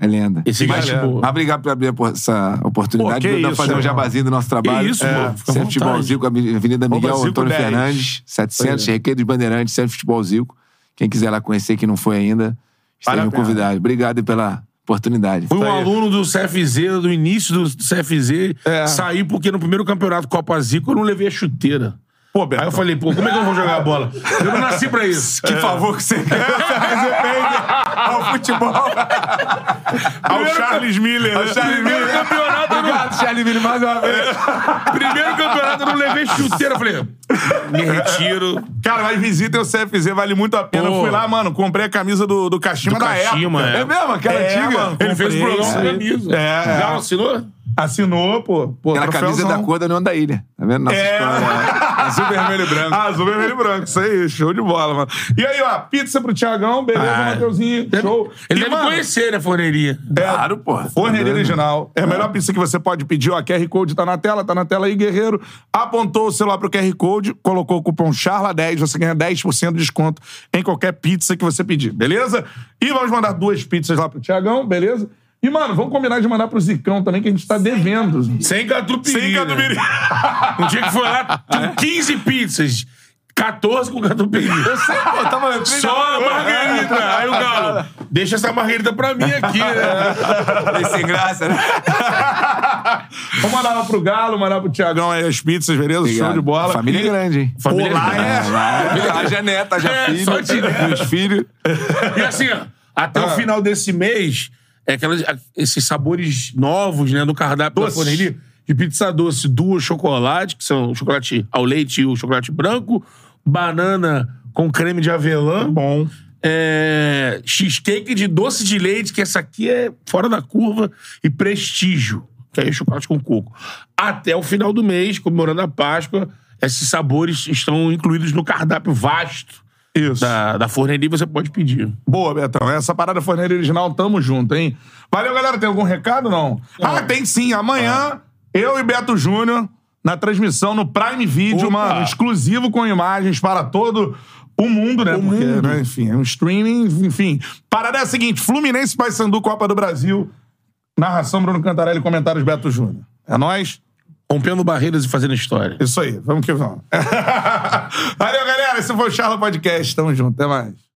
é lenda. Esse Mas, cara é- mas obrigado por abrir por essa oportunidade Pô, que de isso, fazer um irmão. jabazinho do nosso trabalho. É. isso, pô, fica à Centro Futebol vontade. Zico, Avenida Miguel Zico é. Antônio 10. Fernandes, 700, Requeiro dos Bandeirantes, Centro Futebol Zico. Quem quiser lá conhecer, que não foi ainda, Vale a estejam pena. convidados. Obrigado pela oportunidade. Fui um aí. aluno do CFZ, do início do CFZ. É. Saí porque no primeiro campeonato Copa Zico eu não levei a chuteira. Pô, Beto, Aí eu falei, pô, como é que eu vou jogar a bola? Eu não nasci pra isso. É. Que favor que você ao futebol. ao Charles Miller. né? Primeiro campeonato, eu não... Obrigado, Charlie Miller, mais uma vez. Primeiro campeonato eu não levei chuteira. Eu falei, me retiro. Cara, mas visitem o CFZ, vale muito a pena. Pô. Eu Fui lá, mano, comprei a camisa do, do Kashima da Kashima, época. é. É mesmo? Aquela É, antiga? mano. Ele fez o Comprei programa isso com aí. camisa. É. Já assinou? Assinou, pô. pô Aquela camisa troféuzão. da cor da União da Ilha. Tá vendo? Nossa É. escola. Azul, vermelho e branco. Azul, vermelho e branco. Isso aí, show de bola, mano. E aí, ó, pizza pro Tiagão, beleza, Ah, Mateuzinho, show. Ele E, deve mano, conhecer, né, forneria? é, Claro, pô. Forneria original. É a melhor pizza que você pode pedir. Ó, QR Code tá na tela, tá na tela aí, guerreiro. Apontou o celular pro QR Code, colocou o cupom CHARLA10, você ganha 10% de desconto em qualquer pizza que você pedir, beleza? E vamos mandar duas pizzas lá pro Tiagão, beleza? E, mano, vamos combinar de mandar pro Zicão também, que a gente tá devendo. Sem catupiry. Sem Né? catupiry. Um dia que foi lá, tinha 15 pizzas. 14 com catupiry. Eu sei, pô, tava lembrando. Só a margarita. Aí o Galo, deixa essa margarita pra mim aqui, né? Meio sem graça, né? Vamos mandar lá pro Galo, mandar pro Tiagão aí as pizzas, beleza? Show de bola. A família é E- grande, hein? Família Pô, lá é. Ah, haja neta, haja É, filho. só de- Meus filhos. E assim, ó, até o final desse mês, é aquelas, a- esses sabores novos, né, do cardápio da forneria. De pizza doce, duas chocolate, que são o chocolate ao leite e o chocolate branco, banana com creme de avelã. Bom. é, cheesecake de doce de leite, que essa aqui é fora da curva, e prestígio, que é chocolate com coco. Até o final do mês, comemorando a Páscoa, esses sabores estão incluídos no cardápio vasto Isso. da, da forneria, você pode pedir. Boa, Betão. Essa parada forneira original, tamo junto, hein? Valeu, galera. Tem algum recado, não? Ah, tem sim. Amanhã, eu e Beto Júnior, na transmissão no Prime Video, Opa. mano, exclusivo com imagens para todo o mundo, né? Porque, né, enfim, é um streaming, enfim. Parada é a seguinte, Fluminense Paysandu, Copa do Brasil, narração Bruno Cantarelli, comentários Beto Júnior. É nóis? Rompendo barreiras e fazendo história. Isso aí. Vamos que vamos. Valeu, galera. Esse foi o Charla Podcast. Tamo junto. Até mais.